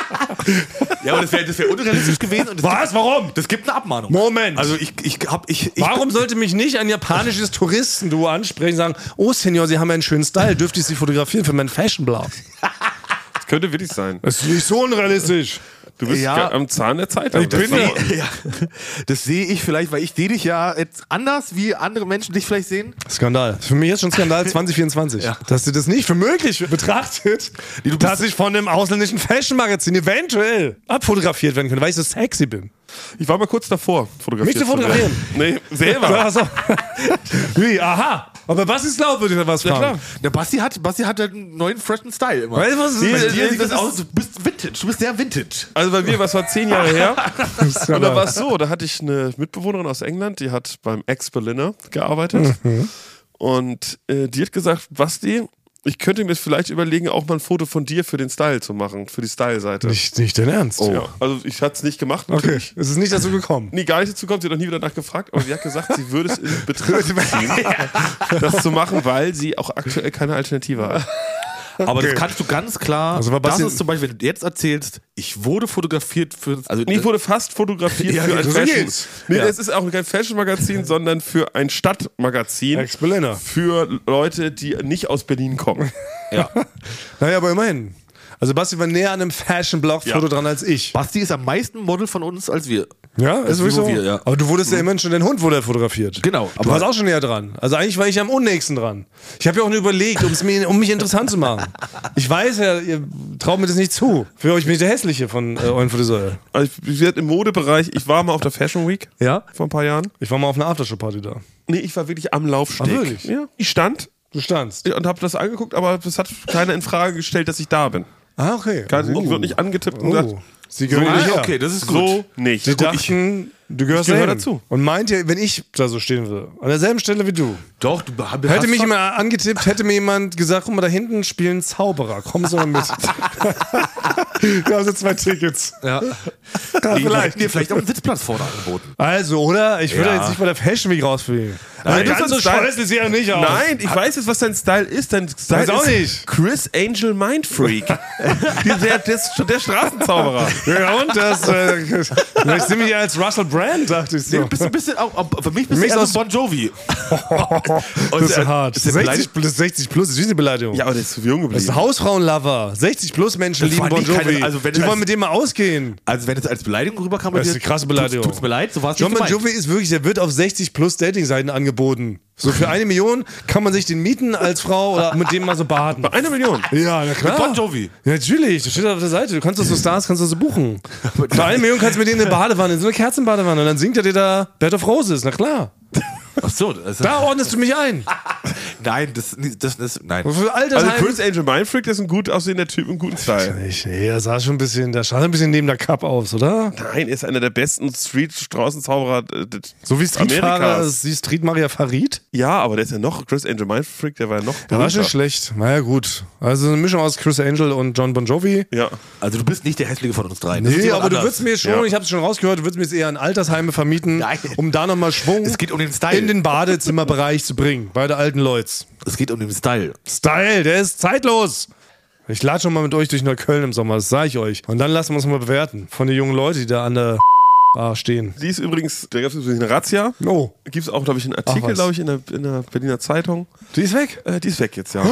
[SPEAKER 1] ja, aber das wäre das wär unrealistisch gewesen. Und es
[SPEAKER 2] Was?
[SPEAKER 1] Gibt,
[SPEAKER 2] Warum?
[SPEAKER 1] das gibt eine Abmahnung.
[SPEAKER 2] Moment.
[SPEAKER 1] Also ich, ich hab, ich, ich
[SPEAKER 2] Warum sollte mich nicht ein japanisches Touristenduo ansprechen und sagen, oh Senior, Sie haben einen schönen Style, dürfte ich Sie fotografieren für meinen Fashion-Blog?
[SPEAKER 3] Das könnte wirklich sein.
[SPEAKER 2] Das ist nicht so unrealistisch.
[SPEAKER 3] Du bist
[SPEAKER 1] Ja.
[SPEAKER 3] ja. am Zahn der Zeit. Ich
[SPEAKER 1] Das sehe- ja, das sehe ich vielleicht, weil ich sehe dich ja jetzt anders, wie andere Menschen dich vielleicht sehen.
[SPEAKER 2] Skandal. Für mich jetzt schon Skandal 2024.
[SPEAKER 1] Ja.
[SPEAKER 2] Dass ihr das nicht für möglich betrachtet, dass ich von einem ausländischen Fashion-Magazin eventuell abfotografiert werden könnte, weil ich so sexy bin.
[SPEAKER 3] Ich war mal kurz davor, fotografiert
[SPEAKER 2] Mich zu fotografieren?
[SPEAKER 3] werden. Nee, selber.
[SPEAKER 2] Ja, so. Wie, aha. Aber was ist glaubwürdig, oder was Frank?
[SPEAKER 3] klar.
[SPEAKER 1] Der Basti hat, Basti hat halt einen neuen, freshen Style immer.
[SPEAKER 2] Weißt du, was es
[SPEAKER 1] Bei
[SPEAKER 2] ist?
[SPEAKER 1] dir sieht
[SPEAKER 3] das
[SPEAKER 1] das
[SPEAKER 3] ist-
[SPEAKER 1] aus, du bist vintage, du bist sehr vintage.
[SPEAKER 3] Also bei mir, was war zehn Jahre her? Und da
[SPEAKER 2] Skandal.
[SPEAKER 3] war es so, da hatte ich eine Mitbewohnerin aus England, die hat beim Ex-Berliner gearbeitet. Und äh, die hat gesagt, Basti, ich könnte mir vielleicht überlegen, auch mal ein Foto von dir für den Style zu machen, für die Style-Seite.
[SPEAKER 2] Nicht, nicht dein Ernst.
[SPEAKER 3] Ja, also ich hatte es nicht gemacht.
[SPEAKER 2] Okay,
[SPEAKER 3] Natürlich.
[SPEAKER 2] es ist nicht dazu gekommen.
[SPEAKER 3] Nee, gar nicht dazu kommt, sie hat noch nie wieder danach gefragt, aber sie hat gesagt, sie würde es in Betracht ziehen, das zu machen, weil sie auch aktuell keine Alternative hat.
[SPEAKER 1] Aber das kannst du ganz klar.
[SPEAKER 2] Also war
[SPEAKER 1] das
[SPEAKER 2] Basti-
[SPEAKER 1] ist zum Beispiel, wenn du jetzt erzählst, ich wurde fotografiert für. Also,
[SPEAKER 3] Nee, ich wurde fast fotografiert
[SPEAKER 1] Ja,
[SPEAKER 3] für ein
[SPEAKER 2] so
[SPEAKER 3] Fashion.
[SPEAKER 2] geht's.
[SPEAKER 3] Nee, das ist auch kein Fashion-Magazin, sondern für ein Stadtmagazin.
[SPEAKER 2] Ex-Berliner.
[SPEAKER 3] Für Leute, die nicht aus Berlin kommen.
[SPEAKER 1] ja.
[SPEAKER 2] Naja, aber immerhin. Also Basti war näher an einem Fashion-Blog-Foto
[SPEAKER 3] Ja.
[SPEAKER 2] dran als ich.
[SPEAKER 1] Basti ist am meisten Model von uns als wir.
[SPEAKER 2] Ja, ist wirklich so.
[SPEAKER 1] nur wir, ja.
[SPEAKER 2] Aber du wurdest ja immerhin schon, dein Hund wurde ja fotografiert.
[SPEAKER 1] Genau,
[SPEAKER 2] Du
[SPEAKER 1] aber-
[SPEAKER 2] warst auch schon näher dran. Also eigentlich war ich am unnächsten dran. Ich habe ja auch nur überlegt, um's mir, um mich interessant zu machen. Ich weiß ja, ihr traut mir das nicht zu. Für euch bin ich der Hässliche von äh, Eulen vor der Säule.
[SPEAKER 3] Also ich, wie gesagt, im Modebereich, ich war mal auf der Fashion Week
[SPEAKER 2] Ja?
[SPEAKER 3] vor ein paar Jahren.
[SPEAKER 2] Ich war mal auf einer Aftershow-Party da.
[SPEAKER 3] Nee, ich war wirklich am Laufsteg.
[SPEAKER 2] Ah, wirklich?
[SPEAKER 3] Ja. Ich stand
[SPEAKER 2] Du standst.
[SPEAKER 3] und habe das angeguckt, aber es hat keiner in Frage gestellt, dass ich da bin.
[SPEAKER 2] Ah, okay.
[SPEAKER 3] Keiner wird nicht angetippt und
[SPEAKER 2] oh.
[SPEAKER 3] gesagt,
[SPEAKER 2] Sie gehören
[SPEAKER 3] Oh. so
[SPEAKER 2] nicht
[SPEAKER 3] nicht.
[SPEAKER 2] her.
[SPEAKER 1] ah, okay, das ist gut.
[SPEAKER 3] so nicht.
[SPEAKER 2] Sie
[SPEAKER 3] Gut, ich-
[SPEAKER 2] dachten, du gehörst
[SPEAKER 3] ich gehöre
[SPEAKER 2] dahin.
[SPEAKER 3] dazu.
[SPEAKER 2] Und meint ihr, wenn ich da so stehen würde, an derselben Stelle wie du,
[SPEAKER 1] Doch, du hast
[SPEAKER 2] Hätte mich jemand angetippt, hätte mir jemand gesagt, guck mal, da hinten spielen Zauberer, komm so mal mit. Wir haben so zwei Tickets.
[SPEAKER 1] Ja.
[SPEAKER 2] Ja,
[SPEAKER 1] Die
[SPEAKER 2] vielleicht.
[SPEAKER 1] hätten dir vielleicht auch einen Sitzplatz vorne angeboten.
[SPEAKER 2] Also, oder? Ich würde
[SPEAKER 1] Ja.
[SPEAKER 2] jetzt nicht bei der Fashion Week rausfliegen. Also,
[SPEAKER 3] das
[SPEAKER 2] ganz so
[SPEAKER 3] ist ein Style.
[SPEAKER 2] scheiße sieht er nicht aus.
[SPEAKER 3] Nein, ich weiß jetzt, was dein Style ist. Dein Style
[SPEAKER 2] Weiß auch
[SPEAKER 3] ist
[SPEAKER 2] nicht.
[SPEAKER 3] Chris Angel Mindfreak. der, der, der, der Straßenzauberer.
[SPEAKER 2] Ja, und das, äh, vielleicht sind wir hier als Russell Brand, dachte ich
[SPEAKER 1] Nee,
[SPEAKER 2] so.
[SPEAKER 1] du bist ein bisschen, auch, auch- für mich bist
[SPEAKER 2] Mich
[SPEAKER 1] du eher
[SPEAKER 2] aus-
[SPEAKER 1] so Bon Jovi.
[SPEAKER 2] das ist
[SPEAKER 1] äh,
[SPEAKER 2] so hart.
[SPEAKER 1] ist der
[SPEAKER 2] 60 plus, 60 plus, das ist diese Beleidigung.
[SPEAKER 3] Ja, aber der ist zu jung
[SPEAKER 2] Das ist
[SPEAKER 3] geblieben.
[SPEAKER 2] Hausfrauenlover. 60 plus Menschen
[SPEAKER 1] Das
[SPEAKER 2] lieben
[SPEAKER 1] war
[SPEAKER 2] Bon
[SPEAKER 1] nicht keine-
[SPEAKER 2] Jovi.
[SPEAKER 1] also wenn
[SPEAKER 2] Die
[SPEAKER 1] das-
[SPEAKER 2] wollen mit dem mal ausgehen.
[SPEAKER 1] Also wenn es als Beleidigung rüberkam,
[SPEAKER 2] Das ist eine krasse Beleidigung.
[SPEAKER 1] Tut, tut's mir leid, so war es
[SPEAKER 2] John
[SPEAKER 1] nicht
[SPEAKER 2] Bon
[SPEAKER 1] gemeint.
[SPEAKER 2] Jovi ist wirklich, der wird auf 60 plus Dating-Seiten angeboten. So für eine Million kann man sich den mieten als Frau oder mit dem mal so baden.
[SPEAKER 3] Eine Million.
[SPEAKER 2] Ja, na klar.
[SPEAKER 1] Mit Bon Jovi.
[SPEAKER 2] Ja, natürlich, das steht auf der Seite. Du kannst das so Stars, kannst das so buchen. Für eine Million kannst du mit denen in eine Badewanne, in so eine Kerzenbadewanne und dann singt er dir da Bed of Roses, na klar.
[SPEAKER 1] Ach so, das ist,
[SPEAKER 2] Da ordnest du mich ein.
[SPEAKER 1] Nein, das, das, das nein.
[SPEAKER 2] Für
[SPEAKER 3] Also
[SPEAKER 2] Altersheim.
[SPEAKER 3] Chris Angel Mindfreak, das ist ein gut aussehender Typ, ein guten Style.
[SPEAKER 2] ich, nee, er sah schon ein bisschen, der sah ein bisschen neben der Cup aus, oder?
[SPEAKER 3] Nein, er ist einer der besten Street-Straßenzauberer äh, des-
[SPEAKER 2] So wie Streetfahrer
[SPEAKER 3] Amerikas.
[SPEAKER 2] ist, wie Street Maria Farid.
[SPEAKER 3] Ja, aber der ist ja noch, Chris Angel Mindfreak, der war ja noch
[SPEAKER 2] Der war schon
[SPEAKER 3] berühmter.
[SPEAKER 2] schlecht. Naja, gut. Also eine Mischung aus Chris Angel und John Bon Jovi.
[SPEAKER 3] Ja.
[SPEAKER 1] Also du bist nicht der hässliche von uns drei.
[SPEAKER 2] Nee, aber du würdest mir schon,
[SPEAKER 3] Ja.
[SPEAKER 2] ich habe es schon rausgehört, du würdest mir jetzt eher in Altersheime vermieten,
[SPEAKER 1] Nein.
[SPEAKER 2] um da nochmal Schwung
[SPEAKER 1] Es geht um den Style.
[SPEAKER 2] in den Badezimmerbereich zu bringen, bei der alten Leuts.
[SPEAKER 1] es geht um den Style.
[SPEAKER 2] Style, der ist zeitlos. Ich lade schon mal mit euch durch Neukölln im Sommer, das sage ich euch. Und dann lassen wir uns mal bewerten von den jungen Leuten, die da an der Bar stehen.
[SPEAKER 3] Die ist übrigens, da gab es übrigens eine Razzia.
[SPEAKER 2] Oh,
[SPEAKER 3] Gibt es auch, glaube ich, einen Artikel,
[SPEAKER 2] was.
[SPEAKER 3] glaube ich, in der, in der Berliner Zeitung.
[SPEAKER 2] die ist weg.
[SPEAKER 3] Äh, die ist weg jetzt, ja.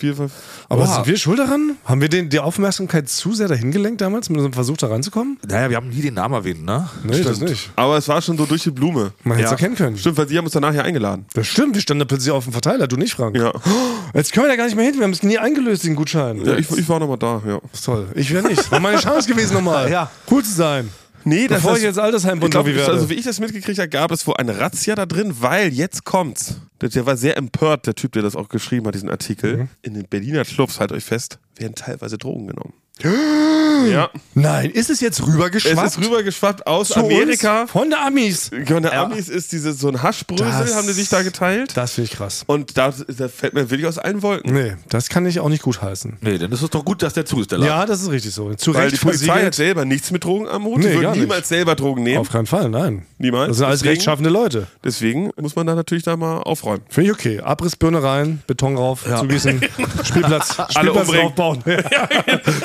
[SPEAKER 3] Wir ver-
[SPEAKER 2] Aber
[SPEAKER 1] Oha.
[SPEAKER 2] sind wir schuld daran? Haben wir den, die Aufmerksamkeit zu sehr dahin gelenkt damals mit unserem Versuch da ranzukommen?
[SPEAKER 1] Naja, wir haben nie den Namen erwähnt, ne?
[SPEAKER 2] Nee, das nicht.
[SPEAKER 3] Aber es war schon so durch die Blume.
[SPEAKER 2] Man hätte es
[SPEAKER 1] Ja.
[SPEAKER 2] erkennen können.
[SPEAKER 3] Stimmt, weil die haben uns danach ja eingeladen.
[SPEAKER 2] Das stimmt, wir standen da plötzlich auf dem Verteiler, du nicht, Frank.
[SPEAKER 3] Ja.
[SPEAKER 2] Jetzt können wir da gar nicht mehr hin, wir haben es nie eingelöst, den Gutschein.
[SPEAKER 3] Ja, ich, ich war nochmal da, ja.
[SPEAKER 2] ist toll. Ich wäre nicht. War meine Chance gewesen nochmal.
[SPEAKER 1] Ja.
[SPEAKER 2] Cool zu sein.
[SPEAKER 3] Nee,
[SPEAKER 2] Bevor ich jetzt Altersheim
[SPEAKER 3] ich glaub,
[SPEAKER 2] Bonjovi werde.
[SPEAKER 3] Also, wie ich das mitgekriegt habe, gab es wohl eine Razzia da drin, weil jetzt kommt's. Der, der war sehr empört, der Typ, der das auch geschrieben hat, diesen Artikel. In den Berliner Clubs, halt euch fest, werden teilweise Drogen genommen. ja.
[SPEAKER 2] Nein, ist es jetzt
[SPEAKER 3] Es
[SPEAKER 2] rübergeschwappt?
[SPEAKER 3] ist rübergeschwappt aus
[SPEAKER 2] Zu uns?
[SPEAKER 3] Amerika.
[SPEAKER 2] Von der Amis.
[SPEAKER 3] Von der Amis ist diese, so ein Haschbrösel,
[SPEAKER 2] Das-
[SPEAKER 3] haben die sich da Hm, geteilt.
[SPEAKER 2] Das finde ich krass.
[SPEAKER 3] Und da, da fällt mir wirklich aus allen Wolken.
[SPEAKER 2] Nee, das kann ich auch nicht gut heißen.
[SPEAKER 1] Nee, dann ist es doch gut, dass der zu ist, der Laden.
[SPEAKER 2] Ja, das ist richtig so. Zu
[SPEAKER 3] Weil
[SPEAKER 2] Recht
[SPEAKER 3] die Polizei hat
[SPEAKER 2] versiegelt.
[SPEAKER 3] selber nichts mit Drogenarmut.
[SPEAKER 2] Nee,
[SPEAKER 3] die
[SPEAKER 2] gar
[SPEAKER 3] würden
[SPEAKER 2] nicht.
[SPEAKER 3] niemals selber Drogen nehmen.
[SPEAKER 2] Auf keinen Fall, nein.
[SPEAKER 3] Niemals.
[SPEAKER 2] Das sind alles
[SPEAKER 3] Deswegen-
[SPEAKER 2] rechtschaffende Leute.
[SPEAKER 3] Deswegen muss man da natürlich da mal aufräumen.
[SPEAKER 2] Finde ich okay. Abrissbirne rein, Beton rauf,
[SPEAKER 1] Ja.
[SPEAKER 2] zugießen, Spielplatz, Spielplatz
[SPEAKER 3] umbringen.
[SPEAKER 2] draufbauen.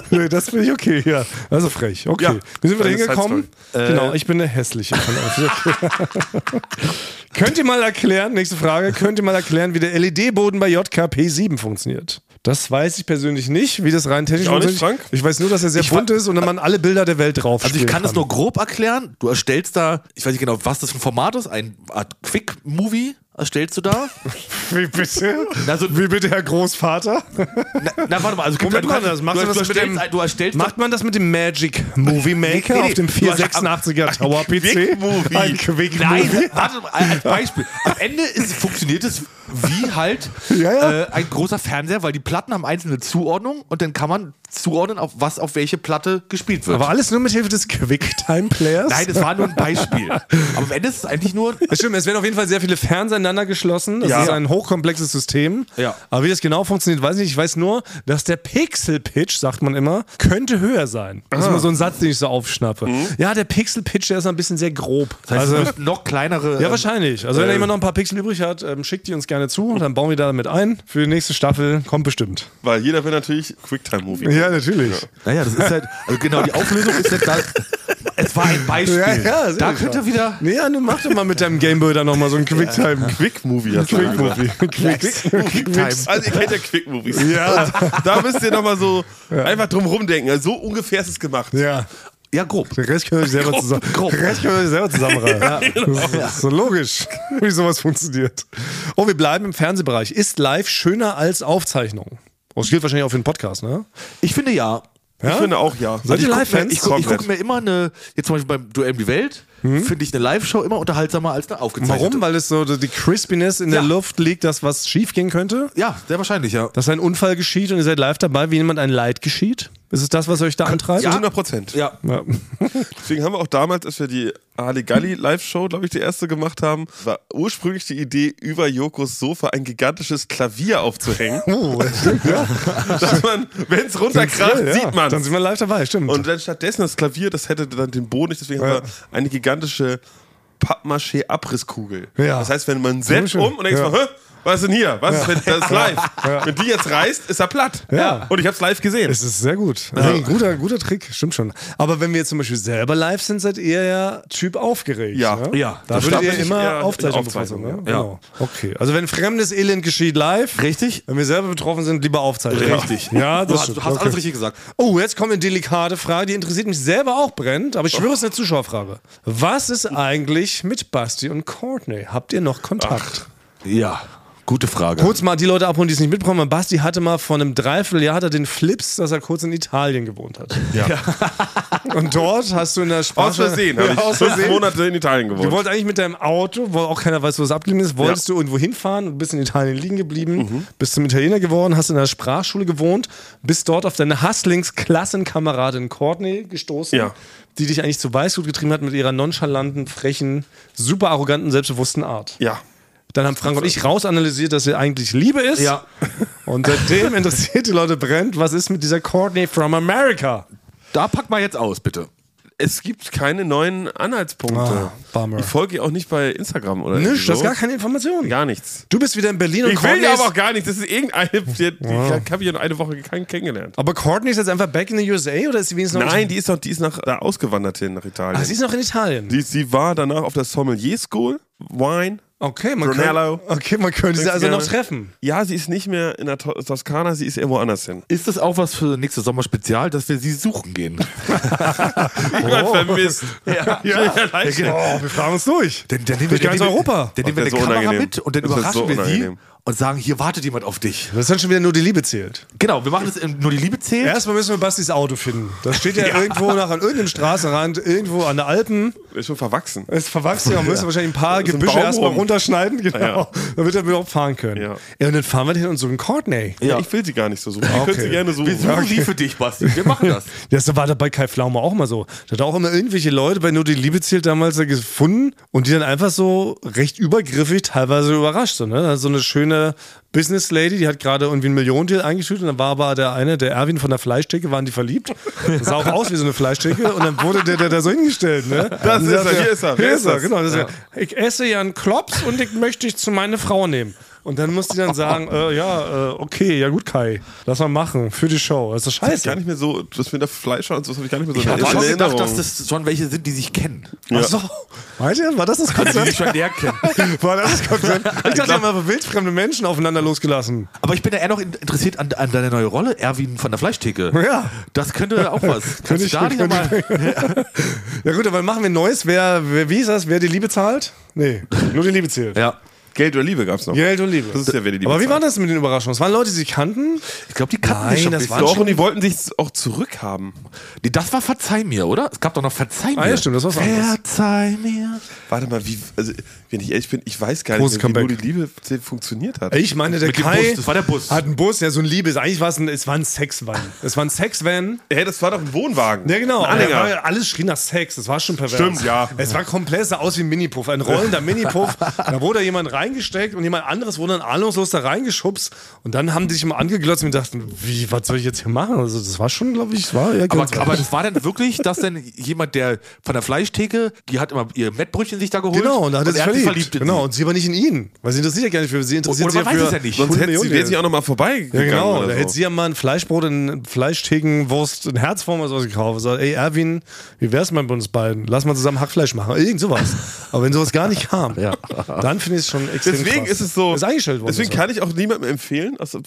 [SPEAKER 2] nee, das finde ich okay, ja. Also frech. Okay.
[SPEAKER 3] Ja.
[SPEAKER 2] Wie sind wir da
[SPEAKER 3] Das ist halt Äh,
[SPEAKER 2] hingekommen? genau, ich bin eine hässliche von euch. Könnt ihr mal erklären, nächste Frage, könnt ihr mal erklären, wie der LED-Boden bei JKP7 funktioniert? Das weiß ich persönlich nicht, wie das rein technisch
[SPEAKER 3] Ich auch nicht,
[SPEAKER 2] funktioniert.
[SPEAKER 3] Frank.
[SPEAKER 2] Ich weiß nur, dass er sehr bunt ist und dann man alle Bilder der Welt drauf
[SPEAKER 1] Also ich kann es nur grob erklären. Du erstellst da, ich weiß nicht genau, was das für ein Format ist, ein Art Quick-Movie erstellst du da.
[SPEAKER 2] Wie bitte?
[SPEAKER 1] Also,
[SPEAKER 2] Wie bitte, Herr Großvater?
[SPEAKER 1] na, na warte mal, also gibt
[SPEAKER 2] Moment
[SPEAKER 1] du
[SPEAKER 2] mal,
[SPEAKER 1] kannst-
[SPEAKER 2] das machst
[SPEAKER 1] du,
[SPEAKER 2] du
[SPEAKER 1] du
[SPEAKER 2] das mit
[SPEAKER 1] erstellst,
[SPEAKER 2] dem-
[SPEAKER 1] ein- du erstellst
[SPEAKER 2] Macht man das mit dem Magic Movie Maker
[SPEAKER 1] Nee, nee,
[SPEAKER 2] auf dem
[SPEAKER 1] du
[SPEAKER 2] 486er Tower PC?
[SPEAKER 1] Quick-Movie.
[SPEAKER 2] Ein Quick
[SPEAKER 1] Nein,
[SPEAKER 2] Movie.
[SPEAKER 1] warte mal, als Beispiel. Am Ende ist, funktioniert es wie halt
[SPEAKER 2] Ja, ja.
[SPEAKER 1] Äh, ein großer Fernseher, weil die Platten haben einzelne Zuordnungen und dann kann man zuordnen, auf was auf welche Platte gespielt wird.
[SPEAKER 2] Aber alles nur mit Hilfe des Quicktime Players?
[SPEAKER 1] Nein, das war nur ein Beispiel. Aber am Ende ist es eigentlich nur.
[SPEAKER 2] das stimmt. Es werden auf jeden Fall sehr viele Fernseher ineinander geschlossen. Das
[SPEAKER 3] Ja.
[SPEAKER 2] ist ein hochkomplexes System.
[SPEAKER 1] Ja.
[SPEAKER 2] Aber wie das genau funktioniert, weiß ich nicht. Ich weiß nur, dass der Pixel-Pitch, sagt man immer, könnte höher sein. Das ist immer so ein Satz, den ich so aufschnappe. Ja, der Pixel-Pitch, der ist ein bisschen sehr grob.
[SPEAKER 1] Das heißt,
[SPEAKER 2] also,
[SPEAKER 1] es müssten noch kleinere.
[SPEAKER 2] Ja,
[SPEAKER 1] ähm,
[SPEAKER 2] wahrscheinlich. Also, wenn da jemand noch ein paar Pixel übrig hat, ähm, schickt die uns gerne zu und dann bauen wir da damit ein. Für die nächste Staffel kommt bestimmt.
[SPEAKER 3] Weil jeder will natürlich Quicktime-Movie.
[SPEAKER 2] natürlich.
[SPEAKER 1] Naja, das ist halt. Also genau, die Auflösung ist jetzt da. Es war ein Beispiel.
[SPEAKER 2] Ja, ja,
[SPEAKER 1] da könnt ihr wieder.
[SPEAKER 2] Nee, ja, nun mach doch mal mit deinem Gameboy da nochmal so einen Quicktime.
[SPEAKER 3] Quick-Movie. hast du gesagt.
[SPEAKER 2] Quick-Movie.
[SPEAKER 1] Quicktime.
[SPEAKER 3] Also ihr kennt ja Quick-Movies. Ja. Da müsst ihr nochmal so einfach drum rumdenken. Also so ungefähr ist es gemacht.
[SPEAKER 2] Ja.
[SPEAKER 1] Ja, grob.
[SPEAKER 2] Den Rest können wir euch selber, zusammen,
[SPEAKER 1] grob.
[SPEAKER 2] Den Rest können wir euch selber zusammenreißen. Das ist- das ist so logisch, wie sowas funktioniert. Oh, wir bleiben im Fernsehbereich. Ist live schöner als Aufzeichnung? Oh, das gilt wahrscheinlich auch für den Podcast, ne?
[SPEAKER 1] Ich finde ja.
[SPEAKER 3] Ich finde auch ja.
[SPEAKER 2] Seid ihr
[SPEAKER 1] guck mir-
[SPEAKER 2] Live-Fans?
[SPEAKER 1] Ich, guck- ich gucke
[SPEAKER 3] Komplett.
[SPEAKER 1] mir immer eine, jetzt zum Beispiel beim Duell um die Welt, finde ich eine Live-Show immer unterhaltsamer als eine aufgezeichnete.
[SPEAKER 2] Mhm. Warum? Weil es so die Crispiness in der
[SPEAKER 1] Ja.
[SPEAKER 2] Luft liegt, dass was schief gehen könnte?
[SPEAKER 1] Ja, sehr wahrscheinlich, ja.
[SPEAKER 2] Dass ein Unfall geschieht und ihr seid live dabei, wie jemand ein Leid geschieht? Ist es das, was euch da antreibt?
[SPEAKER 1] Ja.
[SPEAKER 3] 100 Also Prozent.
[SPEAKER 1] Ja.
[SPEAKER 2] Ja.
[SPEAKER 3] Deswegen haben wir auch damals, als wir die Ali Galli Live-Show, glaube ich, die erste gemacht haben, war ursprünglich die Idee, über Jokos Sofa ein gigantisches Klavier aufzuhängen.
[SPEAKER 2] Oh,
[SPEAKER 3] dass man, wenn es runterkracht,
[SPEAKER 2] Ja,
[SPEAKER 3] sieht man
[SPEAKER 2] Dann sind wir live dabei, stimmt.
[SPEAKER 3] Und dann stattdessen das Klavier, das hätte dann den Boden nicht, deswegen
[SPEAKER 2] Ja.
[SPEAKER 3] haben wir eine gigantische Pappmaché-Abrisskugel.
[SPEAKER 2] Ja.
[SPEAKER 3] Das heißt, wenn man setzt
[SPEAKER 2] schön.
[SPEAKER 3] um und denkst
[SPEAKER 2] Ja.
[SPEAKER 3] mal, Hä? Was ist denn hier? Was ist, wenn das ist live? Wenn die jetzt reißt, ist er platt.
[SPEAKER 2] Ja.
[SPEAKER 3] Und ich hab's live gesehen.
[SPEAKER 2] es ist sehr gut. Also Ein guter, guter Trick, stimmt schon. Aber wenn wir jetzt zum Beispiel selber live sind, seid ihr ja Typ aufgeregt.
[SPEAKER 3] Ja.
[SPEAKER 2] ne?
[SPEAKER 1] Ja.
[SPEAKER 2] Da
[SPEAKER 1] Das
[SPEAKER 2] würdet
[SPEAKER 3] stimmt.
[SPEAKER 2] ihr immer
[SPEAKER 3] Ja,
[SPEAKER 2] Aufzeichnung befassen.
[SPEAKER 3] Aufzeichnung,
[SPEAKER 2] Ne?
[SPEAKER 1] ja.
[SPEAKER 2] Genau. Okay. Also wenn fremdes Elend geschieht live,
[SPEAKER 1] Richtig?
[SPEAKER 2] wenn wir selber betroffen sind, lieber Aufzeichnung.
[SPEAKER 1] Richtig.
[SPEAKER 2] Ja,
[SPEAKER 1] du
[SPEAKER 2] das
[SPEAKER 1] hast,
[SPEAKER 2] stimmt.
[SPEAKER 1] du hast
[SPEAKER 2] Okay.
[SPEAKER 1] alles richtig gesagt.
[SPEAKER 2] Oh, jetzt kommt eine delikate Frage, die interessiert mich selber auch brennend, aber ich schwöre, es ist eine Zuschauerfrage. Was ist eigentlich mit Basti und Courtney? Habt ihr noch Kontakt?
[SPEAKER 1] Ja. Gute Frage.
[SPEAKER 2] Kurz mal die Leute abholen, die es nicht mitbekommen haben. Basti hatte mal vor einem Dreivierteljahr hat er den Flips, dass er kurz in Italien gewohnt hat.
[SPEAKER 3] Ja.
[SPEAKER 2] Und dort hast du in der Sprache...
[SPEAKER 3] Aus Versehen habe
[SPEAKER 2] Ja,
[SPEAKER 3] ich
[SPEAKER 2] aus
[SPEAKER 3] fünf
[SPEAKER 2] Versehen.
[SPEAKER 3] Monate in Italien gewohnt.
[SPEAKER 2] Du wolltest eigentlich mit deinem Auto, wo auch keiner weiß, wo es abgeblieben ist, wolltest du irgendwo hinfahren und bist in Italien liegen geblieben,
[SPEAKER 3] Mhm.
[SPEAKER 2] bist zum Italiener geworden, hast in einer Sprachschule gewohnt, bist dort auf deine Haslings-Klassenkameradin Courtney gestoßen,
[SPEAKER 3] Ja.
[SPEAKER 2] die dich eigentlich zu Weißgut getrieben hat mit ihrer nonchalanten, frechen, super arroganten, selbstbewussten Art.
[SPEAKER 3] ja.
[SPEAKER 2] Dann haben Frank und ich rausanalysiert, dass sie eigentlich Liebe ist.
[SPEAKER 1] Ja.
[SPEAKER 2] Und seitdem interessiert die Leute brennt, was ist mit dieser Courtney from America?
[SPEAKER 1] Da pack mal jetzt aus, bitte.
[SPEAKER 3] Es gibt keine neuen Anhaltspunkte.
[SPEAKER 2] Ah, Bummer.
[SPEAKER 3] Ich folge ihr auch nicht bei Instagram oder
[SPEAKER 2] Nisch,
[SPEAKER 3] so.
[SPEAKER 2] das ist gar keine Information.
[SPEAKER 3] Gar nichts.
[SPEAKER 2] Du bist wieder in Berlin und
[SPEAKER 3] Ich will
[SPEAKER 2] Courtney
[SPEAKER 3] ja
[SPEAKER 2] ist-
[SPEAKER 3] aber auch gar nichts. Das ist irgendeine, die, die, ich habe ich in einer Woche keinen kennengelernt.
[SPEAKER 2] Aber Courtney ist jetzt einfach back in the USA oder ist sie wenigstens noch
[SPEAKER 3] Nein, die ist noch, die ist nach, da ausgewandert hin nach Italien.
[SPEAKER 2] Ah, sie ist noch in Italien.
[SPEAKER 3] die, sie war danach auf der Sommelier School, Wine.
[SPEAKER 2] okay, man
[SPEAKER 3] Brunello.
[SPEAKER 2] könnte, okay, man könnte sie also
[SPEAKER 3] Mexikaner.
[SPEAKER 2] noch treffen.
[SPEAKER 3] Ja, sie ist nicht mehr in der To- Toskana, sie ist irgendwo anders hin.
[SPEAKER 1] Ist das auch was für nächstes Sommerspezial, dass wir sie suchen gehen?
[SPEAKER 3] Jemand vermisst. Ja, ja. leicht.
[SPEAKER 2] Oh, wir fragen uns durch.
[SPEAKER 1] Dann, dann nehmen
[SPEAKER 2] Durch ganz
[SPEAKER 1] dann nehmen
[SPEAKER 2] Europa.
[SPEAKER 1] Dann nehmen wir eine
[SPEAKER 3] Das wär so
[SPEAKER 1] Kamera
[SPEAKER 3] unangenehm.
[SPEAKER 1] mit und dann
[SPEAKER 3] Das wär
[SPEAKER 1] überraschen
[SPEAKER 3] so
[SPEAKER 1] wir sie
[SPEAKER 3] unangenehm.
[SPEAKER 1] und sagen, hier wartet jemand auf dich.
[SPEAKER 2] Das ist dann schon wieder nur die Liebe zählt.
[SPEAKER 1] Genau, wir machen das in, nur die Liebe zählt.
[SPEAKER 2] Erstmal müssen wir Bastis Auto finden. Das steht ja, irgendwo nach an irgendeinem Straßenrand, irgendwo an der Alpen.
[SPEAKER 3] Ist schon verwachsen.
[SPEAKER 2] Es verwachsen ja, müssen wahrscheinlich ein paar
[SPEAKER 3] Da ist ein
[SPEAKER 2] Gebüsche
[SPEAKER 3] Baum
[SPEAKER 2] erstmal
[SPEAKER 3] rum.
[SPEAKER 2] runterschneiden, genau. Damit wir überhaupt fahren können.
[SPEAKER 3] Ja.
[SPEAKER 2] und dann fahren wir hin und suchen Courtney.
[SPEAKER 3] Ja. Ich will sie gar nicht so suchen. Ich
[SPEAKER 2] Okay.
[SPEAKER 3] könnte sie gerne suchen.
[SPEAKER 1] wir suchen sie für dich, Basti. Wir machen das.
[SPEAKER 2] Das war da bei Kai Pflaume auch mal so. Da hat er auch immer irgendwelche Leute bei Nur die Liebe zählt damals da gefunden und die dann einfach so recht übergriffig, teilweise überrascht. So, ne? Da so eine schöne Business Lady, die hat gerade irgendwie einen Millionendeal eingeschüttet und dann war aber der eine, der Erwin von der Fleischtheke, waren die verliebt. Das sah auch aus wie so eine Fleischtheke und dann wurde der, der da so hingestellt. Ne?
[SPEAKER 3] Das
[SPEAKER 2] Und
[SPEAKER 3] ist
[SPEAKER 2] sagt
[SPEAKER 3] er, hier ist er,
[SPEAKER 2] Hier
[SPEAKER 3] wer
[SPEAKER 2] ist
[SPEAKER 3] ist
[SPEAKER 2] er,
[SPEAKER 3] das?
[SPEAKER 2] genau. Das ist er. Ich esse ja einen Klops und ich möchte dich zu meiner Frau nehmen. Und dann muss die dann sagen, äh, ja, äh, okay, ja gut, Kai, lass mal machen für die Show. Das ist scheiße.
[SPEAKER 3] Das ist gar nicht mehr so, das mit der Fleisch und so, das habe ich gar nicht mehr so
[SPEAKER 1] Ich habe
[SPEAKER 3] in
[SPEAKER 1] schon gedacht,
[SPEAKER 3] Erinnerung.
[SPEAKER 1] dass das schon welche sind, die sich kennen.
[SPEAKER 3] Ja.
[SPEAKER 2] Ach so. Meint ihr, war das das
[SPEAKER 1] Also die
[SPEAKER 2] Konzept?
[SPEAKER 1] sich schon näher kennen.
[SPEAKER 2] War das das Konzept? Ich dachte, die haben einfach wildfremde Menschen aufeinander losgelassen.
[SPEAKER 1] Aber ich bin ja eher noch in- interessiert an, an deine neue Rolle, Erwin von der Fleischtheke.
[SPEAKER 2] Ja.
[SPEAKER 1] Das könnte auch was. Kannst du
[SPEAKER 2] ich-
[SPEAKER 1] da nicht
[SPEAKER 2] könnte
[SPEAKER 1] nochmal.
[SPEAKER 2] Ja gut, aber machen wir ein neues. Wer, wer, wie ist das? Wer die Liebe zahlt? Nee, nur die Liebe zählt.
[SPEAKER 1] Ja.
[SPEAKER 3] Geld oder Liebe gab es noch.
[SPEAKER 2] Geld und Liebe.
[SPEAKER 3] Das ist ja, wer die Liebe
[SPEAKER 2] aber wie
[SPEAKER 3] zahlt.
[SPEAKER 2] war das mit den Überraschungen? Es waren Leute, die sich kannten.
[SPEAKER 1] Ich glaube, die kannten
[SPEAKER 2] Nein,
[SPEAKER 1] dich schon
[SPEAKER 2] das
[SPEAKER 1] ein bisschen.
[SPEAKER 2] waren
[SPEAKER 3] Doch, und die wollten dich auch zurückhaben.
[SPEAKER 1] Nee, das war Verzeih mir, oder? Es gab doch noch Verzeih mir.
[SPEAKER 2] Ah, ja, stimmt, das war was anderes.
[SPEAKER 1] Verzeih mir.
[SPEAKER 3] Warte mal, wie, also, wenn ich ehrlich bin, ich weiß gar
[SPEAKER 2] Großes
[SPEAKER 3] nicht, mehr, wie nur die
[SPEAKER 2] Comeback.
[SPEAKER 3] Liebe funktioniert hat.
[SPEAKER 2] Ich meine, der
[SPEAKER 1] Mit dem
[SPEAKER 2] Kai
[SPEAKER 1] Bus, das war der Bus.
[SPEAKER 2] hat einen Bus, ja, so ein Liebes. Eigentlich war es ein, es war ein Sexvan. Es war ein Sexvan.
[SPEAKER 3] Hey, das war doch ein Wohnwagen.
[SPEAKER 2] Ja, genau.
[SPEAKER 3] Ein
[SPEAKER 2] Ja,
[SPEAKER 3] Anhänger.
[SPEAKER 2] weil alles schrie nach Sex. Das war schon pervers.
[SPEAKER 3] Stimmt, ja.
[SPEAKER 2] Es war komplett, sah aus wie ein Minipuff. Ein rollender Minipuff. da wurde jemand reingesteckt und jemand anderes wurde dann ahnungslos da reingeschubst. Und dann haben die sich mal angeglotzt und dachten, wie, was soll ich jetzt hier machen? Also, das war schon, glaube ich, es war ja
[SPEAKER 1] Aber,
[SPEAKER 2] ganz
[SPEAKER 1] aber das war dann wirklich, dass dann jemand, der von der Fleischtheke, die hat immer ihr Mettbrötchen sich da geholt.
[SPEAKER 2] Genau, und da hat er
[SPEAKER 1] und
[SPEAKER 2] sich
[SPEAKER 1] er hat
[SPEAKER 2] verliebt.
[SPEAKER 1] sich verliebt in
[SPEAKER 2] genau,
[SPEAKER 1] sie.
[SPEAKER 2] und sie aber nicht in ihn. Weil sie interessiert ja gar nicht für sie. Interessiert
[SPEAKER 1] Oder
[SPEAKER 2] sie
[SPEAKER 1] man weiß
[SPEAKER 2] für
[SPEAKER 1] es ja nicht.
[SPEAKER 3] Sonst hätte sie,
[SPEAKER 2] Millionen.
[SPEAKER 3] wäre sie auch nochmal
[SPEAKER 2] Ja,
[SPEAKER 3] vorbeigegangen.
[SPEAKER 2] genau. Da
[SPEAKER 3] Oder
[SPEAKER 2] hätte
[SPEAKER 3] so.
[SPEAKER 2] sie ja mal ein Fleischbrot, ein Fleischtheken, Wurst, ein Herzform oder sowas gekauft. Sagt, ey, Erwin, wie wär's mal bei uns beiden? Lass mal zusammen Hackfleisch machen. Irgend sowas. Aber wenn sowas gar nicht kam, dann finde ich es schon extrem
[SPEAKER 3] Deswegen
[SPEAKER 2] krass.
[SPEAKER 3] ist es so.
[SPEAKER 2] Ist eingestellt worden.
[SPEAKER 3] Deswegen
[SPEAKER 2] so.
[SPEAKER 3] kann ich auch niemandem empfehlen, aus-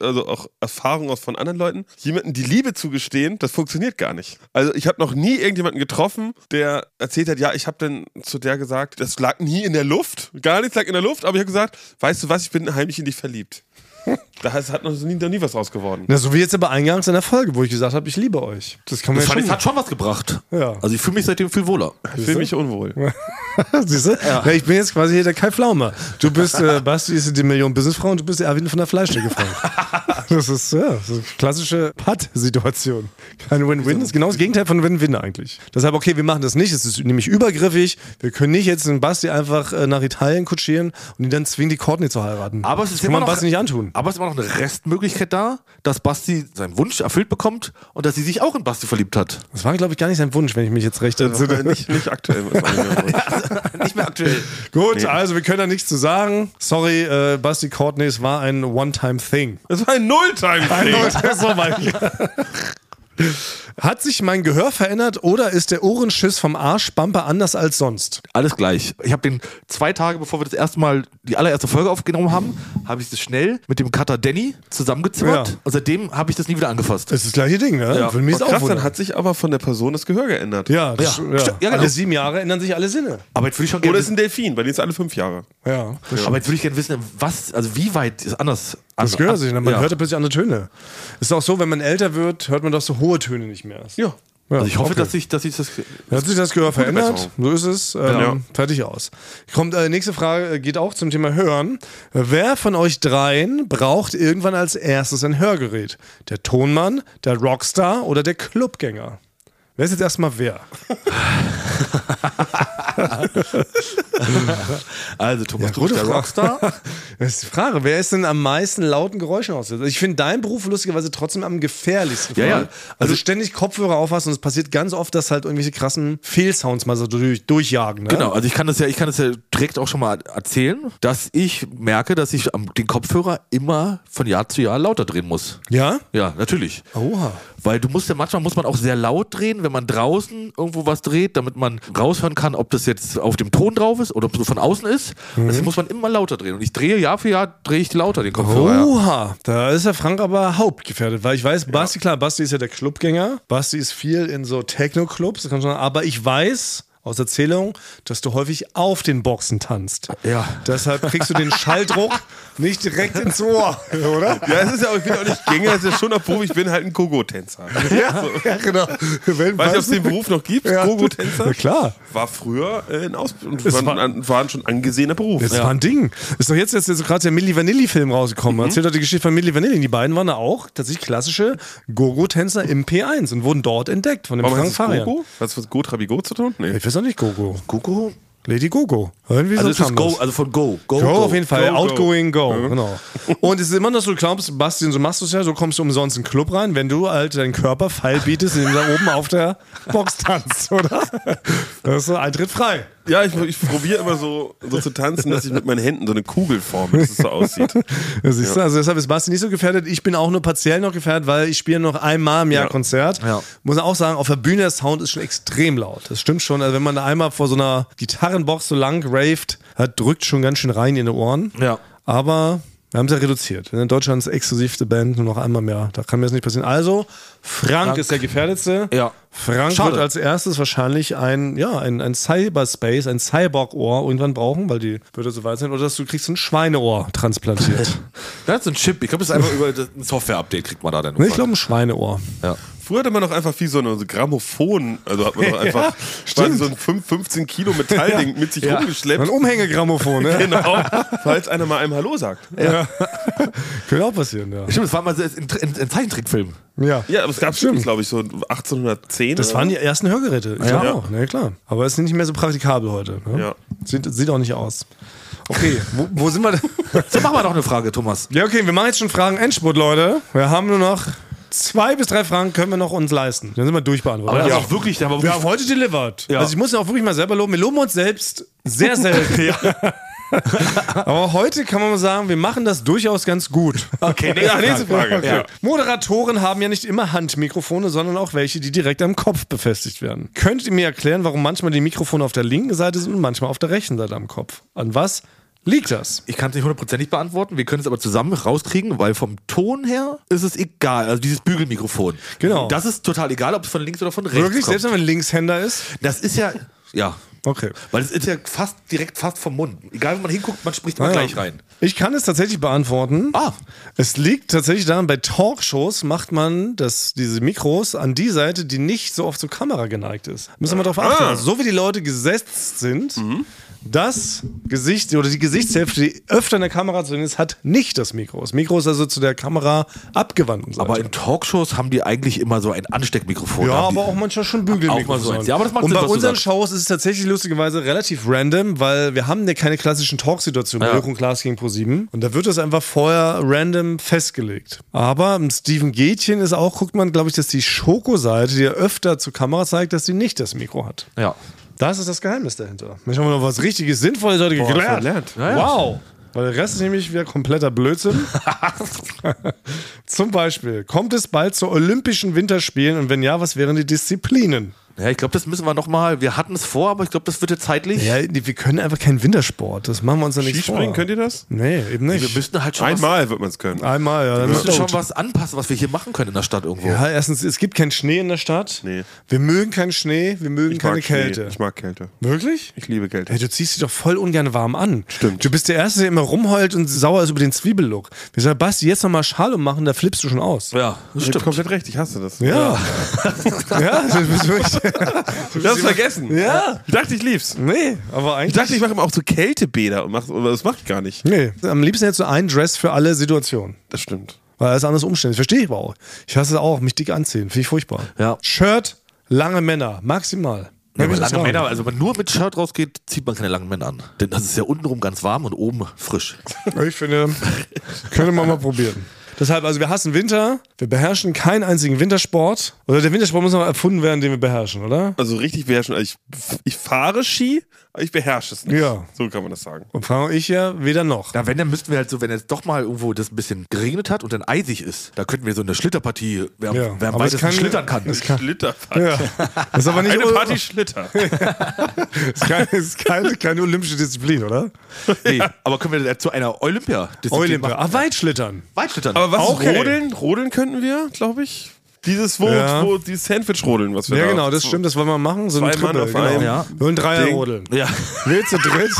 [SPEAKER 3] also auch Erfahrung aus von anderen Leuten, jemandem die Liebe zugestehen, das funktioniert gar nicht. Also ich habe noch nie irgendjemanden getroffen, der erzählt hat, ja, ich habe dann zu der gesagt, das lag nie in der Luft, gar nichts lag in der Luft, aber ich habe gesagt, weißt du was, ich bin heimlich in dich verliebt. Da heißt, hat noch nie, noch nie was raus geworden.
[SPEAKER 2] Na, so wie jetzt aber eingangs in der Folge, wo ich gesagt habe, ich liebe euch. Das kann man
[SPEAKER 1] Das, fand, ich-
[SPEAKER 2] ja
[SPEAKER 1] hat schon was gebracht.
[SPEAKER 2] Ja.
[SPEAKER 1] Also ich fühle mich seitdem viel wohler.
[SPEAKER 3] Ich fühle mich unwohl.
[SPEAKER 2] schon. Siehst du? Na, Ich bin jetzt quasi hier der Kai Pflaume. Du bist, äh, Basti ist die Million Businessfrau und du bist Erwin von der Fleischtheke Frau. das ist, ja, das ist eine klassische Putt-Situation. Kein Win-Win, das ist genau das Gegenteil von Win-Win eigentlich. Deshalb, okay, wir machen das nicht, es ist nämlich übergriffig. Wir können nicht jetzt den Basti einfach äh, nach Italien kutschieren und ihn dann zwingen, die Courtney zu heiraten.
[SPEAKER 1] Aber es ist
[SPEAKER 2] das kann
[SPEAKER 1] immer
[SPEAKER 2] man
[SPEAKER 1] noch,
[SPEAKER 2] Basti nicht antun.
[SPEAKER 1] Aber es ist immer noch eine Restmöglichkeit da, dass Basti seinen Wunsch erfüllt bekommt und dass sie sich auch in Basti verliebt hat.
[SPEAKER 2] Das war, glaube ich, gar nicht sein Wunsch, wenn ich mich jetzt recht
[SPEAKER 3] Also,
[SPEAKER 2] entsinne.
[SPEAKER 3] nicht, nicht aktuell. muss man sagen.
[SPEAKER 1] Äh, Nicht mehr aktuell.
[SPEAKER 2] Gut, also wir können da nichts zu sagen. Sorry, äh, Basti Courtney, es war ein One-Time-Thing.
[SPEAKER 3] Das war ein Nulltime-Ding.
[SPEAKER 2] Hat sich mein Gehör verändert oder ist der Ohrenschiss vom Arschbumper anders als sonst?
[SPEAKER 1] Alles gleich. Ich habe den zwei Tage, bevor wir das erste Mal die allererste Folge aufgenommen haben, habe ich das schnell mit dem Cutter Danny zusammengezimmert.
[SPEAKER 2] Ja.
[SPEAKER 1] Und seitdem habe ich das nie wieder angefasst.
[SPEAKER 2] Das ist das gleiche Ding, ne?
[SPEAKER 1] Ja.
[SPEAKER 2] Will mich
[SPEAKER 3] Oh,
[SPEAKER 2] jetzt auch
[SPEAKER 3] krass, dann
[SPEAKER 2] wundern.
[SPEAKER 3] hat sich aber von der Person das Gehör geändert.
[SPEAKER 2] ja, das,
[SPEAKER 1] Ja.
[SPEAKER 2] ja.
[SPEAKER 1] Stimmt, ja, genau.
[SPEAKER 2] Alle sieben Jahre ändern sich alle Sinne.
[SPEAKER 1] Aber jetzt würde ich schon gerne
[SPEAKER 3] Oder ist ein Delfin, bei denen ist alle fünf Jahre.
[SPEAKER 2] Ja. Das,
[SPEAKER 1] Aber jetzt würde ich gerne wissen, was, also wie weit ist anders?
[SPEAKER 2] das gehört sich. ne? Man
[SPEAKER 1] ja.
[SPEAKER 2] hört ja plötzlich andere Töne. Ist auch so, wenn man älter wird, hört man doch so hohe Töne nicht mehr.
[SPEAKER 3] Ja.
[SPEAKER 1] Also ich hoffe,
[SPEAKER 2] okay.
[SPEAKER 1] dass ich, dass ich das.
[SPEAKER 2] Hat sich das Gehör verändert?
[SPEAKER 3] Besserung.
[SPEAKER 2] So ist es. Ähm,
[SPEAKER 3] Ja.
[SPEAKER 2] Fertig aus. Kommt, äh, nächste Frage äh, geht auch zum Thema Hören. Wer von euch dreien braucht irgendwann als erstes ein Hörgerät? Der Tonmann, der Rockstar oder der Clubgänger? Wer ist jetzt erstmal wer?
[SPEAKER 1] Also Thomas, du
[SPEAKER 2] gute
[SPEAKER 1] bist der
[SPEAKER 2] Frage.
[SPEAKER 1] Rockstar.
[SPEAKER 2] Das ist die Frage. Wer ist denn am meisten lauten Geräuschen ausgesetzt? Ich finde deinen Beruf lustigerweise trotzdem am gefährlichsten.
[SPEAKER 1] Ja,
[SPEAKER 2] Vor
[SPEAKER 1] ja.
[SPEAKER 2] allem, Also du ständig Kopfhörer aufhast und es passiert ganz oft, dass halt irgendwelche krassen Fehlsounds mal so durch, durchjagen. Ne?
[SPEAKER 1] Genau, also ich kann das ja, ich kann das ja direkt auch schon mal erzählen, dass ich merke, dass ich am, den Kopfhörer immer von Jahr zu Jahr lauter drehen muss.
[SPEAKER 2] Ja?
[SPEAKER 1] Ja, natürlich.
[SPEAKER 2] Oha.
[SPEAKER 1] Weil du musst ja manchmal muss man auch sehr laut drehen, wenn man draußen irgendwo was dreht, damit man raushören kann, ob das jetzt auf dem Ton drauf ist oder ob es von außen ist.
[SPEAKER 2] Mhm.
[SPEAKER 1] Deswegen muss man immer lauter drehen. Und ich drehe Jahr für Jahr drehe ich lauter den Kopfhörer.
[SPEAKER 2] Oh.
[SPEAKER 1] ja.
[SPEAKER 2] Oha, da ist der Frank aber hauptgefährdet, weil ich weiß, Basti, klar, Basti ist ja der Clubgänger. Basti ist viel in so Techno-Clubs, das kann schon- aber ich weiß aus Erzählung, dass du häufig auf den Boxen tanzt.
[SPEAKER 1] Ja.
[SPEAKER 2] Deshalb kriegst du den Schalldruck nicht direkt ins Ohr, oder?
[SPEAKER 3] Ja, es ist ja auch, ich bin auch nicht Gänger, es ist ja schon ein Beruf, ich bin halt ein Kogo-Tänzer. Ja, so.
[SPEAKER 2] Ja, genau. Wenn,
[SPEAKER 3] Weiß nicht, ob es den Beruf noch gibt,
[SPEAKER 2] Ja.
[SPEAKER 3] Kogo-Tänzer.
[SPEAKER 2] Na klar.
[SPEAKER 3] War früher äh, ein Aus und
[SPEAKER 2] Es
[SPEAKER 3] war,
[SPEAKER 2] war-
[SPEAKER 3] ein- war ein schon angesehener Beruf.
[SPEAKER 2] Das war ein Ding. Ist doch jetzt, jetzt ist gerade der Milli Vanilli-Film
[SPEAKER 3] Mhm.
[SPEAKER 2] rausgekommen. Erzählt doch die Geschichte von Milli Vanilli. Die beiden waren da auch tatsächlich klassische Gogo-Tänzer im P1 und wurden dort entdeckt von dem
[SPEAKER 3] Warum
[SPEAKER 2] Frank
[SPEAKER 3] heißt es
[SPEAKER 2] Farian.
[SPEAKER 3] Gogo? Hat es mit Go Trabigo zu tun? Nee.
[SPEAKER 2] Ich weiß auch nicht Gogo.
[SPEAKER 1] Gogo?
[SPEAKER 2] Lady Gogo. Irgendwie
[SPEAKER 1] Also
[SPEAKER 2] so
[SPEAKER 1] es Also ist
[SPEAKER 2] kam
[SPEAKER 1] Go,
[SPEAKER 2] das.
[SPEAKER 1] also von Go. Go,
[SPEAKER 2] Go, auf jeden Fall.
[SPEAKER 3] Go, go.
[SPEAKER 2] Outgoing Go. Genau. Und es ist immer noch so, du glaubst, Bastian, so machst du es ja, so kommst du umsonst in den Club rein, wenn du halt deinen Körper feil bietest, indem du da oben auf der Box tanzt, oder? Das ist so Eintritt frei.
[SPEAKER 3] Ja, ich, ich probiere immer so, so zu tanzen, dass ich mit meinen Händen so eine Kugel forme, dass es so aussieht.
[SPEAKER 2] Ja, siehst du, also deshalb ist Basti nicht so gefährdet. Ich bin auch nur partiell noch gefährdet, weil ich spiele noch einmal im Jahr
[SPEAKER 3] Ja.
[SPEAKER 2] Konzert.
[SPEAKER 1] Ja.
[SPEAKER 2] Muss auch sagen, auf der Bühne der Sound ist schon extrem laut. Das stimmt schon. Also wenn man da einmal vor so einer Gitarrenbox so lang raved, hat, drückt schon ganz schön rein in die Ohren.
[SPEAKER 1] Ja.
[SPEAKER 2] Aber wir haben es ja reduziert. In Deutschland ist exklusivste Band nur noch einmal im Jahr. Da kann mir das nicht passieren. Also, Frank,
[SPEAKER 1] Frank.
[SPEAKER 2] ist der gefährdetste.
[SPEAKER 1] Ja.
[SPEAKER 2] Frank
[SPEAKER 1] Schade.
[SPEAKER 2] wird als erstes wahrscheinlich ein, ja, ein, ein Cyberspace, ein Cyborg-Ohr irgendwann brauchen, weil die würde so weit sein. Oder dass du kriegst ein Schweineohr transplantiert.
[SPEAKER 1] Das ist ein Chip. Ich glaube, das ist einfach über das- ein Software-Update kriegt man da dann.
[SPEAKER 2] Ne, ich glaube, ein Schweineohr.
[SPEAKER 1] Ja.
[SPEAKER 3] Früher hatte man noch einfach viel so eine so Grammophon, also hat man doch einfach
[SPEAKER 2] stimmt.
[SPEAKER 3] so ein 5, 15 Kilo Metallding mit sich
[SPEAKER 1] Ja.
[SPEAKER 2] Ein
[SPEAKER 3] rumgeschleppt.
[SPEAKER 2] Umhängegrammophon, ne?
[SPEAKER 3] Genau, falls einer mal einem Hallo sagt.
[SPEAKER 2] Könnte auch passieren, ja.
[SPEAKER 1] Stimmt, das war mal so ein, ein, ein Zeichentrickfilm.
[SPEAKER 2] Ja.
[SPEAKER 3] Ja, aber es gab schon, glaube ich, so 1810.
[SPEAKER 2] Das
[SPEAKER 3] oder
[SPEAKER 2] waren die ersten Hörgeräte. Ich
[SPEAKER 1] Ja.
[SPEAKER 2] glaube auch, ne, klar. Aber es ist nicht mehr so praktikabel heute. Ne?
[SPEAKER 3] Ja.
[SPEAKER 2] Sieht, sieht auch nicht aus. Okay, wo, wo sind wir denn?
[SPEAKER 1] So, machen wir noch eine Frage, Thomas.
[SPEAKER 2] Ja, okay, wir machen jetzt schon Fragen Endspurt, Leute. Wir haben nur noch zwei bis drei Fragen, können wir noch uns leisten. Dann sind wir durchbeantwortet.
[SPEAKER 1] Aber das
[SPEAKER 2] Also,
[SPEAKER 1] ist auch wirklich, da haben wir
[SPEAKER 2] Wir
[SPEAKER 1] wirklich
[SPEAKER 2] haben heute delivered.
[SPEAKER 1] Ja.
[SPEAKER 2] Also ich muss ja auch wirklich mal selber loben. Wir loben uns selbst sehr selten. Aber heute kann man mal sagen, wir machen das durchaus ganz gut.
[SPEAKER 1] Okay, nächste
[SPEAKER 3] Ja, nächste Frage.
[SPEAKER 2] Okay. Moderatoren haben ja nicht immer Handmikrofone, sondern auch welche, die direkt am Kopf befestigt werden. Könnt ihr mir erklären, warum manchmal die Mikrofone auf der linken Seite sind und manchmal auf der rechten Seite am Kopf? An was liegt das?
[SPEAKER 1] Ich kann es nicht hundertprozentig beantworten. Wir können es aber zusammen rauskriegen, weil vom Ton her ist es egal. Also dieses Bügelmikrofon.
[SPEAKER 2] Genau.
[SPEAKER 1] Das ist total egal, ob es von links oder von rechts
[SPEAKER 2] Wirklich,
[SPEAKER 1] kommt.
[SPEAKER 2] selbst wenn man Linkshänder ist?
[SPEAKER 1] Das ist ja, ja,
[SPEAKER 2] Okay.
[SPEAKER 1] weil es ist ja fast direkt fast vom Mund. Egal, wo man hinguckt, man spricht mal
[SPEAKER 2] Ah, ja.
[SPEAKER 1] gleich rein.
[SPEAKER 2] Ich kann es tatsächlich beantworten.
[SPEAKER 1] Ah.
[SPEAKER 2] Es liegt tatsächlich daran, bei Talkshows macht man das, diese Mikros an die Seite, die nicht so oft zur Kamera geneigt ist. Müssen wir darauf
[SPEAKER 1] Ah.
[SPEAKER 2] achten. Also, so wie die Leute gesetzt sind,
[SPEAKER 1] Mhm.
[SPEAKER 2] das Gesicht oder die Gesichtshälfte, die öfter in der Kamera zu sehen ist, hat nicht das Mikro. Das Mikro ist also zu der Kamera abgewandten Seite.
[SPEAKER 1] Aber in Talkshows haben die eigentlich immer so ein Ansteckmikrofon.
[SPEAKER 2] Ja,
[SPEAKER 1] Haben die-
[SPEAKER 2] aber auch manchmal schon Bügelmikrofon.
[SPEAKER 1] Auch mal so eins. Ja, aber das macht
[SPEAKER 2] Und
[SPEAKER 1] Sinn,
[SPEAKER 2] bei
[SPEAKER 1] was du
[SPEAKER 2] unseren
[SPEAKER 1] sagst.
[SPEAKER 2] Shows ist es tatsächlich lustigerweise relativ random, weil wir haben ja keine klassischen Talksituationen.
[SPEAKER 1] Ja.
[SPEAKER 2] Joko und Klaas gegen ProSieben. Und da wird das einfach vorher random festgelegt. Aber im Steven Gätchen ist auch, guckt man, glaube ich, dass die Schoko-Seite, die ja öfter zur Kamera zeigt, dass sie nicht das Mikro hat.
[SPEAKER 1] Ja.
[SPEAKER 2] Das ist das Geheimnis dahinter. Mensch, haben wir noch was richtiges Sinnvolles heute gelernt.
[SPEAKER 3] verlernt.
[SPEAKER 1] Ja, ja.
[SPEAKER 2] Wow. Weil der Rest ist nämlich wieder kompletter Blödsinn. Zum Beispiel, kommt es bald zu Olympischen Winterspielen und wenn ja, was wären die Disziplinen?
[SPEAKER 1] Ja, ich glaube, das müssen wir nochmal. Wir hatten es vor, aber ich glaube, das wird jetzt zeitlich.
[SPEAKER 2] Ja, die- wir können einfach keinen Wintersport. Das machen wir uns ja nicht vor.
[SPEAKER 3] Skispringen, könnt ihr das?
[SPEAKER 2] Nee, eben nicht.
[SPEAKER 1] Wir müssten halt schon, was,
[SPEAKER 3] Einmal wird man es können.
[SPEAKER 2] Einmal, ja. Dann
[SPEAKER 1] wir müssen
[SPEAKER 2] müssen
[SPEAKER 1] schon was anpassen, was wir hier machen können in der Stadt irgendwo.
[SPEAKER 2] ja, erstens, es gibt keinen Schnee in der Stadt.
[SPEAKER 3] Nee.
[SPEAKER 2] Wir mögen keinen Schnee, wir mögen
[SPEAKER 3] Ich mag
[SPEAKER 2] keine
[SPEAKER 3] Schnee.
[SPEAKER 2] Kälte.
[SPEAKER 3] Ich mag Kälte.
[SPEAKER 2] Wirklich?
[SPEAKER 3] Ich liebe Kälte.
[SPEAKER 2] Hey, du ziehst dich doch voll ungern warm an.
[SPEAKER 3] Stimmt.
[SPEAKER 2] Du bist der Erste, der immer rumheult und sauer ist über den Zwiebellook. Wir sagen, Basti, jetzt nochmal Schal ummachen, da flippst du schon aus.
[SPEAKER 1] Ja, das
[SPEAKER 3] Du hast komplett recht, ich hasse das.
[SPEAKER 2] Ja. Ja, das ist wirklich.
[SPEAKER 3] Du hast vergessen.
[SPEAKER 2] Ja.
[SPEAKER 3] Ich dachte, ich lieb's.
[SPEAKER 2] Nee, aber
[SPEAKER 3] Ich
[SPEAKER 2] eigentlich.
[SPEAKER 3] dachte, ich mache immer auch so Kältebäder und mach, aber das mache ich gar nicht.
[SPEAKER 2] Nee, am liebsten hättest du einen Dress für alle Situationen.
[SPEAKER 3] Das stimmt.
[SPEAKER 2] Weil alles anders umständlich. Verstehe ich aber auch. Ich hasse auch, mich dick anziehen. Finde ich furchtbar.
[SPEAKER 1] Ja.
[SPEAKER 2] Shirt, lange Männer, maximal.
[SPEAKER 1] Ja, aber
[SPEAKER 2] Mehr will ich
[SPEAKER 1] lange
[SPEAKER 2] nicht
[SPEAKER 1] Männer,
[SPEAKER 2] sagen.
[SPEAKER 1] also wenn man nur mit Shirt rausgeht, zieht man keine langen Männer an. Denn das ist ja untenrum ganz warm und oben frisch.
[SPEAKER 2] Ich finde, könnte man mal probieren. Deshalb, also wir hassen Winter, wir beherrschen keinen einzigen Wintersport. Oder der Wintersport muss noch erfunden werden, den wir beherrschen, oder?
[SPEAKER 3] Also richtig beherrschen. Also ich, ich fahre Ski, aber ich beherrsche es nicht.
[SPEAKER 2] Ja.
[SPEAKER 3] So kann man das sagen.
[SPEAKER 2] Und Frau und ich ja weder noch.
[SPEAKER 1] Ja, wenn, dann müssten wir halt so, wenn jetzt doch mal irgendwo das ein bisschen geregnet hat und dann eisig ist, da könnten wir so eine Schlitterpartie, wer,
[SPEAKER 2] Ja,
[SPEAKER 1] wer am
[SPEAKER 2] aber es
[SPEAKER 1] weitesten
[SPEAKER 2] kann-
[SPEAKER 1] schlittern kann.
[SPEAKER 2] es kann-
[SPEAKER 3] Schlitterparty.
[SPEAKER 2] Ja. Das ist aber nicht
[SPEAKER 3] Eine Party Schlitter.
[SPEAKER 2] ist keine, ist keine, keine olympische Disziplin, oder?
[SPEAKER 1] Nee, aber können wir das zu einer olympia
[SPEAKER 2] Olympia. Ah, Weitschlittern.
[SPEAKER 1] Weitschlittern.
[SPEAKER 3] Aber was ist
[SPEAKER 2] Okay.
[SPEAKER 3] Rodeln? Rodeln könnten wir, glaube ich. Dieses, wo,
[SPEAKER 2] Ja.
[SPEAKER 3] wo dieses Sandwich-Rodeln, was wir
[SPEAKER 2] Ja,
[SPEAKER 3] da
[SPEAKER 2] genau, das stimmt, das wollen wir machen. So ein
[SPEAKER 3] Zwei Mann
[SPEAKER 2] Triple,
[SPEAKER 3] auf
[SPEAKER 2] genau.
[SPEAKER 3] einem
[SPEAKER 1] Ja.
[SPEAKER 2] Wir wollen Dreier
[SPEAKER 3] Ding.
[SPEAKER 2] rodeln.
[SPEAKER 1] ja.
[SPEAKER 2] Wir zu dritt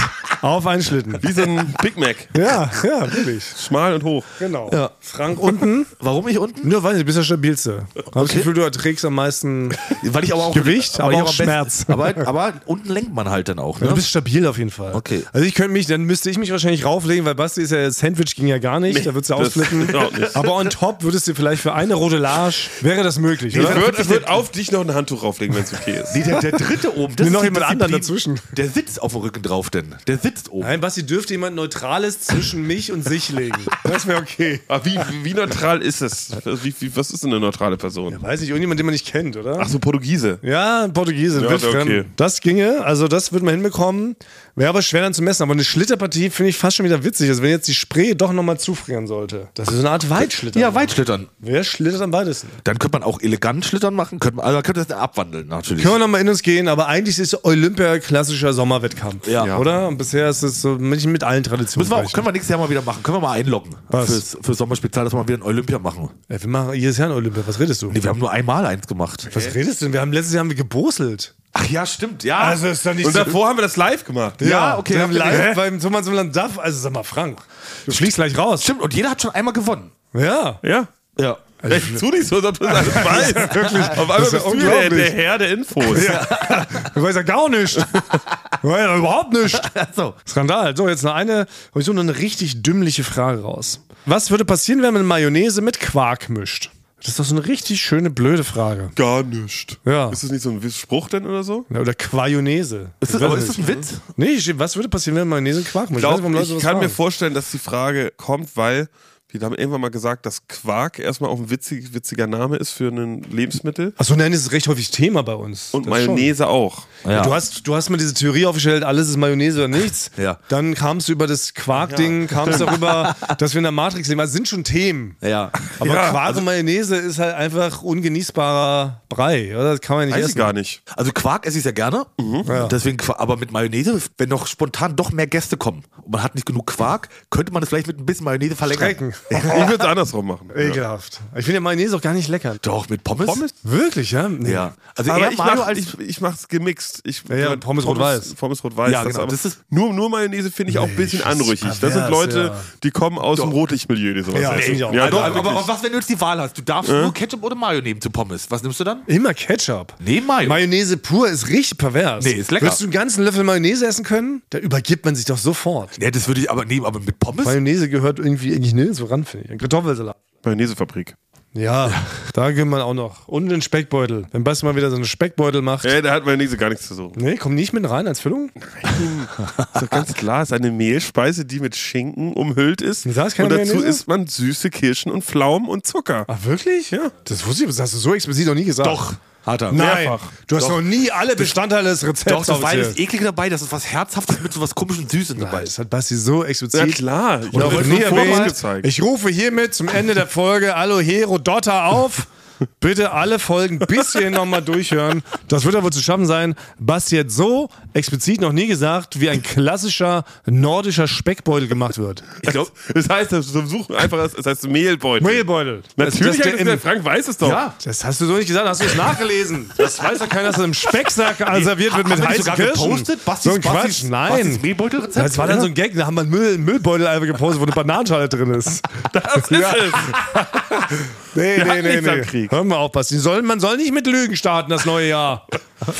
[SPEAKER 2] auf einen Schlitten.
[SPEAKER 3] Wie so ein Big Mac.
[SPEAKER 2] Ja, ja, wirklich.
[SPEAKER 3] Schmal und hoch.
[SPEAKER 2] Genau.
[SPEAKER 1] Ja.
[SPEAKER 2] Frank unten.
[SPEAKER 1] Warum ich unten?
[SPEAKER 2] Nur Ne, weiß ich, du bist der stabilste. Hab das Gefühl, du erträgst am meisten.
[SPEAKER 1] Weil ich aber auch
[SPEAKER 2] Gewicht,
[SPEAKER 1] weil
[SPEAKER 2] aber
[SPEAKER 1] ich
[SPEAKER 2] auch
[SPEAKER 1] am besten-
[SPEAKER 2] Schmerz.
[SPEAKER 1] Aber, aber unten lenkt man halt dann auch. Ne?
[SPEAKER 2] Du bist stabil auf jeden Fall.
[SPEAKER 1] Okay.
[SPEAKER 2] Also ich könnte mich, dann müsste ich mich wahrscheinlich rauflegen, weil Basti ist ja Sandwich ging ja gar nicht, da würdest du
[SPEAKER 3] das
[SPEAKER 2] ausflippen.
[SPEAKER 1] genau
[SPEAKER 3] geht nicht.
[SPEAKER 2] Aber on top würdest du vielleicht für eine Rodelage wäre das möglich,
[SPEAKER 3] Ich
[SPEAKER 2] oder?
[SPEAKER 3] würde ich
[SPEAKER 2] Genau.
[SPEAKER 3] würd auf dich noch ein Handtuch rauflegen, wenn es okay ist.
[SPEAKER 1] Nee, der, der dritte oben. Das
[SPEAKER 2] Nee, noch
[SPEAKER 1] die
[SPEAKER 2] jemand anderen
[SPEAKER 1] Disziplin.
[SPEAKER 2] dazwischen.
[SPEAKER 1] Der sitzt auf dem Rücken drauf denn. Der sitzt oben.
[SPEAKER 2] Nein, Basti dürfte jemand Neutrales zwischen mich und sich legen. Das wäre okay.
[SPEAKER 3] Aber Ah, wie, wie neutral ist es? Wie, wie, was ist denn eine neutrale Person?
[SPEAKER 2] Weiß nicht, irgendjemand, den man nicht kennt, oder?
[SPEAKER 3] Ach so, Portugiese.
[SPEAKER 2] Ja, ein Portugiese,
[SPEAKER 3] Ja,
[SPEAKER 2] wird
[SPEAKER 3] okay.
[SPEAKER 2] fremd. Das ginge, also das würde man hinbekommen. Wäre aber schwer dann zu messen. Aber eine Schlitterpartie finde ich fast schon wieder witzig. Also wenn jetzt die Spree doch nochmal zufrieren sollte. Das ist so eine Art Weitschlitter.
[SPEAKER 1] Ja, Weitschlittern.
[SPEAKER 2] Wer schlittert am weitesten?
[SPEAKER 1] Dann könnte man auch elegant schlittern machen. Könnte man, also man könnte das abwandeln natürlich.
[SPEAKER 2] Können wir nochmal in uns gehen, aber eigentlich ist Olympia klassischer Sommerwettkampf.
[SPEAKER 1] Ja.
[SPEAKER 2] Oder? Und bisher ist es so mit, mit allen Traditionen.
[SPEAKER 1] Müssen wir auch,
[SPEAKER 2] gleich.
[SPEAKER 1] können wir nächstes Jahr mal wieder machen. Können wir mal einloggen.
[SPEAKER 2] Was?
[SPEAKER 1] Fürs, fürs Sommerspezial, dass wir mal wieder ein Olympia machen.
[SPEAKER 2] Ey, wir machen jedes Jahr ein Olympia. Was redest du?
[SPEAKER 1] Nee, wir haben nur einmal eins gemacht.
[SPEAKER 2] Was redest du denn? Wir haben letztes Jahr haben wir geboselt.
[SPEAKER 1] Ach ja, stimmt. Ja.
[SPEAKER 2] Also ist doch
[SPEAKER 3] Und davor haben wir das live gemacht.
[SPEAKER 2] Ja, okay. Wir haben live
[SPEAKER 1] Hä?
[SPEAKER 2] beim Thomas im Land Duff. Also sag mal, Frank, du fliegst gleich raus.
[SPEAKER 1] stimmt. Und jeder hat schon einmal gewonnen.
[SPEAKER 2] Ja.
[SPEAKER 3] Ja.
[SPEAKER 1] Ja.
[SPEAKER 3] Also ich tu nicht so, als ob du das alles weißt.
[SPEAKER 2] Wirklich.
[SPEAKER 3] Auf einmal
[SPEAKER 2] Das ist
[SPEAKER 3] bist du der,
[SPEAKER 2] unglaublich.
[SPEAKER 3] der Herr der Infos.
[SPEAKER 2] Ich weiß ja gar nicht. Ich weiß ja überhaupt nicht.
[SPEAKER 1] So.
[SPEAKER 2] Skandal. So, jetzt noch eine, hol ich so eine richtig dümmliche Frage raus. Was würde passieren, wenn man Mayonnaise mit Quark mischt? Das ist doch so eine richtig schöne, blöde Frage.
[SPEAKER 3] Gar nicht.
[SPEAKER 2] Ja.
[SPEAKER 3] Ist das nicht so ein Spruch denn oder so?
[SPEAKER 2] Ja, Oder Quayonnaise.
[SPEAKER 1] Ist das, aber ist das ein Witz?
[SPEAKER 2] Nee, hier steht, was würde passieren, wenn Mayonnaise mit Quark mischt?
[SPEAKER 3] Ich, glaub,
[SPEAKER 2] weiß nicht, warum Leute
[SPEAKER 3] ich
[SPEAKER 2] sowas
[SPEAKER 3] kann mir
[SPEAKER 2] fragen.
[SPEAKER 3] vorstellen, dass die Frage kommt, weil wir haben irgendwann mal gesagt, dass Quark erstmal auch ein witzig, witziger Name ist für ein Lebensmittel
[SPEAKER 2] Achso, nein, das ist recht häufig Thema bei uns.
[SPEAKER 3] und
[SPEAKER 2] Das schon.
[SPEAKER 3] Mayonnaise auch.
[SPEAKER 1] Ja.
[SPEAKER 2] Du, hast, du hast mal diese Theorie aufgestellt, alles ist Mayonnaise oder nichts.
[SPEAKER 1] Ja.
[SPEAKER 2] Dann kam es über das Quark-Ding, kam es darüber, dass wir in der Matrix leben. Das sind schon Themen.
[SPEAKER 1] Ja. also
[SPEAKER 2] Aber
[SPEAKER 3] Ja,
[SPEAKER 2] Quark und Mayonnaise ist halt einfach ungenießbarer Brei, oder? Das kann man nicht
[SPEAKER 3] Weiß ich
[SPEAKER 2] essen.
[SPEAKER 3] gar nicht.
[SPEAKER 1] Also Quark esse ich sehr gerne.
[SPEAKER 2] Ja.
[SPEAKER 1] Deswegen, Qua- aber mit Mayonnaise, wenn noch spontan doch mehr Gäste kommen und man hat nicht genug Quark, könnte man es vielleicht mit ein bisschen Mayonnaise verlängern.
[SPEAKER 2] Strecken.
[SPEAKER 3] Ich würde es andersrum machen.
[SPEAKER 2] Ekelhaft. Ich finde ja Mayonnaise auch gar nicht lecker.
[SPEAKER 1] Doch, mit Pommes?
[SPEAKER 3] Pommes?
[SPEAKER 2] Wirklich, ja? Nee.
[SPEAKER 1] Ja. Also
[SPEAKER 3] Aber
[SPEAKER 1] eher
[SPEAKER 3] ich,
[SPEAKER 1] Mayo
[SPEAKER 3] mach,
[SPEAKER 1] als.
[SPEAKER 3] ich, ich mach's gemixt. Ich,
[SPEAKER 2] Ja, ja, Pommes rot-weiß.
[SPEAKER 3] Pommes rot-weiß.
[SPEAKER 1] Ja,
[SPEAKER 3] das
[SPEAKER 1] genau.
[SPEAKER 3] aber-
[SPEAKER 1] Das ist-
[SPEAKER 3] nur, nur Mayonnaise finde ich auch ein bisschen
[SPEAKER 2] das ist
[SPEAKER 3] anrüchig. Das sind
[SPEAKER 2] pervers,
[SPEAKER 3] Leute,
[SPEAKER 2] ja.
[SPEAKER 3] die kommen aus dem Rotlichtmilieu, die sowas
[SPEAKER 2] Ja, das
[SPEAKER 3] essen.
[SPEAKER 2] finde ich auch.
[SPEAKER 3] Ja,
[SPEAKER 1] also,
[SPEAKER 3] doch,
[SPEAKER 1] aber, aber
[SPEAKER 3] wirklich.
[SPEAKER 1] auch was, wenn du jetzt die Wahl hast? Du darfst nur Ketchup oder Mayo nehmen zu Pommes. Was nimmst du dann?
[SPEAKER 2] Immer Ketchup.
[SPEAKER 1] Nee, Mayo.
[SPEAKER 2] Mayonnaise pur ist richtig pervers.
[SPEAKER 1] Nee, ist lecker.
[SPEAKER 2] Würdest du einen ganzen Löffel Mayonnaise essen können? Da übergibt man sich doch sofort.
[SPEAKER 1] Ja, das würde ich aber nehmen, aber mit Pommes?
[SPEAKER 2] Mayonnaise gehört irgendwie eigentlich nirgendwo ran, finde ich. Ein Kartoffelsalat.
[SPEAKER 3] Mayonnaisefabrik.
[SPEAKER 2] Ja, da gehört man auch noch. Und einen Speckbeutel. Wenn Basti mal wieder so einen Speckbeutel macht.
[SPEAKER 1] Äh.
[SPEAKER 3] Ey, da hat Mayonnaise gar nichts zu suchen.
[SPEAKER 2] Nee, komm nicht mit rein als Füllung?
[SPEAKER 3] Ist doch ganz klar, ist eine Mehlspeise, die mit Schinken umhüllt ist.
[SPEAKER 2] Und da ist keine
[SPEAKER 3] und dazu
[SPEAKER 2] Mayonnaise?
[SPEAKER 3] isst man süße Kirschen und Pflaumen und Zucker.
[SPEAKER 2] Ah, wirklich? Ja. Das wusste ich, das hast du so explizit noch nie gesagt.
[SPEAKER 1] Doch. Hat er.
[SPEAKER 2] Nein.
[SPEAKER 3] Mehrfach.
[SPEAKER 2] Du hast noch nie alle Bestandteile des Rezepts
[SPEAKER 1] Doch, das Wein ist
[SPEAKER 3] eh
[SPEAKER 2] aufgezählt.
[SPEAKER 1] eklig dabei, das ist was Herzhaftes mit so was komischem Süßen dabei.
[SPEAKER 2] Das hat Basti so explizit.
[SPEAKER 3] Ja, klar. Ich
[SPEAKER 2] Und
[SPEAKER 3] hab
[SPEAKER 2] auch
[SPEAKER 3] das
[SPEAKER 2] nie
[SPEAKER 3] nur vormals
[SPEAKER 2] erwähnt.
[SPEAKER 3] gezeigt.
[SPEAKER 2] Ich rufe hiermit zum Ende der Folge Alohero Dotter auf. Bitte alle Folgen bis hierhin nochmal durchhören. Das wird ja wohl zu schaffen sein. Basti hat so explizit noch nie gesagt, wie ein klassischer nordischer Speckbeutel gemacht wird.
[SPEAKER 3] Ich glaube, das heißt, das zum Suchen einfach, das das heißt Mehlbeutel.
[SPEAKER 2] Mehlbeutel.
[SPEAKER 3] Natürlich,
[SPEAKER 2] das,
[SPEAKER 3] das
[SPEAKER 2] das der im,
[SPEAKER 3] Frank weiß es doch.
[SPEAKER 2] ja, das hast du so nicht gesagt, hast du es nachgelesen. Ah. Das weiß ja keiner, dass das im Specksack serviert
[SPEAKER 1] Haben
[SPEAKER 2] wird
[SPEAKER 1] wir
[SPEAKER 2] mit
[SPEAKER 1] das
[SPEAKER 2] heißen
[SPEAKER 1] sogar
[SPEAKER 2] Kirschen.
[SPEAKER 1] gepostet?
[SPEAKER 2] So
[SPEAKER 1] Bastis,
[SPEAKER 2] ein Quatsch,
[SPEAKER 1] Bastis,
[SPEAKER 2] nein.
[SPEAKER 1] Bastis Mehlbeutelrezept?
[SPEAKER 2] Das war dann so ein Gag, da haben wir einen Müll, Müllbeutel einfach gepostet, wo eine Bananenschale drin ist.
[SPEAKER 3] Das ist es.
[SPEAKER 2] Nee,
[SPEAKER 3] hatten nichts am Krieg.
[SPEAKER 2] Hör mal auf, Basti. Soll, man soll nicht mit Lügen starten, das neue Jahr.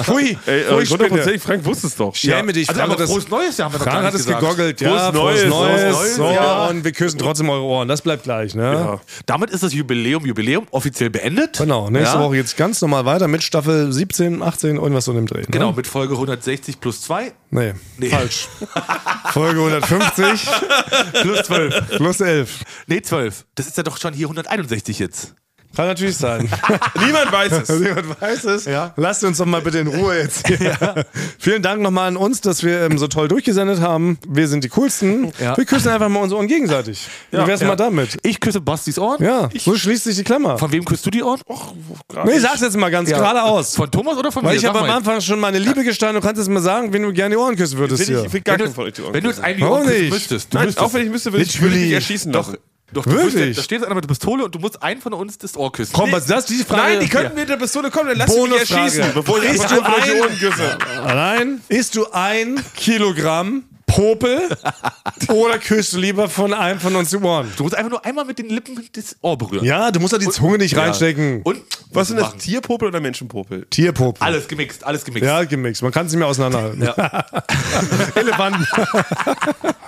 [SPEAKER 2] Pfui,
[SPEAKER 3] Ey, äh,
[SPEAKER 2] pfui, Spinne.
[SPEAKER 3] hundertprozentig, Frank wusste es doch.
[SPEAKER 2] Schäme dich.
[SPEAKER 1] Also,
[SPEAKER 2] Frank
[SPEAKER 1] aber
[SPEAKER 2] hat das-
[SPEAKER 1] frohes Neues Jahr haben wir noch
[SPEAKER 2] Frank
[SPEAKER 1] gar
[SPEAKER 2] hat
[SPEAKER 1] nicht
[SPEAKER 2] es
[SPEAKER 1] gesagt.
[SPEAKER 2] gegoggelt.
[SPEAKER 3] Frohes
[SPEAKER 2] Ja,
[SPEAKER 3] Neues,
[SPEAKER 2] frohes Neues.
[SPEAKER 3] frohes
[SPEAKER 1] Neues,
[SPEAKER 2] so,
[SPEAKER 1] ja.
[SPEAKER 2] Und wir küssen trotzdem eure Ohren. Das bleibt gleich, ne?
[SPEAKER 3] Ja.
[SPEAKER 1] Damit ist das Jubiläum, Jubiläum offiziell beendet.
[SPEAKER 2] Genau, nächste
[SPEAKER 1] Ja.
[SPEAKER 2] Woche geht's ganz normal weiter mit Staffel 17, 18, irgendwas so in dem Dreh. Ne?
[SPEAKER 1] Genau, mit Folge 160 plus 2.
[SPEAKER 2] Nee,
[SPEAKER 1] Nee.
[SPEAKER 2] falsch. Folge 150
[SPEAKER 1] Plus 12.
[SPEAKER 2] plus 11.
[SPEAKER 1] Nee, 12. Das ist ja doch schon hier 161 jetzt.
[SPEAKER 2] Kann natürlich sein.
[SPEAKER 3] Niemand weiß es.
[SPEAKER 2] Niemand Also weiß es. Lasst uns doch mal bitte in Ruhe jetzt hier. Vielen Dank nochmal an uns, dass wir ähm, so toll durchgesendet haben. Wir sind die Coolsten.
[SPEAKER 1] Ja.
[SPEAKER 2] Wir küssen einfach mal unsere Ohren gegenseitig. Wie wär's
[SPEAKER 1] ja.
[SPEAKER 2] mal damit?
[SPEAKER 1] Ich küsse Bastis Ohren.
[SPEAKER 2] Ja, so schließt sich die Klammer.
[SPEAKER 1] Von wem küsst du die Ohren?
[SPEAKER 2] Nee, sag's jetzt mal ganz
[SPEAKER 1] Ja.
[SPEAKER 2] geradeaus.
[SPEAKER 1] Von Thomas oder von
[SPEAKER 2] Weil
[SPEAKER 1] mir?
[SPEAKER 2] ich habe am Anfang schon meine Liebe gestanden. Du kannst jetzt mal sagen, wen du gerne die Ohren küssen würdest
[SPEAKER 3] Ich
[SPEAKER 2] hier.
[SPEAKER 3] ich will gar
[SPEAKER 1] wenn
[SPEAKER 3] keinen
[SPEAKER 1] du,
[SPEAKER 3] von euch die Ohren
[SPEAKER 1] wenn du jetzt
[SPEAKER 3] küssen.
[SPEAKER 1] eigentlich
[SPEAKER 2] Warum nicht?
[SPEAKER 1] müsstest. Du
[SPEAKER 3] Nein,
[SPEAKER 1] müsstest.
[SPEAKER 3] auch wenn ich müsste, würde ich,
[SPEAKER 2] Natürlich.
[SPEAKER 3] würde ich dich erschießen
[SPEAKER 1] doch,
[SPEAKER 3] lassen.
[SPEAKER 1] doch, du musst, ja-
[SPEAKER 2] Wirklich?
[SPEAKER 1] da steht jetzt einer mit der Pistole und du musst einen von uns das Ohr küssen.
[SPEAKER 2] Komm, was ist das? Die Frage.
[SPEAKER 3] Nein, die könnten mir der Pistole kommen, dann lass sie mich
[SPEAKER 2] Bonusfrage.
[SPEAKER 3] erschießen, bevor ich
[SPEAKER 2] Ist
[SPEAKER 3] einfach
[SPEAKER 2] du
[SPEAKER 3] nur von euch die
[SPEAKER 2] ein-
[SPEAKER 3] Ohren küsse.
[SPEAKER 2] Allein isst du ein Kilogramm Popel oder küsst du lieber von einem von uns die Ohren?
[SPEAKER 1] Du musst einfach nur einmal mit den Lippen das Ohr berühren.
[SPEAKER 2] Ja, du musst da die Zunge nicht reinstecken.
[SPEAKER 1] Und
[SPEAKER 3] Was sind das?
[SPEAKER 1] machen.
[SPEAKER 3] Tierpopel oder Menschenpopel?
[SPEAKER 2] Tierpopel.
[SPEAKER 1] Alles gemixt, alles gemixt.
[SPEAKER 2] Ja, gemixt. Man kann es nicht mehr auseinanderhalten. Elefanten.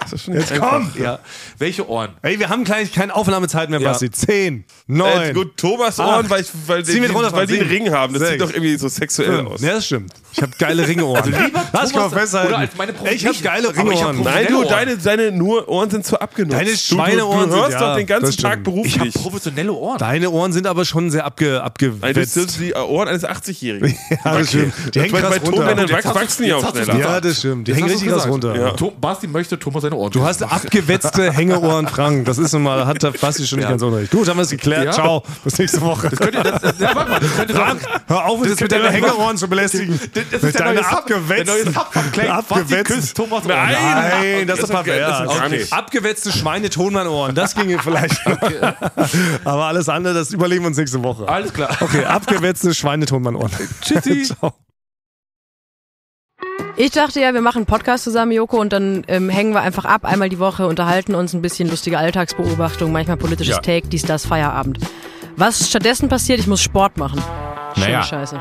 [SPEAKER 3] Das ist schon nicht einfach.
[SPEAKER 2] Komm!
[SPEAKER 1] Ja. Welche Ohren?
[SPEAKER 2] Ey, wir haben gleich keine Aufnahmezeit mehr,
[SPEAKER 1] Ja.
[SPEAKER 2] Basti. Zehn, neun.
[SPEAKER 3] Äh, gut, Thomas Ohren,
[SPEAKER 2] Acht.
[SPEAKER 3] weil, ich, weil,
[SPEAKER 2] Ah. Zieh
[SPEAKER 3] die,
[SPEAKER 2] mit runter,
[SPEAKER 3] weil die einen
[SPEAKER 2] Franzin.
[SPEAKER 3] Ring haben. Das sieht
[SPEAKER 2] Sechs. Ne,
[SPEAKER 3] doch irgendwie so sexuell aus.
[SPEAKER 2] Ja, das stimmt. Ich habe geile Ringeohren. Also
[SPEAKER 1] lieber
[SPEAKER 2] Lass mich mal
[SPEAKER 1] Thomas
[SPEAKER 2] festhalten.
[SPEAKER 1] oder als meine Pro-
[SPEAKER 2] ich habe
[SPEAKER 1] nicht.
[SPEAKER 2] geile
[SPEAKER 1] Aber ich hab
[SPEAKER 2] Ringeohren.
[SPEAKER 1] Pro-
[SPEAKER 3] Nein, du,
[SPEAKER 1] Ohren.
[SPEAKER 3] deine, deine nur Ohren sind zu abgenutzt.
[SPEAKER 2] ne, Deine
[SPEAKER 3] Du-
[SPEAKER 2] Schweineohren
[SPEAKER 3] Du, du hörst
[SPEAKER 2] sind-
[SPEAKER 3] doch
[SPEAKER 2] ja,
[SPEAKER 3] den
[SPEAKER 2] das
[SPEAKER 3] ganzen
[SPEAKER 2] stimmt.
[SPEAKER 1] Ich
[SPEAKER 3] Tag
[SPEAKER 1] habe
[SPEAKER 3] beruflich.
[SPEAKER 1] professionelle Ohren.
[SPEAKER 2] Deine Ohren sind aber schon sehr abge,
[SPEAKER 3] Nein, das sind
[SPEAKER 2] abgewetzt.
[SPEAKER 3] die äh, Ohren eines 80-Jährigen.
[SPEAKER 2] Ja, das stimmt. Die hängen
[SPEAKER 3] Bei-
[SPEAKER 2] krass
[SPEAKER 3] bei
[SPEAKER 2] runter.
[SPEAKER 3] Tonbändern wach- wachsen die
[SPEAKER 1] jetzt
[SPEAKER 3] auch
[SPEAKER 1] hast du's
[SPEAKER 3] schneller.
[SPEAKER 1] gesagt.
[SPEAKER 2] Ja, das stimmt. Die
[SPEAKER 1] Jetzt
[SPEAKER 2] hängen
[SPEAKER 1] hast
[SPEAKER 2] richtig
[SPEAKER 1] du's
[SPEAKER 2] krass
[SPEAKER 1] gesagt.
[SPEAKER 2] runter.
[SPEAKER 3] Ja.
[SPEAKER 1] Tom, Basti möchte Thomas seine Ohren.
[SPEAKER 2] Du hast abgewetzte Hängeohren, Frank. Das ist nun mal, hat der Basti schon nicht
[SPEAKER 1] Ja.
[SPEAKER 2] ganz unrecht. Gut, haben wir es geklärt.
[SPEAKER 1] Ja.
[SPEAKER 2] Ciao. Bis nächste Woche.
[SPEAKER 1] Könnt ihr das, das, ja, warte mal, das könnte
[SPEAKER 2] Frank,
[SPEAKER 1] doch-
[SPEAKER 2] hör auf, uns jetzt mit
[SPEAKER 1] könnt ihr doch
[SPEAKER 2] deinen
[SPEAKER 1] machen.
[SPEAKER 2] Hängerohren zu belästigen.
[SPEAKER 1] Das ist
[SPEAKER 2] mit
[SPEAKER 1] der
[SPEAKER 2] deiner
[SPEAKER 1] neue Sub-
[SPEAKER 2] abgewetzten.
[SPEAKER 1] der neue Sub von Klein. Basti küsst Thomas Ohren.
[SPEAKER 2] Nein,
[SPEAKER 1] Nein,
[SPEAKER 2] das ist doch
[SPEAKER 3] okay, das ist
[SPEAKER 2] pervers.
[SPEAKER 3] gar
[SPEAKER 2] Okay.
[SPEAKER 3] nicht.
[SPEAKER 2] Abgewetzte Schweine Tonmannohren, das ginge vielleicht. Aber alles andere, das überlegen wir uns nächste Woche.
[SPEAKER 1] Alles klar.
[SPEAKER 2] Okay, abgewetzte Schweine Tonmannohren.
[SPEAKER 1] Tschüssi.
[SPEAKER 2] Ciao.
[SPEAKER 4] Ich dachte ja, wir machen einen Podcast zusammen, Joko, und dann ähm, hängen wir einfach ab, einmal die Woche, unterhalten uns ein bisschen lustige Alltagsbeobachtung, manchmal politisches
[SPEAKER 5] Ja.
[SPEAKER 4] Take, dies, das, Feierabend. Was stattdessen passiert, ich muss Sport machen. Schöne
[SPEAKER 5] Naja.
[SPEAKER 4] Scheiße.